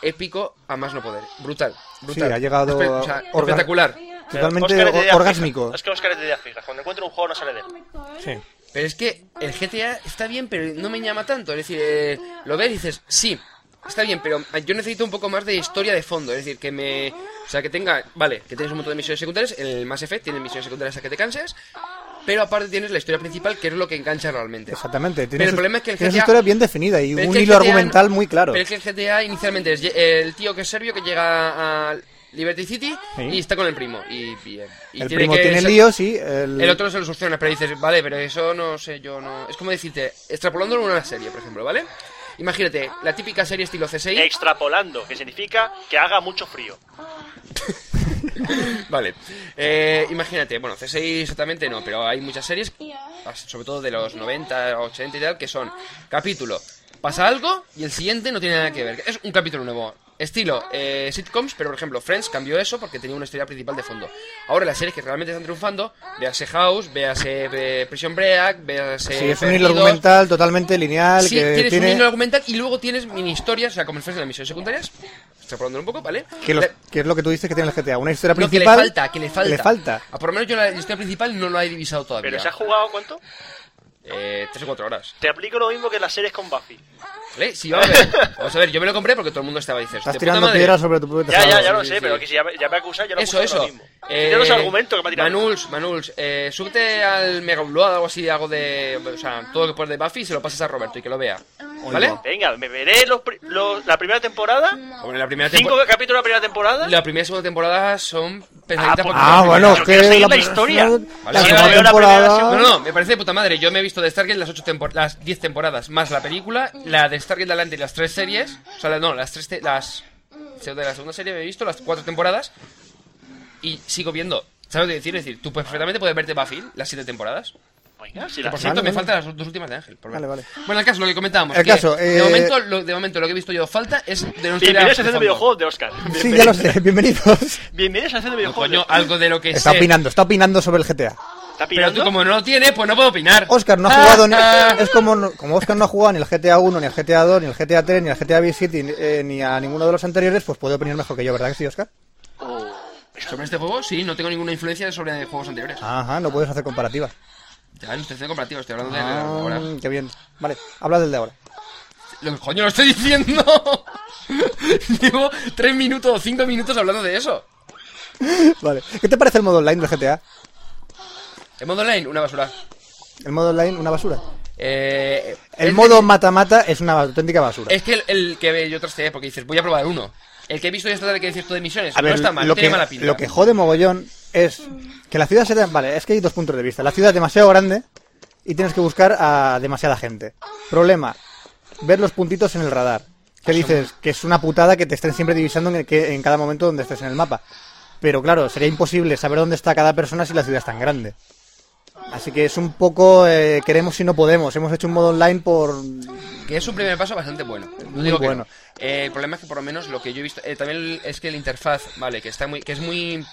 [SPEAKER 1] épico a más no poder. Brutal. brutal.
[SPEAKER 2] Sí, ha llegado
[SPEAKER 1] Espe- o sea,
[SPEAKER 2] a- orga-
[SPEAKER 1] espectacular.
[SPEAKER 2] Totalmente
[SPEAKER 3] Óscar es de
[SPEAKER 2] or-
[SPEAKER 3] ideas
[SPEAKER 2] orgásmico.
[SPEAKER 3] fijas. Es que Oscar es de ideas fijas. Cuando encuentra un juego no sale de él.
[SPEAKER 2] Sí.
[SPEAKER 1] Pero es que el GTA está bien, pero no me llama tanto. Es decir, eh, lo ves y dices, sí, está bien, pero yo necesito un poco más de historia de fondo. Es decir, que me. O sea, que tenga. Vale, que tienes un montón de misiones secundarias. En el Mass Effect tienes misiones secundarias a que te canses. Pero aparte tienes la historia principal, que es lo que engancha realmente.
[SPEAKER 2] Exactamente. Tiene
[SPEAKER 1] Pero el
[SPEAKER 2] su-
[SPEAKER 1] problema es que el
[SPEAKER 2] tiene su
[SPEAKER 1] GTA
[SPEAKER 2] historia bien definida y
[SPEAKER 1] Pero es
[SPEAKER 2] un
[SPEAKER 1] que el
[SPEAKER 2] hilo
[SPEAKER 1] GTA
[SPEAKER 2] argumental
[SPEAKER 1] no-
[SPEAKER 2] muy claro.
[SPEAKER 1] Pero es que el GTA inicialmente es ye- el tío que es serbio que llega a Liberty City
[SPEAKER 2] Sí.
[SPEAKER 1] y está con el primo. Y, y- y
[SPEAKER 2] El primo
[SPEAKER 1] que
[SPEAKER 2] tiene
[SPEAKER 1] ser-
[SPEAKER 2] líos y el...
[SPEAKER 1] El otro se lo soluciona, pero dices, vale, pero eso no sé, yo no. Es como decirte, extrapolándolo a una serie, por ejemplo, ¿vale? Imagínate, la típica serie estilo CSI.
[SPEAKER 3] Extrapolando, que significa que haga mucho frío.
[SPEAKER 1] Vale. Eh, imagínate, bueno, CSI exactamente no, pero hay muchas series, sobre todo de los 90, 80 y tal, que son capítulo. Pasa algo y el siguiente no tiene nada que ver. Es un capítulo nuevo. Estilo eh, sitcoms, pero por ejemplo Friends cambió eso porque tenía una historia principal de fondo. Ahora las series que realmente están triunfando, véase House, véase eh, Prison Break, véase...
[SPEAKER 2] Sí, es un hilo
[SPEAKER 1] Perdidos,
[SPEAKER 2] argumental totalmente lineal
[SPEAKER 1] Sí,
[SPEAKER 2] que
[SPEAKER 1] tienes
[SPEAKER 2] tiene...
[SPEAKER 1] un hilo argumental y luego tienes mini historias, o sea, como el Friends de las misiones secundarias. Extrapolándolo un poco, ¿vale?
[SPEAKER 2] Que, los-
[SPEAKER 1] La-
[SPEAKER 2] que es lo que tú dices que tiene el GTA. Una historia
[SPEAKER 1] no, que le
[SPEAKER 2] principal...
[SPEAKER 1] falta, que le falta.
[SPEAKER 2] Le falta.
[SPEAKER 1] Ah, por lo menos yo la historia principal no la he divisado todavía.
[SPEAKER 3] Pero se ha jugado cuánto?
[SPEAKER 1] Eh, tres o cuatro horas.
[SPEAKER 3] Te aplico lo mismo que en las series con Buffy.
[SPEAKER 1] ¿Vale? Sí, vamos a ver. Vamos a ver, yo me lo compré porque todo el mundo estaba diciendo.
[SPEAKER 2] Estás tirando piedras sobre tu propio
[SPEAKER 3] Ya,
[SPEAKER 2] tejado.
[SPEAKER 3] ya, ya lo
[SPEAKER 1] sí,
[SPEAKER 3] sé,
[SPEAKER 1] sí.
[SPEAKER 3] pero que si ya, me- ya me acusa, yo lo
[SPEAKER 1] Eso, eso.
[SPEAKER 3] acuso
[SPEAKER 1] Eh,
[SPEAKER 3] ahora mismo. Tiene los argumentos que me ha tirado.
[SPEAKER 1] Manuls, Manuls, eh, súbete al Mega Upload, algo así, algo de. O sea, todo lo que puedes de Buffy y se lo pasas a Roberto y que lo vea. ¿Vale?
[SPEAKER 3] Venga, me veré los, pri- los- la primera temporada.
[SPEAKER 1] Hombre, la primera
[SPEAKER 3] Cinco
[SPEAKER 1] temporada.
[SPEAKER 3] capítulos de la primera temporada.
[SPEAKER 1] La primera y segunda temporada son pesaditas
[SPEAKER 3] Ah,
[SPEAKER 1] porque-
[SPEAKER 2] Ah, bueno,
[SPEAKER 3] Pero quiero
[SPEAKER 2] que
[SPEAKER 3] seguir la historia.
[SPEAKER 2] La
[SPEAKER 1] Vale,
[SPEAKER 2] segunda
[SPEAKER 1] vale, vale,
[SPEAKER 3] la primera,
[SPEAKER 2] temporada...
[SPEAKER 3] la
[SPEAKER 1] No, no, me parece de puta madre. Yo me he visto de Stargate las ocho tempor- las 10 temporadas, más la película, la de Stargate de adelante y las tres series. O sea, la- no, las tres te- las se- de la segunda serie me he visto las cuatro temporadas y sigo viendo. ¿Sabes lo que decir? Es decir, tú pues, perfectamente puedes verte Buffy las siete temporadas.
[SPEAKER 3] Venga, si
[SPEAKER 1] Y
[SPEAKER 3] la-
[SPEAKER 1] por cierto,
[SPEAKER 2] vale.
[SPEAKER 1] me faltan las dos últimas de Ángel. por ver.
[SPEAKER 2] Vale, vale.
[SPEAKER 1] Bueno, el caso, lo que comentábamos.
[SPEAKER 2] El
[SPEAKER 1] que
[SPEAKER 2] caso, eh,
[SPEAKER 1] de, momento, lo, de momento, lo que he visto yo falta es de un
[SPEAKER 3] Bienvenidos a la sección de videojuegos de Oscar.
[SPEAKER 2] Sí, ya lo sé. Bienvenidos.
[SPEAKER 3] Bienvenidos a la sección de
[SPEAKER 1] No, coño,
[SPEAKER 3] videojuegos.
[SPEAKER 1] algo de lo que
[SPEAKER 2] Está
[SPEAKER 1] sé.
[SPEAKER 2] opinando, está opinando sobre el GTA.
[SPEAKER 3] ¿Está
[SPEAKER 1] Pero tú,
[SPEAKER 3] pirando?
[SPEAKER 1] como no lo tienes, pues no puedo opinar.
[SPEAKER 2] Oscar no ha
[SPEAKER 1] Ah,
[SPEAKER 2] jugado ni,
[SPEAKER 1] ah.
[SPEAKER 2] es como no- como Oscar no ha jugado ni el GTA 1, ni el GTA 2, ni el GTA 3, ni el GTA Vice City, ni, eh, ni a ninguno de los anteriores, pues puede opinar mejor que yo, ¿verdad que sí, Oscar?
[SPEAKER 1] Sobre este juego, sí, no tengo ninguna influencia sobre juegos anteriores.
[SPEAKER 2] Ajá, no puedes hacer comparativas.
[SPEAKER 1] Ya, no estoy haciendo comparativa, estoy hablando de
[SPEAKER 2] Ah,
[SPEAKER 1] ahora.
[SPEAKER 2] qué bien. Vale, habla del de ahora.
[SPEAKER 1] Lo que coño lo estoy diciendo. Llevo tres minutos o cinco minutos hablando de eso.
[SPEAKER 2] Vale. ¿Qué te parece el modo online del GTA?
[SPEAKER 1] El modo online, una basura.
[SPEAKER 2] El modo online, una basura.
[SPEAKER 1] Eh,
[SPEAKER 2] El
[SPEAKER 1] es-
[SPEAKER 2] modo mata-mata es una auténtica basura.
[SPEAKER 1] Es que el, el que yo trasteé, porque dices, voy a probar uno. El que he visto ya está que dices tú de misiones.
[SPEAKER 2] A ver,
[SPEAKER 1] no está mal,
[SPEAKER 2] lo,
[SPEAKER 1] tiene
[SPEAKER 2] que,
[SPEAKER 1] mala pinta.
[SPEAKER 2] lo que jode mogollón es que la ciudad sea... Vale, es que hay dos puntos de vista. La ciudad es demasiado grande y tienes que buscar a demasiada gente. Problema, ver los puntitos en el radar. Que dices que es una putada que te estén siempre divisando en, el que, en cada momento donde estés en el mapa. Pero claro, sería imposible saber dónde está cada persona si la ciudad es tan grande. Así que es un poco eh, queremos si no podemos. Hemos hecho un modo online por...
[SPEAKER 1] Que es un primer paso bastante bueno. No
[SPEAKER 2] Muy
[SPEAKER 1] digo que
[SPEAKER 2] bueno.
[SPEAKER 1] no. Eh, el problema es que por lo menos lo que yo he visto... eh, también es que la interfaz, vale, que está muy que es muy...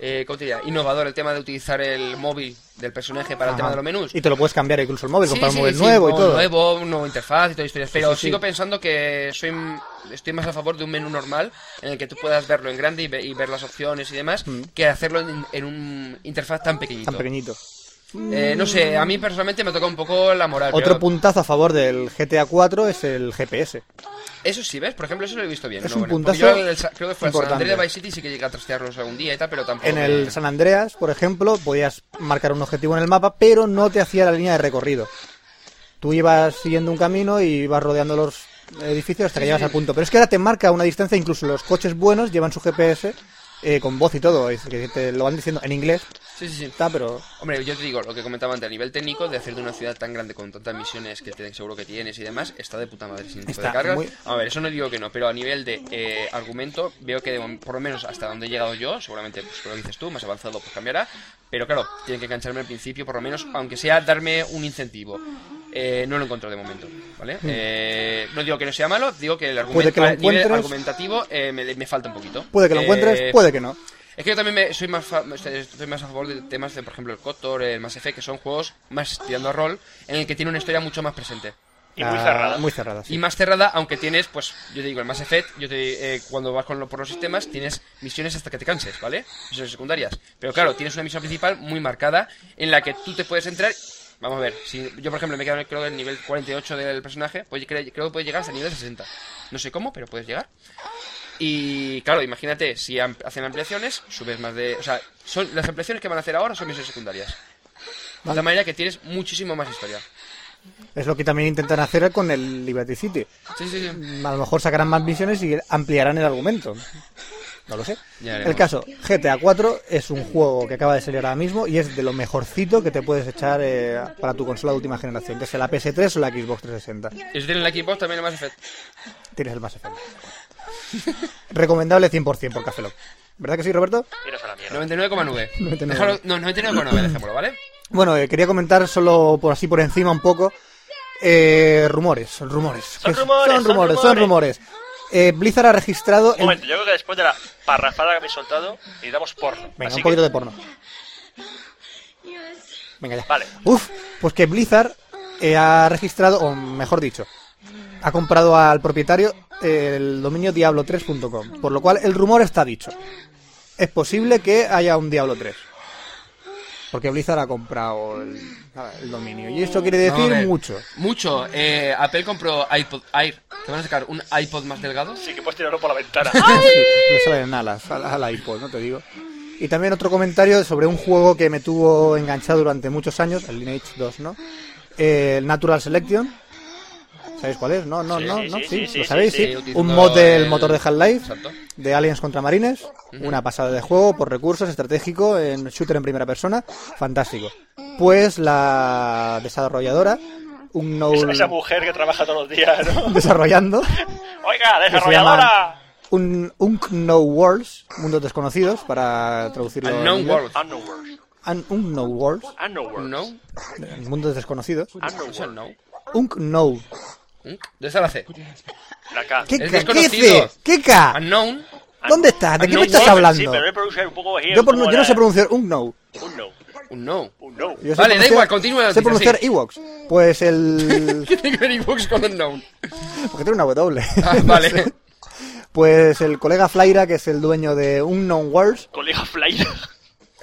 [SPEAKER 1] Eh, ¿cómo te diría? Innovador el tema de utilizar el móvil del personaje para el tema de
[SPEAKER 2] Ajá.
[SPEAKER 1] los menús.
[SPEAKER 2] Y te lo puedes cambiar incluso el móvil,
[SPEAKER 1] Sí,
[SPEAKER 2] comprar un
[SPEAKER 1] sí,
[SPEAKER 2] móvil
[SPEAKER 1] sí,
[SPEAKER 2] nuevo y
[SPEAKER 1] móvil
[SPEAKER 2] todo.
[SPEAKER 1] nuevo, un nuevo interfaz y toda historia. Pero
[SPEAKER 2] sí, sí.
[SPEAKER 1] sigo pensando que soy m- estoy más a favor de un menú normal en el que tú puedas verlo en grande y, ve- y ver las opciones y demás que hacerlo en, en un interfaz tan pequeñito.
[SPEAKER 2] Mm. Tan pequeñito.
[SPEAKER 1] Eh, no sé, a mí personalmente me toca un poco la moral.
[SPEAKER 2] Otro
[SPEAKER 1] pero
[SPEAKER 2] puntazo a favor del GTA 4 es el GPS.
[SPEAKER 1] Eso sí, ¿ves? Por ejemplo, eso lo he visto bien.
[SPEAKER 2] Es
[SPEAKER 1] ¿no?
[SPEAKER 2] un
[SPEAKER 1] Bueno, porque
[SPEAKER 2] puntazo
[SPEAKER 1] yo el- el- creo que fue el San
[SPEAKER 2] importante.
[SPEAKER 1] Andrés de Vice City sí que llegué a trastearlos algún día y tal, pero tampoco.
[SPEAKER 2] En el San Andreas, por ejemplo, podías marcar un objetivo en el mapa, pero no te hacía la línea de recorrido. Tú ibas siguiendo un camino y ibas rodeando los edificios hasta que
[SPEAKER 1] Sí,
[SPEAKER 2] llegas
[SPEAKER 1] sí.
[SPEAKER 2] al punto. Pero es que ahora te marca una distancia, incluso los coches buenos llevan su GPS eh, con voz y todo, es que te lo van diciendo en inglés.
[SPEAKER 1] Sí, sí, sí.
[SPEAKER 2] Está, pero
[SPEAKER 1] Hombre, yo te digo, lo que comentaba antes, a nivel técnico, de hacer de una ciudad tan grande con tantas misiones que te- seguro que tienes y demás, está de puta madre sin tipo
[SPEAKER 2] Está
[SPEAKER 1] de cargas.
[SPEAKER 2] muy-
[SPEAKER 1] A ver, eso no digo que no, pero a nivel de eh, argumento, veo que de mom- por lo menos hasta donde he llegado yo, seguramente, pues por lo que dices tú, más avanzado, pues cambiará. Pero claro, tienen que engancharme al principio, por lo menos, aunque sea darme un incentivo. Eh, no lo encuentro de momento, ¿vale?
[SPEAKER 2] Hmm.
[SPEAKER 1] Eh, no digo que no sea malo, digo que el
[SPEAKER 2] Puede
[SPEAKER 1] argumento,
[SPEAKER 2] que lo
[SPEAKER 1] a nivel
[SPEAKER 2] encuentres.
[SPEAKER 1] argumentativo eh, me, me falta un poquito.
[SPEAKER 2] puede que lo
[SPEAKER 1] Eh,
[SPEAKER 2] encuentres, puede que no.
[SPEAKER 1] es que yo también me- soy más fa- estoy más a favor de temas de, por ejemplo, el KOTOR, el Mass Effect, que son juegos más tirando a rol, en el que tiene una historia mucho más presente.
[SPEAKER 3] Y muy
[SPEAKER 2] Ah,
[SPEAKER 3] cerrada.
[SPEAKER 2] Muy cerrada, sí.
[SPEAKER 1] Y más cerrada, aunque tienes, pues, yo te digo, el Mass Effect, yo te, eh, cuando vas con lo- por los sistemas, tienes misiones hasta que te canses, ¿vale? Misiones secundarias. Pero claro, tienes una misión principal muy marcada, en la que tú te puedes entrar... Vamos a ver, si yo por ejemplo me quedo en el- creo, en el nivel 48 del personaje, pues cre- creo que puedes llegar hasta el nivel 60. No sé cómo, pero puedes llegar. Y claro, imagínate, si am- hacen ampliaciones, subes más de... O sea, son, las ampliaciones que van a hacer ahora son misiones secundarias. De
[SPEAKER 2] Vale.
[SPEAKER 1] la manera que tienes muchísimo más historia.
[SPEAKER 2] Es lo que también intentan hacer con el Liberty City.
[SPEAKER 1] Sí, sí, sí.
[SPEAKER 2] A lo mejor sacarán más misiones y ampliarán el argumento. No lo sé.
[SPEAKER 1] Ya
[SPEAKER 2] El
[SPEAKER 1] veremos.
[SPEAKER 2] caso, GTA 4 es un juego que acaba de salir ahora mismo y es de lo mejorcito que te puedes echar eh, para tu consola de última generación, que sea la PS3 o la Xbox 360.
[SPEAKER 1] Es del Xbox también el Mass Effect.
[SPEAKER 2] Tienes el más efecto. Recomendable 100% por Café Lock. ¿Verdad que sí, Roberto?
[SPEAKER 3] Iros a la mierda.
[SPEAKER 1] 99,9.
[SPEAKER 2] 99,9.
[SPEAKER 1] Déjalo- No, 99,9, dejémoslo, ¿vale?
[SPEAKER 2] Bueno, eh, quería comentar solo por así por encima un poco. eh, rumores, son rumores.
[SPEAKER 3] Son
[SPEAKER 2] Que
[SPEAKER 3] rumores,
[SPEAKER 2] son
[SPEAKER 3] son
[SPEAKER 2] rumores, son rumores. Eh, Blizzard ha registrado.
[SPEAKER 3] Un
[SPEAKER 2] el-
[SPEAKER 3] momento, yo creo que después de la parrafada que me he soltado, necesitamos porno.
[SPEAKER 2] Venga,
[SPEAKER 3] Así
[SPEAKER 2] un
[SPEAKER 3] que-
[SPEAKER 2] poquito de porno. Venga, ya.
[SPEAKER 3] Vale.
[SPEAKER 2] Uf, pues que Blizzard eh, ha registrado, o mejor dicho, ha comprado al propietario eh, el dominio diablo3.com, por lo cual el rumor está dicho. Es posible que haya un Diablo 3. Porque Blizzard ha comprado el, el dominio. Y esto quiere
[SPEAKER 1] Vamos a
[SPEAKER 2] decir
[SPEAKER 1] ver.
[SPEAKER 2] mucho.
[SPEAKER 1] Mucho. Eh, Apple compró iPod Air. ¿Te van a sacar un iPod más delgado?
[SPEAKER 3] Sí, que puedes tirarlo por la ventana.
[SPEAKER 2] Le salen alas al, al iPod, no te digo. Y también otro comentario sobre un juego que me tuvo enganchado durante muchos años, el Lineage 2, ¿no? Eh, El Natural Selection. ¿Sabéis cuál es? No, no,
[SPEAKER 3] Sí,
[SPEAKER 2] no,
[SPEAKER 3] sí,
[SPEAKER 2] no,
[SPEAKER 3] sí,
[SPEAKER 2] sí,
[SPEAKER 3] sí,
[SPEAKER 2] lo
[SPEAKER 3] sí,
[SPEAKER 2] sabéis,
[SPEAKER 1] sí,
[SPEAKER 2] sí.
[SPEAKER 1] utilizando
[SPEAKER 2] Un mod del
[SPEAKER 1] el-
[SPEAKER 2] motor de Half-Life,
[SPEAKER 1] Exacto.
[SPEAKER 2] de Aliens contra Marines,
[SPEAKER 1] Ujú.
[SPEAKER 2] una pasada de juego por recursos, estratégico, en shooter en primera persona, fantástico. Pues la desarrolladora, un no
[SPEAKER 3] Esa, esa mujer que trabaja todos los días, ¿no?
[SPEAKER 2] desarrollando,
[SPEAKER 3] Oiga,
[SPEAKER 2] se
[SPEAKER 3] desarrolladora.
[SPEAKER 2] un Unknown Worlds, mundos desconocidos, para traducirlo. en
[SPEAKER 1] Unknown
[SPEAKER 2] inglés.
[SPEAKER 1] World.
[SPEAKER 3] Unknown
[SPEAKER 2] Un- Unknown Worlds,
[SPEAKER 3] Unknown
[SPEAKER 1] No.
[SPEAKER 2] mundos desconocidos.
[SPEAKER 1] Eso no.
[SPEAKER 2] Unknown.
[SPEAKER 1] ¿Mm? ¿Dónde está la C?
[SPEAKER 3] La K.
[SPEAKER 2] ¿Qué
[SPEAKER 1] Es
[SPEAKER 2] ca? ¿Qué
[SPEAKER 1] desconocido.
[SPEAKER 2] C? ¿Qué ca?
[SPEAKER 1] Unknown.
[SPEAKER 2] ¿Dónde estás? ¿De qué me
[SPEAKER 1] Unknown
[SPEAKER 2] estás
[SPEAKER 1] Worlds,
[SPEAKER 3] Sí,
[SPEAKER 2] hablando?
[SPEAKER 3] pero he pronunciado un poco here,
[SPEAKER 2] Yo, por-
[SPEAKER 3] como
[SPEAKER 2] yo no
[SPEAKER 3] la-
[SPEAKER 2] sé pronunciar Unknown.
[SPEAKER 3] Unknown.
[SPEAKER 1] Unknown.
[SPEAKER 3] Unknown.
[SPEAKER 2] Yo sé
[SPEAKER 1] Vale, da
[SPEAKER 2] pronunciar-
[SPEAKER 1] igual, continúa la noticia,
[SPEAKER 2] Sé pronunciar
[SPEAKER 1] sí.
[SPEAKER 2] Ewoks. Pues el.
[SPEAKER 1] ¿Qué tiene que ver iVoox con Unknown?
[SPEAKER 2] Porque tiene una W.
[SPEAKER 1] Ah,
[SPEAKER 2] No
[SPEAKER 1] vale.
[SPEAKER 2] sé. Pues el colega Flaira, que es el dueño de Unknown Worlds.
[SPEAKER 3] Colega Flaira.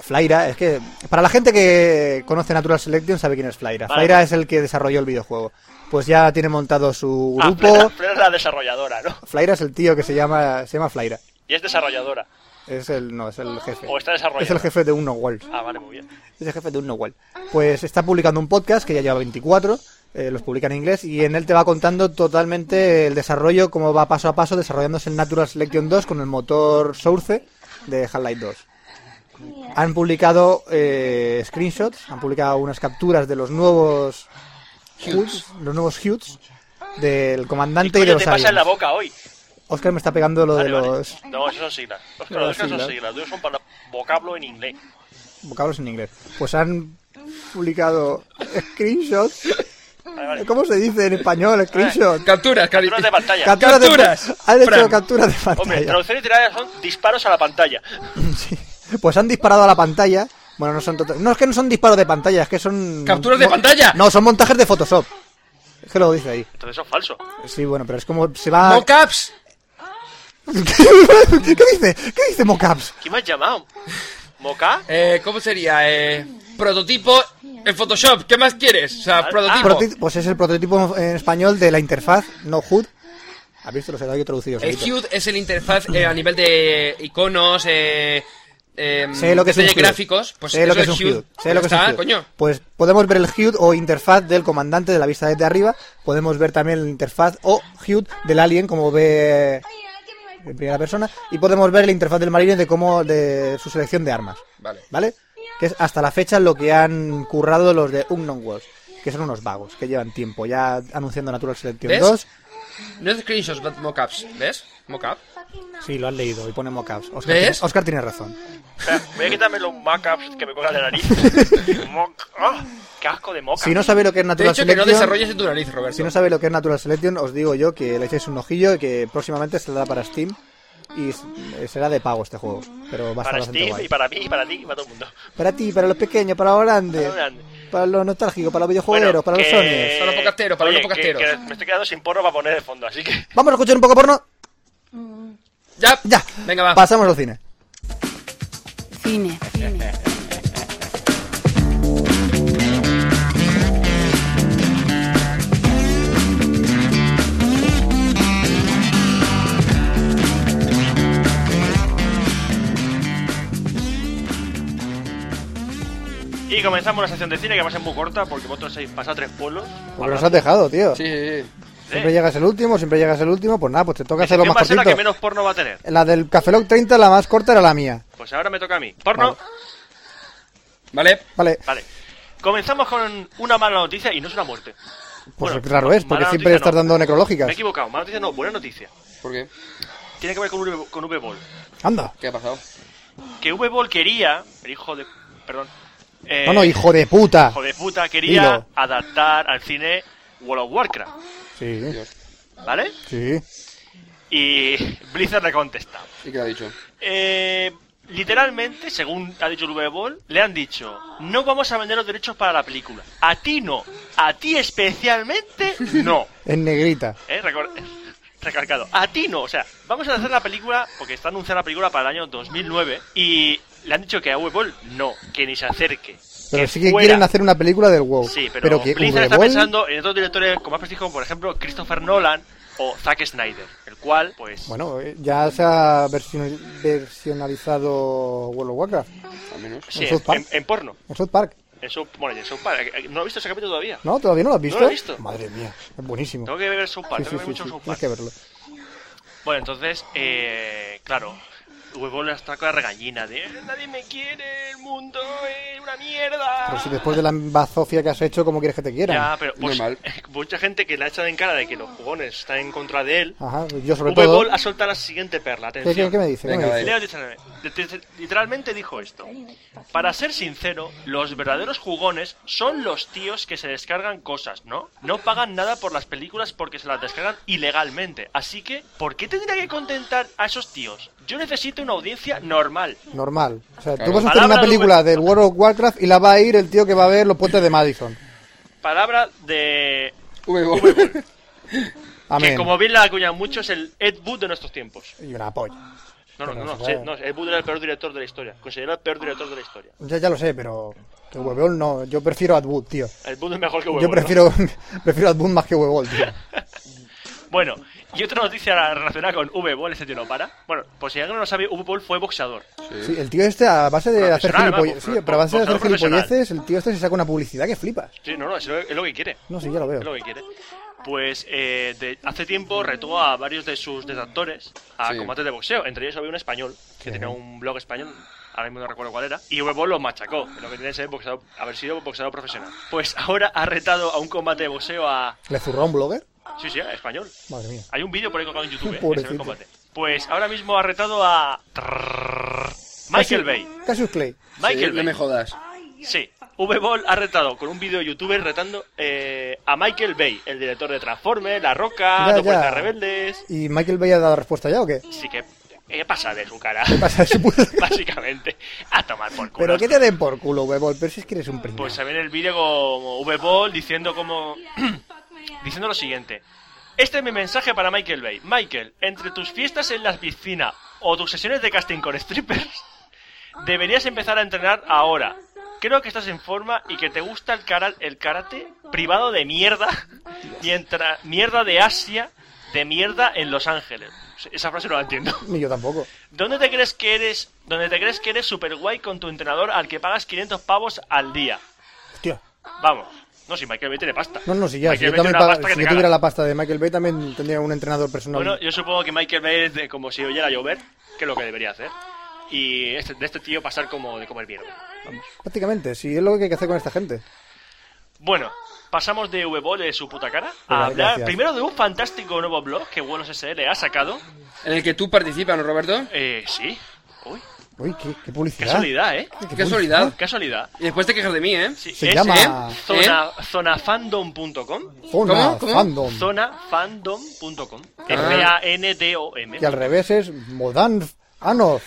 [SPEAKER 2] Flaira, es que. Para la gente que conoce Natural Selection, sabe quién es Flaira.
[SPEAKER 3] Vale.
[SPEAKER 2] Flaira es el que desarrolló el videojuego. Pues ya tiene montado su
[SPEAKER 3] Ah,
[SPEAKER 2] grupo.
[SPEAKER 3] Flaira, Flaira es la desarrolladora, ¿no?
[SPEAKER 2] Flaira es el tío que se llama se llama Flaira.
[SPEAKER 3] Y es desarrolladora.
[SPEAKER 2] Es el no, es el jefe.
[SPEAKER 3] O está desarrollado.
[SPEAKER 2] es el jefe de Uno World.
[SPEAKER 3] Ah, vale, muy bien.
[SPEAKER 2] Es el jefe de Uno World. Pues está publicando un podcast que ya lleva 24, eh, los publica en inglés y en él te va contando totalmente el desarrollo cómo va paso a paso desarrollándose el Natural Selection 2 con el motor Source de Half-Life 2. Han publicado eh, screenshots, han publicado unas capturas de los nuevos HUDs, los nuevos HUDs del comandante
[SPEAKER 3] ¿Qué
[SPEAKER 2] y de
[SPEAKER 3] coño
[SPEAKER 2] los
[SPEAKER 3] te pasa en la
[SPEAKER 2] aliens.
[SPEAKER 3] boca hoy?
[SPEAKER 2] Oscar me está pegando lo de
[SPEAKER 3] Vale, vale.
[SPEAKER 2] los
[SPEAKER 3] No, eso son siglas. Oscar,
[SPEAKER 2] Las
[SPEAKER 3] los siglas son
[SPEAKER 2] siglas.
[SPEAKER 3] siglas. Yo son para vocablo en inglés.
[SPEAKER 2] vocablos en inglés. Pues han publicado screenshots. ¿Cómo se dice en español? Screenshots.
[SPEAKER 1] Capturas,
[SPEAKER 3] Capturas de pantalla.
[SPEAKER 2] Capturas. de- han hecho
[SPEAKER 3] Fran.
[SPEAKER 2] capturas de
[SPEAKER 3] Hombre,
[SPEAKER 2] pantalla.
[SPEAKER 3] traducción literal son disparos a la pantalla.
[SPEAKER 2] Pues han disparado a la pantalla. Bueno, no son tota- No es que no son disparos de pantalla, es que son.
[SPEAKER 3] ¡Capturas de
[SPEAKER 2] mo-
[SPEAKER 3] pantalla!
[SPEAKER 2] No, son montajes de Photoshop. Es que lo dice ahí.
[SPEAKER 3] Entonces eso es falso.
[SPEAKER 2] Sí, bueno, pero es como se va.
[SPEAKER 3] Ah.
[SPEAKER 1] ¡Mocaps!
[SPEAKER 2] ¿Qué dice? ¿Qué dice mocaps?
[SPEAKER 3] ¿Qué me has llamado? ¿Moca?
[SPEAKER 1] Eh, ¿Cómo sería? Eh, prototipo en Photoshop. ¿Qué más quieres? O
[SPEAKER 3] Ah,
[SPEAKER 1] sea, prototipo.
[SPEAKER 2] Proti- Pues es el prototipo en español de la interfaz, no HUD. ¿Has visto? Los he dado yo traducidos.
[SPEAKER 1] El
[SPEAKER 2] ahorita.
[SPEAKER 1] HUD Eh, es el interfaz eh, a nivel de iconos, eh, eh,
[SPEAKER 2] Sé lo que es un
[SPEAKER 1] de
[SPEAKER 2] HUD.
[SPEAKER 1] gráficos. Pues
[SPEAKER 2] sé lo
[SPEAKER 1] eso
[SPEAKER 2] que es un HUD. Sé lo que es un
[SPEAKER 1] Está,
[SPEAKER 2] HUD.
[SPEAKER 1] coño.
[SPEAKER 2] Pues podemos ver el HUD o interfaz del comandante de la vista desde arriba. Podemos ver también la interfaz o HUD del alien, como ve en primera persona. Y podemos ver la interfaz del marino de cómo de su selección de armas.
[SPEAKER 1] Vale.
[SPEAKER 2] ¿Vale? Que es hasta la fecha lo que han currado los de Unknown Wars. Que son unos vagos, que llevan tiempo ya anunciando Natural Selection
[SPEAKER 1] ¿Ves?
[SPEAKER 2] 2.
[SPEAKER 1] No es screenshots, but mockups. ¿Ves? Mockup.
[SPEAKER 2] Sí, lo han leído y pone mockups. Oscar,
[SPEAKER 1] ¿Ves?
[SPEAKER 2] tiene- Oscar tiene razón.
[SPEAKER 3] Espera, Voy a quitarme los mockups que me cuelgan de la nariz. Moc- ¡Ah! ¡Qué asco de moca!
[SPEAKER 2] Si no sabéis lo que es
[SPEAKER 1] Te he
[SPEAKER 2] Natural
[SPEAKER 1] dicho que no
[SPEAKER 2] Selection.
[SPEAKER 1] desarrolles en tu nariz, Roberto.
[SPEAKER 2] Si no sabéis lo que es Natural Selection, os digo yo que le echéis un ojillo y que próximamente saldrá para Steam y s- eh, será de pago este juego. Pero va a estar
[SPEAKER 3] para
[SPEAKER 2] bastante
[SPEAKER 3] Steam
[SPEAKER 2] guay.
[SPEAKER 3] y para mí y para ti y para todo el mundo.
[SPEAKER 2] Para ti, para los pequeños, para los grandes,
[SPEAKER 3] Para los grandes.
[SPEAKER 2] para los nostálgicos, para los videojuegos, Eh, para los
[SPEAKER 3] que-
[SPEAKER 2] sones.
[SPEAKER 1] Para los podcasteros, para
[SPEAKER 3] Oye,
[SPEAKER 1] los podcasteros.
[SPEAKER 3] que- que me estoy quedando sin porro para poner de fondo, así que...
[SPEAKER 2] Vamos a escuchar un poco porno.
[SPEAKER 1] Ya,
[SPEAKER 2] ya.
[SPEAKER 1] Venga, va.
[SPEAKER 2] Pasamos al cine.
[SPEAKER 6] Cine.
[SPEAKER 3] Y comenzamos la sección de cine, que va a ser muy corta, porque vosotros habéis pasado tres pueblos. Eh,
[SPEAKER 2] Porque nos has dejado, tío.
[SPEAKER 1] Sí,
[SPEAKER 2] Siempre llegas el último, siempre llegas el último. Pues nada, pues te toca
[SPEAKER 3] La
[SPEAKER 2] hacerlo
[SPEAKER 3] sección va a
[SPEAKER 2] más
[SPEAKER 3] ser la
[SPEAKER 2] cortito.
[SPEAKER 3] que menos porno va a tener.
[SPEAKER 2] La del Café Lock 30, la más corta era la mía.
[SPEAKER 3] Pues ahora me toca a mí. ¿Porno?
[SPEAKER 1] Vale.
[SPEAKER 2] Vale.
[SPEAKER 3] Vale. Comenzamos con una mala noticia y no es una muerte.
[SPEAKER 2] Pues
[SPEAKER 3] Bueno,
[SPEAKER 2] raro es, porque
[SPEAKER 3] mala
[SPEAKER 2] siempre
[SPEAKER 3] noticia
[SPEAKER 2] estás
[SPEAKER 3] no.
[SPEAKER 2] dando
[SPEAKER 3] Me he
[SPEAKER 2] necrológicas.
[SPEAKER 3] equivocado. Mala noticia no, buena noticia.
[SPEAKER 1] ¿Por qué?
[SPEAKER 3] Tiene que ver con, V- con V-Ball.
[SPEAKER 2] Anda.
[SPEAKER 1] ¿Qué ha pasado?
[SPEAKER 3] Que V-Ball quería, el hijo de... Perdón. eh,
[SPEAKER 2] No, no, hijo de puta.
[SPEAKER 3] hijo de puta, quería
[SPEAKER 2] Dilo.
[SPEAKER 3] adaptar al cine World of Warcraft,
[SPEAKER 2] Sí,
[SPEAKER 3] ¿vale?
[SPEAKER 2] sí.
[SPEAKER 3] Y Blizzard le contesta.
[SPEAKER 1] ¿Y qué ha dicho?
[SPEAKER 3] Eh, literalmente, según ha dicho el Ball, le han dicho, no vamos a vender los derechos para la película. A ti no. A ti especialmente no.
[SPEAKER 2] En negrita.
[SPEAKER 3] ¿Eh? Recor- Recalcado. A ti no. O sea, vamos a hacer la película, porque está anunciada la película para el año 2009, y le han dicho que a Ball no, que ni se acerque.
[SPEAKER 2] Pero
[SPEAKER 3] que
[SPEAKER 2] sí que
[SPEAKER 3] fuera.
[SPEAKER 2] quieren hacer una película del WoW.
[SPEAKER 3] Sí, pero,
[SPEAKER 2] que
[SPEAKER 3] Blizzard está
[SPEAKER 2] Uwe Boll-
[SPEAKER 3] pensando en otros directores con más prestigio, como por ejemplo Christopher Nolan o Zack Snyder, el cual, pues,
[SPEAKER 2] Bueno, eh, ya se ha version- versionalizado World of Warcraft.
[SPEAKER 1] Al menos.
[SPEAKER 3] sí,
[SPEAKER 2] South Park.
[SPEAKER 3] en, en porno.
[SPEAKER 2] En South Park.
[SPEAKER 3] En South, bueno, en South Park. Eh, No he visto ese capítulo todavía.
[SPEAKER 2] ¿No? ¿Todavía no lo has visto?
[SPEAKER 3] No lo he visto.
[SPEAKER 2] Madre mía, es buenísimo.
[SPEAKER 3] Tengo que ver South Park,
[SPEAKER 2] Sí, sí,
[SPEAKER 3] tengo que ver
[SPEAKER 2] sí,
[SPEAKER 3] mucho
[SPEAKER 2] sí,
[SPEAKER 3] South Park.
[SPEAKER 2] Tienes que verlo.
[SPEAKER 3] Bueno, entonces, eh, claro, huevo le está con la regañina de "Eh, nadie me quiere, el mundo es una mierda.
[SPEAKER 2] Pero si después de la bazofia que has hecho, ¿cómo quieres que te quieran?
[SPEAKER 3] Ya, pero pues,
[SPEAKER 1] Normal.
[SPEAKER 3] mucha gente que le ha echado en cara de que los jugones están en contra de él.
[SPEAKER 2] Ajá, yo Ah, sobre todo.
[SPEAKER 3] Huevo ha soltado la siguiente perla,
[SPEAKER 2] ¿Qué,
[SPEAKER 3] atención.
[SPEAKER 2] qué- qué me dice? ¿Qué
[SPEAKER 1] Venga,
[SPEAKER 2] me dice?
[SPEAKER 1] vale.
[SPEAKER 3] Leo literalmente- liter- literalmente dijo esto. Para ser sincero, los verdaderos jugones son los tíos que se descargan cosas, ¿no? No pagan nada por las películas porque se las descargan ilegalmente. Así que, ¿por qué tendría que contentar a esos tíos? Yo necesito una audiencia normal.
[SPEAKER 2] Normal. O sea,
[SPEAKER 1] Claro.
[SPEAKER 2] tú vas a hacer una
[SPEAKER 3] Palabra
[SPEAKER 2] película
[SPEAKER 3] de-
[SPEAKER 2] del World of Warcraft y la va a ir el tío que va a ver los puentes de Madison.
[SPEAKER 3] Palabra de...
[SPEAKER 1] V-Ball.
[SPEAKER 2] Amén.
[SPEAKER 3] Que como bien la acuñan muchos, el Ed Wood de nuestros tiempos.
[SPEAKER 2] Y una polla.
[SPEAKER 3] No, no,
[SPEAKER 2] Pero
[SPEAKER 3] no,
[SPEAKER 2] se
[SPEAKER 3] no,
[SPEAKER 2] puede.
[SPEAKER 3] sí, no, Ed Wood era el peor director de la historia. Considerado el peor director de la historia.
[SPEAKER 2] Ya, ya lo sé, pero. Que huevón no. Yo prefiero Atwood, tío.
[SPEAKER 3] Ed Wood es mejor que
[SPEAKER 2] Yo
[SPEAKER 3] Huevo, ¿no?
[SPEAKER 2] prefiero, prefiero Atwood más que Huevol, tío.
[SPEAKER 3] Bueno, y otra noticia relacionada con V-Ball, este tío no para. Bueno, por si alguien no lo sabe, V-Ball fue boxeador.
[SPEAKER 2] Sí, el tío este, a base de hacer
[SPEAKER 3] Profesional, vamos,
[SPEAKER 2] gilipolleces, sí,
[SPEAKER 3] pro-
[SPEAKER 2] pero a base de hacer
[SPEAKER 3] boxeador profesional.
[SPEAKER 2] gilipolleces, el tío este se saca una publicidad que flipas.
[SPEAKER 3] Sí, no, no, es lo, es lo que quiere.
[SPEAKER 2] No sé, ya lo
[SPEAKER 3] Es lo
[SPEAKER 2] veo.
[SPEAKER 3] que quiere. Pues eh, de- hace tiempo retó a varios de sus detractores a
[SPEAKER 1] Sí.
[SPEAKER 3] combates de boxeo. Entre ellos había un español que
[SPEAKER 2] Sí.
[SPEAKER 3] tenía un blog español. Ahora mismo no recuerdo cuál era. Y V-Ball lo machacó. Lo que tiene es ser boxeador- haber sido boxeador profesional. Pues ahora ha retado a un combate de boxeo a
[SPEAKER 2] ¿Le zurró a un blogger?
[SPEAKER 3] Sí, sí, era español.
[SPEAKER 2] Madre mía.
[SPEAKER 3] Hay un vídeo por ahí colgado en YouTube, eh, que se ve el
[SPEAKER 2] Pobrecito.
[SPEAKER 3] combate. Pues ahora mismo ha retado a... Michael Bay.
[SPEAKER 2] Cassius Clay.
[SPEAKER 3] Michael Bay.
[SPEAKER 1] jodas.
[SPEAKER 3] Sí, V-Ball ha retado con un vídeo youtuber retando eh, a Michael Bay, el director de Transformers, La Roca,
[SPEAKER 2] Ya,
[SPEAKER 3] Dos
[SPEAKER 2] ya.
[SPEAKER 3] Puertas Rebeldes.
[SPEAKER 2] ¿Y Michael Bay ha dado respuesta ya o qué?
[SPEAKER 3] Sí, que. ¿Qué pasa de su cara?
[SPEAKER 2] pasa de su
[SPEAKER 3] Básicamente, a tomar por culo.
[SPEAKER 2] Pero que te den por culo, huevón. Pero si es que eres un primo.
[SPEAKER 3] Pues se ve en el vídeo como V-Ball diciendo como. diciendo lo siguiente. Este es mi mensaje para Michael Bay. Michael, entre tus fiestas en la piscina o tus sesiones de casting con strippers, deberías empezar a entrenar ahora. Creo que estás en forma y que te gusta el, cara- el karate privado de mierda, mientras mierda de Asia, de mierda en Los Ángeles. Esa frase no la entiendo.
[SPEAKER 2] Ni yo tampoco.
[SPEAKER 3] ¿Dónde te crees que eres, dónde te crees que eres super guay con tu entrenador al que pagas 500 pavos al día?
[SPEAKER 2] Hostia.
[SPEAKER 3] Vamos. No, si Michael Bay tiene pasta.
[SPEAKER 2] No, no, si ya. Si yo,
[SPEAKER 3] Michael Bay tiene
[SPEAKER 2] también
[SPEAKER 3] una
[SPEAKER 2] paga-
[SPEAKER 3] pasta
[SPEAKER 2] si
[SPEAKER 3] que
[SPEAKER 2] yo
[SPEAKER 3] te
[SPEAKER 2] tuviera
[SPEAKER 3] caga.
[SPEAKER 2] la pasta de Michael Bay, también tendría un entrenador personal.
[SPEAKER 3] Bueno, yo supongo que Michael Bay es de- como si oyera llover, que es lo que debería hacer. Y este- de este tío pasar como de comer mierda.
[SPEAKER 2] Prácticamente. Si es lo que hay que hacer con esta gente.
[SPEAKER 3] Bueno, pasamos de V-Ball de su puta cara a
[SPEAKER 2] Venga,
[SPEAKER 3] hablar
[SPEAKER 2] gracias.
[SPEAKER 3] primero de un fantástico nuevo blog que Buenos SL ha sacado.
[SPEAKER 1] En el que tú participas, ¿no, Roberto?
[SPEAKER 3] Eh, sí. Uy,
[SPEAKER 2] Uy, qué, qué publicidad.
[SPEAKER 3] casualidad, ¿eh?
[SPEAKER 1] Qué casualidad.
[SPEAKER 3] Casualidad.
[SPEAKER 1] Y después te quejas de mí, ¿eh?
[SPEAKER 3] Sí,
[SPEAKER 2] Se llama-
[SPEAKER 1] ¿Eh?
[SPEAKER 3] Zona, zonafandom.com.
[SPEAKER 2] Zona
[SPEAKER 1] ¿Cómo? ¿Cómo?
[SPEAKER 2] fandom.
[SPEAKER 3] Zonafandom.com.
[SPEAKER 1] Ah.
[SPEAKER 3] F-A-N-D-O-M.
[SPEAKER 2] Y al revés es Modan Anoz.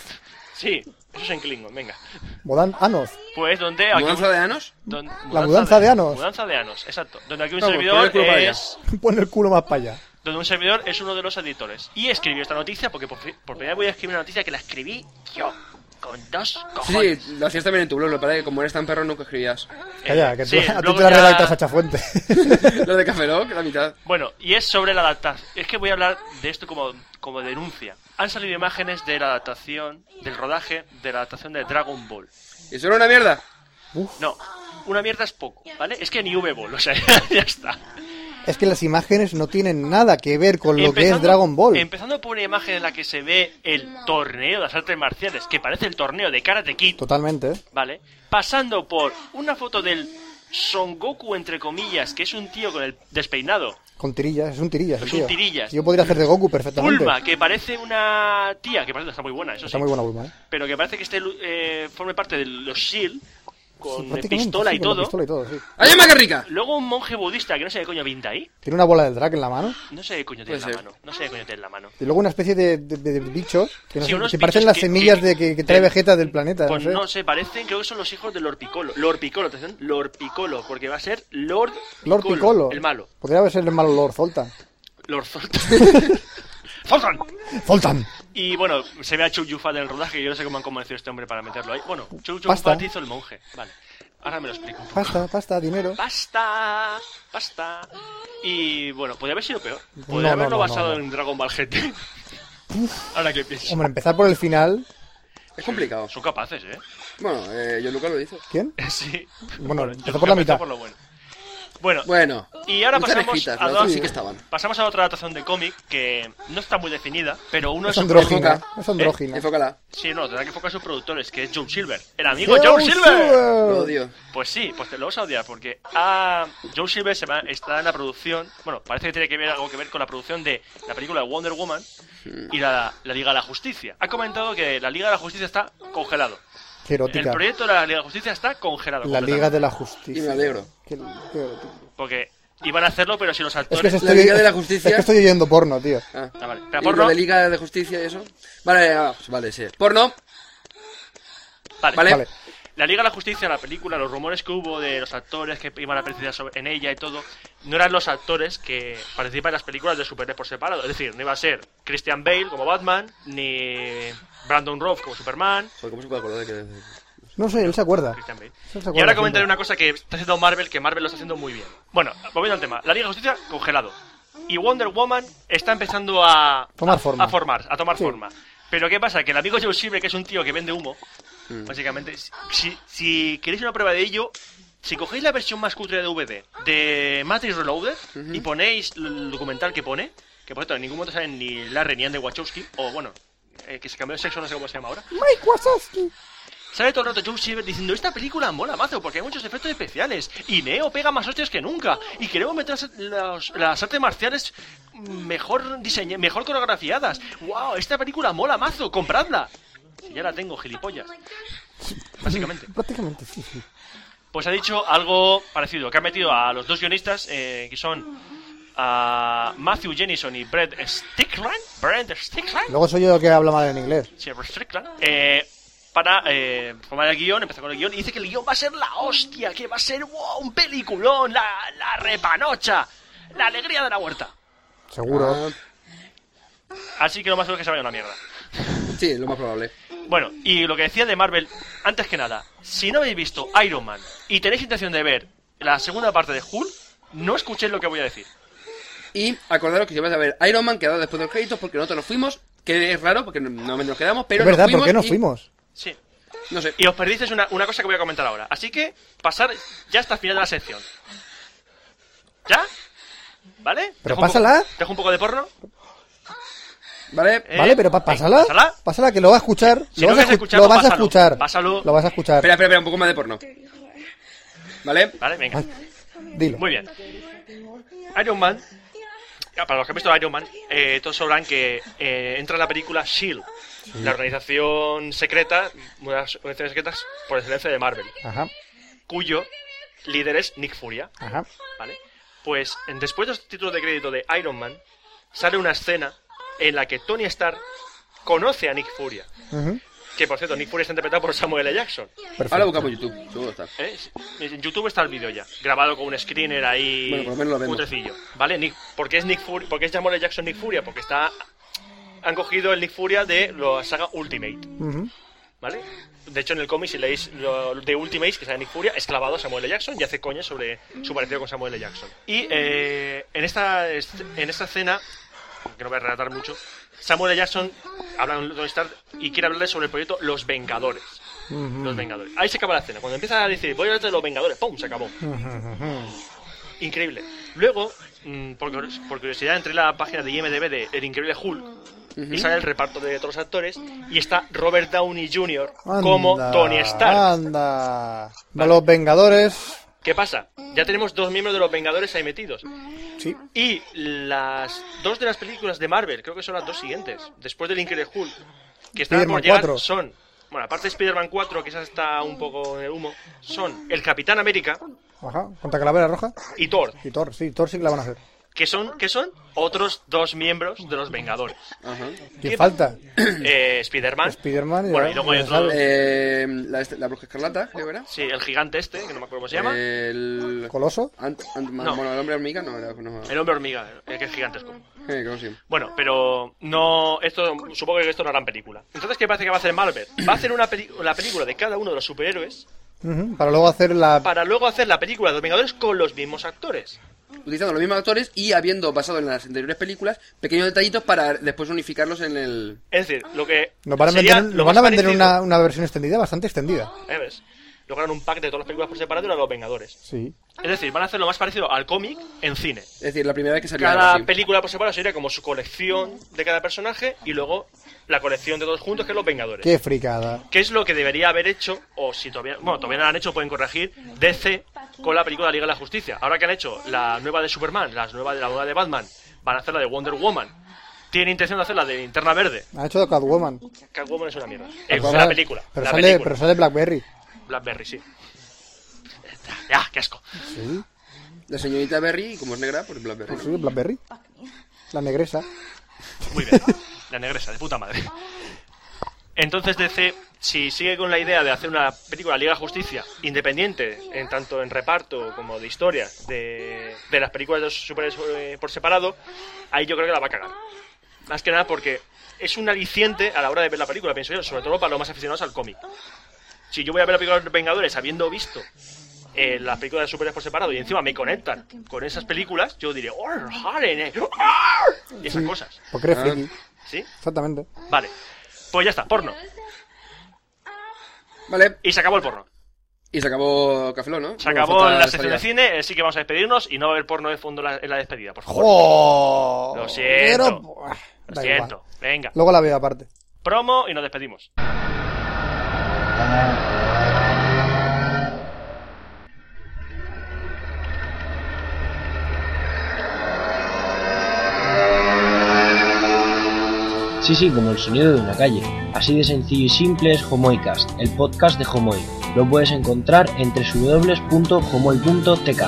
[SPEAKER 3] Sí, eso es en Klingon, venga.
[SPEAKER 2] Modan Anoz.
[SPEAKER 3] Pues donde aquí...
[SPEAKER 1] ¿Mudanza de anos?
[SPEAKER 3] don-
[SPEAKER 2] mudanza de anos.
[SPEAKER 3] Mudanza de anos, exacto. Donde aquí un
[SPEAKER 1] Vamos, pon el
[SPEAKER 3] servidor
[SPEAKER 1] culo para allá.
[SPEAKER 3] es...
[SPEAKER 2] Pon el culo más para allá.
[SPEAKER 3] Donde un servidor es uno de los editores. Y escribió esta noticia porque por, fi- por primera vez voy a escribir una noticia que la escribí yo. Con dos cojones.
[SPEAKER 1] Sí, lo hacías también en tu blog, lo para que como eres tan perro nunca escribías.
[SPEAKER 2] Calla, que tú,
[SPEAKER 3] Eh, sí,
[SPEAKER 2] a ti
[SPEAKER 3] luego
[SPEAKER 2] te la
[SPEAKER 3] ya-
[SPEAKER 2] redactas a Chafuente.
[SPEAKER 1] lo de Café Lock, la mitad.
[SPEAKER 3] Bueno, y es sobre la adaptación. Es que voy a hablar de esto como, como denuncia. Han salido imágenes de la adaptación, del rodaje, de la adaptación de Dragon Ball.
[SPEAKER 1] Y eso era una mierda.
[SPEAKER 3] No, una mierda es poco, ¿vale? Es que ni V-Ball, o sea, ya está.
[SPEAKER 2] es que las imágenes no tienen nada que ver con lo que es
[SPEAKER 3] Empezando-
[SPEAKER 2] Dragon Ball.
[SPEAKER 3] Empezando por una imagen en la que se ve el torneo de las artes marciales, que parece el torneo de Karate Kid,
[SPEAKER 2] Totalmente. ¿eh?
[SPEAKER 3] ¿vale? Pasando por una foto del Son Goku, entre comillas, que es un tío con el despeinado.
[SPEAKER 2] Con tirillas, es un tirillas.
[SPEAKER 3] Es
[SPEAKER 2] tío.
[SPEAKER 3] un tirillas.
[SPEAKER 2] Yo podría hacer de Goku perfectamente.
[SPEAKER 3] Bulma, que parece una tía, que parece que está muy buena, eso
[SPEAKER 2] Está
[SPEAKER 3] sí.
[SPEAKER 2] muy buena Bulma, ¿eh?
[SPEAKER 3] Pero que parece que este eh, forme parte de los SHIELD, E con eh,
[SPEAKER 2] Prácticamente,
[SPEAKER 3] pistola,
[SPEAKER 2] sí,
[SPEAKER 3] y
[SPEAKER 2] con la
[SPEAKER 3] todo.
[SPEAKER 2] pistola y todo, sí.
[SPEAKER 1] ¡Ay, más que rica!
[SPEAKER 3] Luego un monje budista que no sé qué coño pinta ahí.
[SPEAKER 2] Tiene una bola del drag en la mano.
[SPEAKER 3] No sé qué coño tiene en la
[SPEAKER 1] Puede ser.
[SPEAKER 3] mano. No sé qué coño tiene en la mano.
[SPEAKER 2] Y luego una especie de, de, de- de bichos que, no
[SPEAKER 3] Sí,
[SPEAKER 2] sé,
[SPEAKER 3] unos
[SPEAKER 2] que parecen
[SPEAKER 3] bichos
[SPEAKER 2] las
[SPEAKER 3] que-
[SPEAKER 2] semillas
[SPEAKER 3] que-
[SPEAKER 2] de que, que trae
[SPEAKER 3] de-
[SPEAKER 2] Vegeta del planeta.
[SPEAKER 3] Pues
[SPEAKER 2] no sé.
[SPEAKER 3] no se parecen, creo que son los hijos de Lord Piccolo. Lord Piccolo, atención, Lord Piccolo, porque va a ser Lord
[SPEAKER 2] Lord Piccolo.
[SPEAKER 3] El malo.
[SPEAKER 2] Podría ser el malo Lord Zoltan.
[SPEAKER 3] Lord Zoltan. ¡Zoltan!
[SPEAKER 2] ¡Zoltan!
[SPEAKER 3] Y bueno, se ve a Chuck Yufat en el rodaje, yo no sé cómo han convencido a este hombre para meterlo ahí. Bueno, Chuck
[SPEAKER 2] Pasta.
[SPEAKER 3] Yufat hizo el monje. Vale, ahora me lo explico un poco.
[SPEAKER 2] Pasta, pasta, dinero.
[SPEAKER 3] Pasta, pasta. Y bueno, podría haber sido peor.
[SPEAKER 2] No,
[SPEAKER 3] Podría
[SPEAKER 2] no,
[SPEAKER 3] haberlo
[SPEAKER 2] no,
[SPEAKER 3] basado
[SPEAKER 2] no, no.
[SPEAKER 3] en Dragon Ball GT. Ahora que pienso.
[SPEAKER 2] Hombre, empezar por el final.
[SPEAKER 1] Es complicado.
[SPEAKER 3] Son capaces, ¿eh?
[SPEAKER 1] Bueno, eh, yo Luca lo hizo.
[SPEAKER 2] ¿Quién?
[SPEAKER 3] Sí.
[SPEAKER 2] Bueno, empezó
[SPEAKER 3] yo
[SPEAKER 2] por la
[SPEAKER 3] empecé
[SPEAKER 2] mitad.
[SPEAKER 3] por lo bueno. Bueno,
[SPEAKER 1] Bueno.
[SPEAKER 3] y ahora
[SPEAKER 1] muchas
[SPEAKER 3] pasamos
[SPEAKER 1] lejitas,
[SPEAKER 3] a
[SPEAKER 1] las
[SPEAKER 3] dos-
[SPEAKER 1] otras sí que estaban.
[SPEAKER 3] Pasamos a otra adaptación de cómic que no está muy definida, pero uno
[SPEAKER 2] Es
[SPEAKER 3] es un-
[SPEAKER 2] andrógina.
[SPEAKER 1] enfoca.
[SPEAKER 2] Es andrógina.
[SPEAKER 1] Enfócala.
[SPEAKER 3] Sí, no, tendrá que enfocar a sus productores, que es Joe Silver. El amigo Joe Silver.
[SPEAKER 1] Lo odio.
[SPEAKER 3] Pues sí, pues te lo vas a odiar, porque ah, Joe Silver se va- está en la producción. Bueno, parece que tiene que ver algo que ver con la producción de la película Wonder Woman
[SPEAKER 1] Hmm.
[SPEAKER 3] y la, la Liga de la Justicia. Ha comentado que la Liga de la Justicia está congelado.
[SPEAKER 2] Qué
[SPEAKER 3] El
[SPEAKER 2] erótica.
[SPEAKER 3] proyecto de la Liga de la Justicia está congelado.
[SPEAKER 2] La Liga de la
[SPEAKER 1] Y
[SPEAKER 2] Justicia.
[SPEAKER 1] me alegro.
[SPEAKER 2] Qué- qué erótica.
[SPEAKER 3] Porque iban a hacerlo, pero si los
[SPEAKER 2] Es que se
[SPEAKER 3] actores.
[SPEAKER 1] La
[SPEAKER 2] estoy,
[SPEAKER 1] Liga de la
[SPEAKER 2] es-
[SPEAKER 1] Justicia.
[SPEAKER 2] Es que estoy oyendo porno, tío.
[SPEAKER 1] Ah.
[SPEAKER 3] Ah, vale.
[SPEAKER 1] ¿Y
[SPEAKER 3] Pero
[SPEAKER 1] lo
[SPEAKER 3] porno.
[SPEAKER 1] de Liga de Justicia y eso? Vale, ah, pues vale, sí. Porno.
[SPEAKER 3] Vale.
[SPEAKER 1] Vale.
[SPEAKER 2] Vale.
[SPEAKER 3] La Liga de la Justicia, la película, los rumores que hubo de los actores que iban a participar sobre- en ella y todo, no eran los actores que participan en las películas de superhéroes por separado. Es decir, no iba a ser Christian Bale como Batman, ni Brandon Routh como Superman.
[SPEAKER 1] Joder, ¿Cómo se puede acordar de que.?
[SPEAKER 2] No sé, él se acuerda.
[SPEAKER 3] Christian Bale.
[SPEAKER 2] Él se
[SPEAKER 3] Y ahora
[SPEAKER 2] acuerda
[SPEAKER 3] comentaré
[SPEAKER 2] siempre.
[SPEAKER 3] una cosa que está haciendo Marvel, que Marvel lo está haciendo muy bien. Bueno, volviendo al tema. La Liga de la Justicia, congelado. Y Wonder Woman está empezando a...
[SPEAKER 2] Tomar
[SPEAKER 3] a-
[SPEAKER 2] forma.
[SPEAKER 3] A formar, a tomar
[SPEAKER 2] Sí.
[SPEAKER 3] forma. Pero ¿qué pasa? Que el amigo Joe Silver, que es un tío que vende humo, básicamente, si- si, si queréis una prueba de ello, si cogéis la versión más cutre de DVD de Matrix Reloaded y ponéis el documental que pone, que por cierto, en ningún momento salen ni Larry ni Andy Wachowski, o bueno, eh, que se cambió de sexo, no sé cómo se llama ahora.
[SPEAKER 2] Mike Wazowski.
[SPEAKER 3] Sale todo el rato Joe Silver diciendo, esta película mola mazo porque hay muchos efectos especiales y Neo pega más hostias que nunca y queremos meter las, las- las artes marciales mejor diseñadas, mejor coreografiadas. ¡Wow! Esta película mola mazo, compradla. Si ya la tengo, gilipollas. Básicamente.
[SPEAKER 12] Prácticamente, sí, sí.
[SPEAKER 3] Pues ha dicho algo parecido, que ha metido a los dos guionistas, eh, que son a Matthew Jennison y Brett Strickland. Brett Strickland.
[SPEAKER 12] Luego soy yo el que habla mal en inglés.
[SPEAKER 3] Sí, Brett Strickland. pues, Eh, para eh, formar el guión, empezó con el guión y dice que el guión va a ser la hostia, que va a ser wow, un peliculón, la, la repanocha, la alegría de la huerta.
[SPEAKER 12] Seguro.
[SPEAKER 3] Así que lo más seguro es que se vaya a la mierda.
[SPEAKER 1] Sí, lo más probable.
[SPEAKER 3] Bueno, y lo que decía de Marvel, antes que nada, si no habéis visto Iron Man y tenéis intención de ver la segunda parte de Hulk, no escuchéis lo que voy a decir.
[SPEAKER 1] Y acordaros que si vais a ver Iron Man, quedad después de los créditos porque nosotros nos fuimos. Que es raro porque no nos quedamos, pero
[SPEAKER 12] es verdad,
[SPEAKER 1] nos fuimos
[SPEAKER 12] ¿por qué nos
[SPEAKER 1] y-
[SPEAKER 12] fuimos?
[SPEAKER 3] Sí.
[SPEAKER 1] No sé.
[SPEAKER 3] Y os perdisteis una, una cosa que voy a comentar ahora. Así que, pasar ya hasta el final de la sección. ¿Ya? ¿Vale?
[SPEAKER 12] Pero
[SPEAKER 3] Dejo un poco-
[SPEAKER 12] pásala.
[SPEAKER 3] Dejo un poco de porno.
[SPEAKER 1] Vale.
[SPEAKER 12] Vale, pero pa- pásala.
[SPEAKER 3] pásala.
[SPEAKER 12] Pásala, que lo vas a escuchar.
[SPEAKER 1] Si
[SPEAKER 12] lo
[SPEAKER 1] no
[SPEAKER 12] vas a,
[SPEAKER 1] quieres
[SPEAKER 12] escu-
[SPEAKER 1] escucharlo,
[SPEAKER 12] lo vas a
[SPEAKER 1] pásalo.
[SPEAKER 12] escuchar.
[SPEAKER 1] Pásalo.
[SPEAKER 12] Lo vas a escuchar.
[SPEAKER 1] Espera, espera, espera, un poco más de porno. ¿Vale?
[SPEAKER 3] Vale, venga.
[SPEAKER 12] Dilo.
[SPEAKER 3] Muy bien. Iron Man. ya, Para los que han visto Iron Man, eh, todos sabrán que eh, entra en la película Shield, la organización secreta, una de las organizaciones secretas por excelencia de Marvel,
[SPEAKER 12] Ajá,
[SPEAKER 3] cuyo líder es Nick Furia.
[SPEAKER 12] ajá.
[SPEAKER 3] ¿Vale? Pues en- después de los títulos de crédito de Iron Man, sale una escena en la que Tony Stark conoce a Nick Furia.
[SPEAKER 12] Ujú.
[SPEAKER 3] Que por cierto, Nick Furia está interpretado por Samuel L. Jackson.
[SPEAKER 1] Ahora lo buscamos en YouTube. Seguro está.
[SPEAKER 3] ¿Eh? En YouTube está el vídeo ya, grabado con un screener ahí.
[SPEAKER 1] Bueno, por lo menos lo vemos.
[SPEAKER 3] putrecillo. ¿Vale? Nick, ¿Por qué es Nick Furia? ¿Por qué es Samuel L. Jackson Nick Furia? Porque está. Han cogido el Nick Furia de la saga Ultimate.
[SPEAKER 12] Ujú.
[SPEAKER 3] ¿Vale? De hecho, en el cómic, si leéis lo de Ultimate, que sale Nick Furia, es clavado a Samuel L. Jackson y hace coña sobre su parecido con Samuel L. Jackson. Y eh, en, esta, est- en esta escena, que no voy a relatar mucho, Samuel L. Jackson habla con Tony Stark y quiere hablarle sobre el proyecto Los Vengadores. Los Vengadores. Ahí se acaba la escena. Cuando empieza a decir, voy a hablar de Los Vengadores, ¡pum! Se acabó. Increíble. Luego, mm, por, curios- por curiosidad, entré en la página de IMDB de El Increíble Hulk y sale el reparto de otros actores y está Robert Downey Jr. como
[SPEAKER 12] Anda,
[SPEAKER 3] Tony Stark.
[SPEAKER 12] Anda. De los Vengadores.
[SPEAKER 3] ¿Qué pasa? Ya tenemos dos miembros de los Vengadores ahí metidos.
[SPEAKER 12] Sí.
[SPEAKER 3] Y las dos de las películas de Marvel, creo que son las dos siguientes, después del Increíble Hulk, que están por
[SPEAKER 12] Spider-Man
[SPEAKER 3] llegar
[SPEAKER 12] 4.
[SPEAKER 3] son, bueno, aparte de Spider-Man 4, que esa está un poco en el humo, son el Capitán América
[SPEAKER 12] Ajá. Contra Calavera Roja.
[SPEAKER 3] y Thor,
[SPEAKER 12] Y Thor, sí, Thor sí que la van a hacer.
[SPEAKER 3] que son, que son otros dos miembros de los Vengadores.
[SPEAKER 12] ¿Quién falta?
[SPEAKER 3] Eh, Spider-Man.
[SPEAKER 12] Spider-Man y
[SPEAKER 3] Bueno,
[SPEAKER 12] ya-
[SPEAKER 3] y luego hay
[SPEAKER 12] ya
[SPEAKER 3] otro-
[SPEAKER 12] sabes.
[SPEAKER 1] Eh, la, este- la bruja escarlata, creo que era.
[SPEAKER 3] Sí, el gigante este, que no me acuerdo cómo se llama.
[SPEAKER 12] Eh.
[SPEAKER 1] El...
[SPEAKER 12] ¿Coloso?
[SPEAKER 1] Ant, Ant-
[SPEAKER 3] No.
[SPEAKER 1] Bueno, el hombre hormiga no era. No,
[SPEAKER 3] El hombre hormiga, el que es gigantesco.
[SPEAKER 1] Eh, creo que sí.
[SPEAKER 3] Bueno, pero no. Esto, supongo que esto no harán película. Entonces, ¿qué parece que va a hacer Marvel? Va a hacer una peli- la película de cada uno de los superhéroes
[SPEAKER 12] Ujú, Para luego hacer la.
[SPEAKER 3] para luego hacer la película de los Vengadores con los mismos actores.
[SPEAKER 1] Utilizando los mismos actores y habiendo basado en las anteriores películas pequeños detallitos para después unificarlos en el.
[SPEAKER 3] Es decir, lo que.
[SPEAKER 12] Nos Ah. van a
[SPEAKER 3] sería
[SPEAKER 12] vender,
[SPEAKER 3] lo
[SPEAKER 12] nos
[SPEAKER 3] más
[SPEAKER 12] van a vender
[SPEAKER 3] parecido-
[SPEAKER 12] una, una versión extendida, bastante extendida.
[SPEAKER 3] ¿Eh, ves? Logran un pack de todas las películas por separado y la de los Vengadores.
[SPEAKER 12] Sí.
[SPEAKER 3] Es decir, van a hacer lo más parecido al cómic en cine.
[SPEAKER 1] Es decir, la primera vez que salió
[SPEAKER 3] Cada
[SPEAKER 1] algo así.
[SPEAKER 3] película por separado sería como su colección de cada personaje y luego la colección de todos juntos, que es los Vengadores.
[SPEAKER 12] Qué fricada.
[SPEAKER 3] ¿Qué es lo que debería haber hecho, o si todavía, bueno, todavía no lo han hecho, pueden corregir, DC con la película de la Liga de la Justicia? Ahora que han hecho la nueva de Superman, las nuevas de la nueva de Batman, van a hacer la de Wonder Woman. Tienen intención de hacer la de Linterna Verde.
[SPEAKER 12] Ha hecho Catwoman.
[SPEAKER 3] Catwoman es una mierda. Eh,
[SPEAKER 12] Pero
[SPEAKER 3] la
[SPEAKER 12] sale-
[SPEAKER 3] película.
[SPEAKER 12] Pero
[SPEAKER 3] la
[SPEAKER 12] sale,
[SPEAKER 3] película.
[SPEAKER 12] pero sale Blackberry.
[SPEAKER 3] Blackberry, sí. Ya, qué asco.
[SPEAKER 12] Sí,
[SPEAKER 1] La señorita Berry, y como es negra, pues Blackberry.
[SPEAKER 12] sí, Blackberry. La negresa.
[SPEAKER 3] Muy bien. La negresa, de puta madre. Entonces DC, si sigue con la idea de hacer una película Liga de Justicia independiente, en tanto en reparto como de historia, de, de las películas de los superhéroes eh, por separado, ahí yo creo que la va a cagar. Más que nada porque es un aliciente a la hora de ver la película, pienso yo, sobre todo para los más aficionados al cómic. Si yo voy a ver la película de los Vengadores habiendo visto eh, las películas de superhéroes por separado y encima me conectan con esas películas, yo diré, ¡Oh, Haren! eh! ¡Ah!", Y esas cosas.
[SPEAKER 12] Porque
[SPEAKER 1] Ah.
[SPEAKER 12] eres friki.
[SPEAKER 3] ¿Sí?
[SPEAKER 12] Exactamente.
[SPEAKER 3] Vale. Pues ya está, porno.
[SPEAKER 1] Vale,
[SPEAKER 3] Y se acabó el porno.
[SPEAKER 1] y se acabó Cafeló, ¿no?
[SPEAKER 3] Se
[SPEAKER 1] Bueno,
[SPEAKER 3] acabó
[SPEAKER 1] falta
[SPEAKER 3] la sección de
[SPEAKER 1] salida.
[SPEAKER 3] cine, así que vamos a despedirnos y no va a haber porno de fondo en la- en la despedida, por favor.
[SPEAKER 12] ¡Jo!
[SPEAKER 3] Lo siento.
[SPEAKER 12] ¡Oh! Pero- ah,
[SPEAKER 3] Lo
[SPEAKER 12] da
[SPEAKER 3] siento.
[SPEAKER 12] igual.
[SPEAKER 3] Venga.
[SPEAKER 12] Luego la veo aparte.
[SPEAKER 3] Promo y nos despedimos.
[SPEAKER 10] Sí, sí, como el sonido de una calle. Así de sencillo y simple es Homoicast, el podcast de Homoy. Lo puedes encontrar en www.homoy.tk.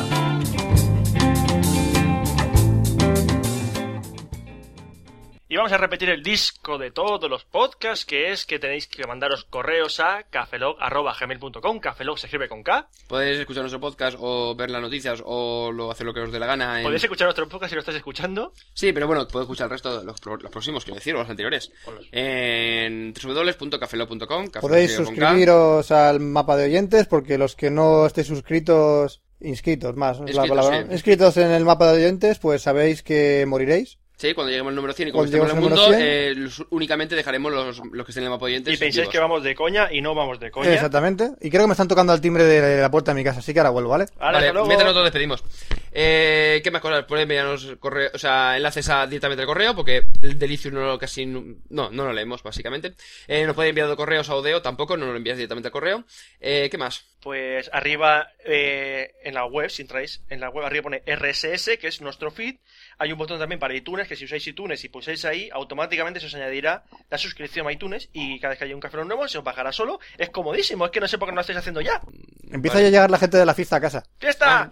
[SPEAKER 3] Y vamos a repetir el disco de todos los podcasts, que es que tenéis que mandaros correos a cafelog.gmail.com. Cafelog se escribe con K.
[SPEAKER 1] Podéis escuchar nuestro podcast o ver las noticias o lo, hacer lo que os dé la gana. en-
[SPEAKER 3] Podéis escuchar nuestro podcast si lo estáis escuchando.
[SPEAKER 1] Sí, pero bueno, podéis escuchar el resto, de los, pro- los próximos, quiero decir, o los anteriores. En www.cafelo.com. café
[SPEAKER 2] Podéis
[SPEAKER 1] con K.
[SPEAKER 2] suscribiros al mapa de oyentes porque los que no estéis suscritos, inscritos más, es la
[SPEAKER 1] Inscritos,
[SPEAKER 2] palabra,
[SPEAKER 1] sí.
[SPEAKER 2] ¿no? inscritos en el mapa de oyentes, pues sabéis que moriréis.
[SPEAKER 1] Sí, cuando lleguemos al número 100 y como
[SPEAKER 2] Cuando
[SPEAKER 1] estamos en el
[SPEAKER 2] lleguemos
[SPEAKER 1] mundo,
[SPEAKER 2] al número
[SPEAKER 1] eh, los- únicamente dejaremos los, los que estén en el mapa de oyentes.
[SPEAKER 3] Y pensáis
[SPEAKER 1] vivos.
[SPEAKER 3] que vamos de coña y no vamos
[SPEAKER 1] Oh,
[SPEAKER 3] de coña.
[SPEAKER 2] Exactamente. Y creo que me están tocando al timbre de la puerta de mi casa, así que ahora vuelvo, ¿vale?
[SPEAKER 1] Vale, métanos, nos despedimos. Eh, ¿Qué más cosas? Podéis enviarnos correo, o sea, enlaces a, directamente al correo, porque el Delicious no lo casi. nu- No, no lo leemos, básicamente. Eh, nos podéis enviar correos a Odeo, tampoco, no lo envías directamente al correo. Eh, ¿Qué más?
[SPEAKER 3] Pues arriba eh, en la web, si entráis en la web, arriba pone RSS, que es nuestro feed. Hay un botón también para iTunes, que si usáis iTunes y pulsáis ahí, automáticamente se os añadirá la suscripción a iTunes y cada vez que haya un café nuevo se os bajará solo. Es comodísimo, es que no sé por qué no lo estáis haciendo ya.
[SPEAKER 2] Empieza ya a llegar la gente de la fiesta a casa.
[SPEAKER 3] ¡Fiesta!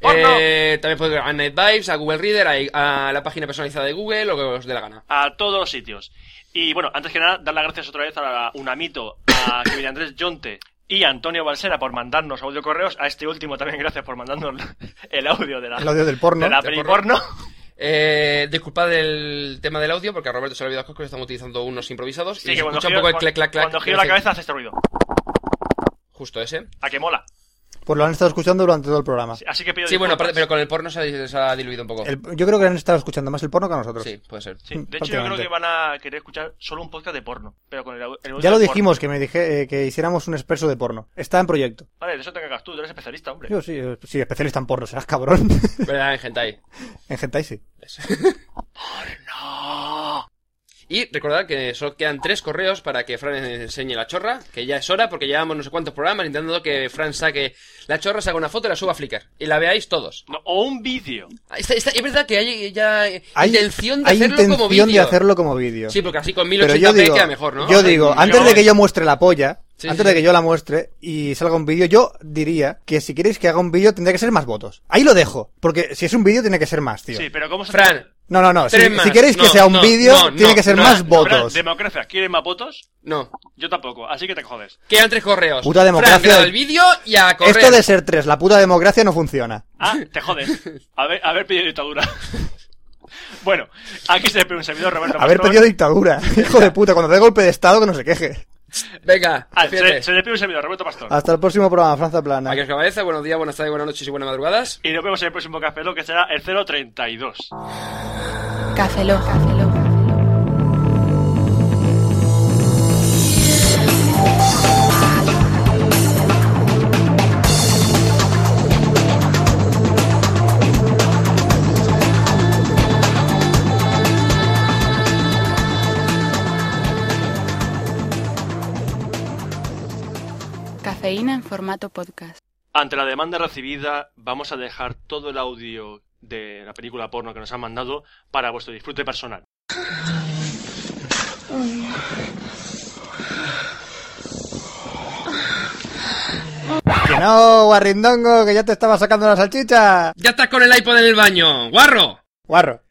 [SPEAKER 1] Ah, Eh, también podéis ir a NetVibes, a Google Reader, a, a la página personalizada de Google, lo que os dé la gana.
[SPEAKER 3] a todos los sitios. Y bueno, antes que nada, dar las gracias otra vez a la Unamito, a Kevin Andrés Yonte y a Antonio Balsera por mandarnos audio correos. A este último también gracias por mandarnos el audio de la,
[SPEAKER 2] El audio del porno.
[SPEAKER 3] De la
[SPEAKER 2] Del
[SPEAKER 3] peli
[SPEAKER 2] porno.
[SPEAKER 3] porno.
[SPEAKER 1] Eh, disculpad el tema del audio, porque a Roberto se le ha olvidado que estamos utilizando unos improvisados.
[SPEAKER 3] Sí,
[SPEAKER 1] y
[SPEAKER 3] que
[SPEAKER 1] se
[SPEAKER 3] cuando
[SPEAKER 1] escucha
[SPEAKER 3] giro,
[SPEAKER 1] un poco el
[SPEAKER 3] cuan-
[SPEAKER 1] clac, clac, clac.
[SPEAKER 3] cuando giro
[SPEAKER 1] que
[SPEAKER 3] la
[SPEAKER 1] hace-
[SPEAKER 3] cabeza hace este ruido.
[SPEAKER 1] Justo ese.
[SPEAKER 3] A que mola.
[SPEAKER 2] Pues lo han estado escuchando durante todo el programa.
[SPEAKER 3] Así que pido
[SPEAKER 1] Ah. Sí, bueno,
[SPEAKER 3] disculpas.
[SPEAKER 1] aparte, pero con el porno se ha, se ha diluido un poco.
[SPEAKER 2] El- yo creo que han estado escuchando más el porno que a nosotros.
[SPEAKER 1] Sí, puede ser.
[SPEAKER 3] Sí, de hecho, yo creo que van a querer escuchar solo un podcast de porno. Pero con el, au- el audio
[SPEAKER 2] Ya lo
[SPEAKER 3] del porno.
[SPEAKER 2] dijimos, que me dije eh, que hiciéramos un expreso de porno. Está en proyecto.
[SPEAKER 3] Vale, de eso te cagas tú, tú eres especialista, hombre.
[SPEAKER 2] Yo sí, eh, sí, especialista en porno, serás cabrón.
[SPEAKER 1] ¿Verdad? En hentai.
[SPEAKER 2] en hentai sí.
[SPEAKER 1] Y recordad que solo quedan tres correos para que Fran enseñe la chorra, que ya es hora porque llevamos no sé cuántos programas intentando que Fran saque la chorra, saque una foto y la suba a Flickr. Y la veáis todos. Ah,
[SPEAKER 3] o un vídeo.
[SPEAKER 1] es verdad que hay ya eh,
[SPEAKER 2] Hay-
[SPEAKER 1] intención de
[SPEAKER 2] hay
[SPEAKER 1] hacerlo como vídeo.
[SPEAKER 2] intención de hacerlo como vídeo.
[SPEAKER 1] Sí, porque así con
[SPEAKER 2] Pero
[SPEAKER 1] 1080p
[SPEAKER 2] yo digo,
[SPEAKER 1] queda mejor, ¿no?
[SPEAKER 2] Yo digo, antes de que yo muestre la polla,
[SPEAKER 1] Sí,
[SPEAKER 2] antes
[SPEAKER 1] sí.
[SPEAKER 2] de que yo la muestre y salga un vídeo, yo diría que si queréis que haga un vídeo tendría que ser más votos. Ahí lo dejo, porque si es un vídeo tiene que ser más, tío.
[SPEAKER 3] Sí, pero ¿cómo se
[SPEAKER 1] Fran.
[SPEAKER 2] No, no, no. Si,
[SPEAKER 1] Tres más.
[SPEAKER 2] si queréis que
[SPEAKER 1] No,
[SPEAKER 2] sea un
[SPEAKER 1] no,
[SPEAKER 2] vídeo,
[SPEAKER 1] no, no,
[SPEAKER 2] tiene que ser
[SPEAKER 1] no,
[SPEAKER 2] más
[SPEAKER 1] no,
[SPEAKER 2] votos.
[SPEAKER 3] Fran, democracia, ¿quieren más votos?
[SPEAKER 1] No.
[SPEAKER 3] Yo tampoco, así que te jodes.
[SPEAKER 1] Quedan tres correos.
[SPEAKER 2] Puta democracia.
[SPEAKER 1] Fran, graba el vídeo y a correr.
[SPEAKER 2] Esto de ser tres, la puta democracia no funciona.
[SPEAKER 3] Ah, te jodes. Haber, haber pedido dictadura. bueno, aquí se despide un servidor, Roberto
[SPEAKER 2] Haber
[SPEAKER 3] Pastor.
[SPEAKER 2] pedido dictadura. Hijo de puta, cuando dé golpe de estado que no se queje.
[SPEAKER 1] Venga,
[SPEAKER 3] Ah,
[SPEAKER 1] defiende.
[SPEAKER 3] se, se despide un servidor, Roberto Pastor.
[SPEAKER 2] Hasta el próximo programa, Franza Plana.
[SPEAKER 1] Aquí os cabeza, buenos días, buenas tardes, buenas noches y buenas madrugadas.
[SPEAKER 3] Y nos vemos en el próximo Café Lock, que será el 032.
[SPEAKER 6] Café Lock. Cafeína en formato podcast.
[SPEAKER 3] Ante la demanda recibida, vamos a dejar todo el audio de la película porno que nos han mandado para vuestro disfrute personal.
[SPEAKER 2] Que no, guarrindongo, que ya te estaba sacando la salchicha.
[SPEAKER 1] Ya estás con el iPod en el baño, guarro.
[SPEAKER 2] Guarro.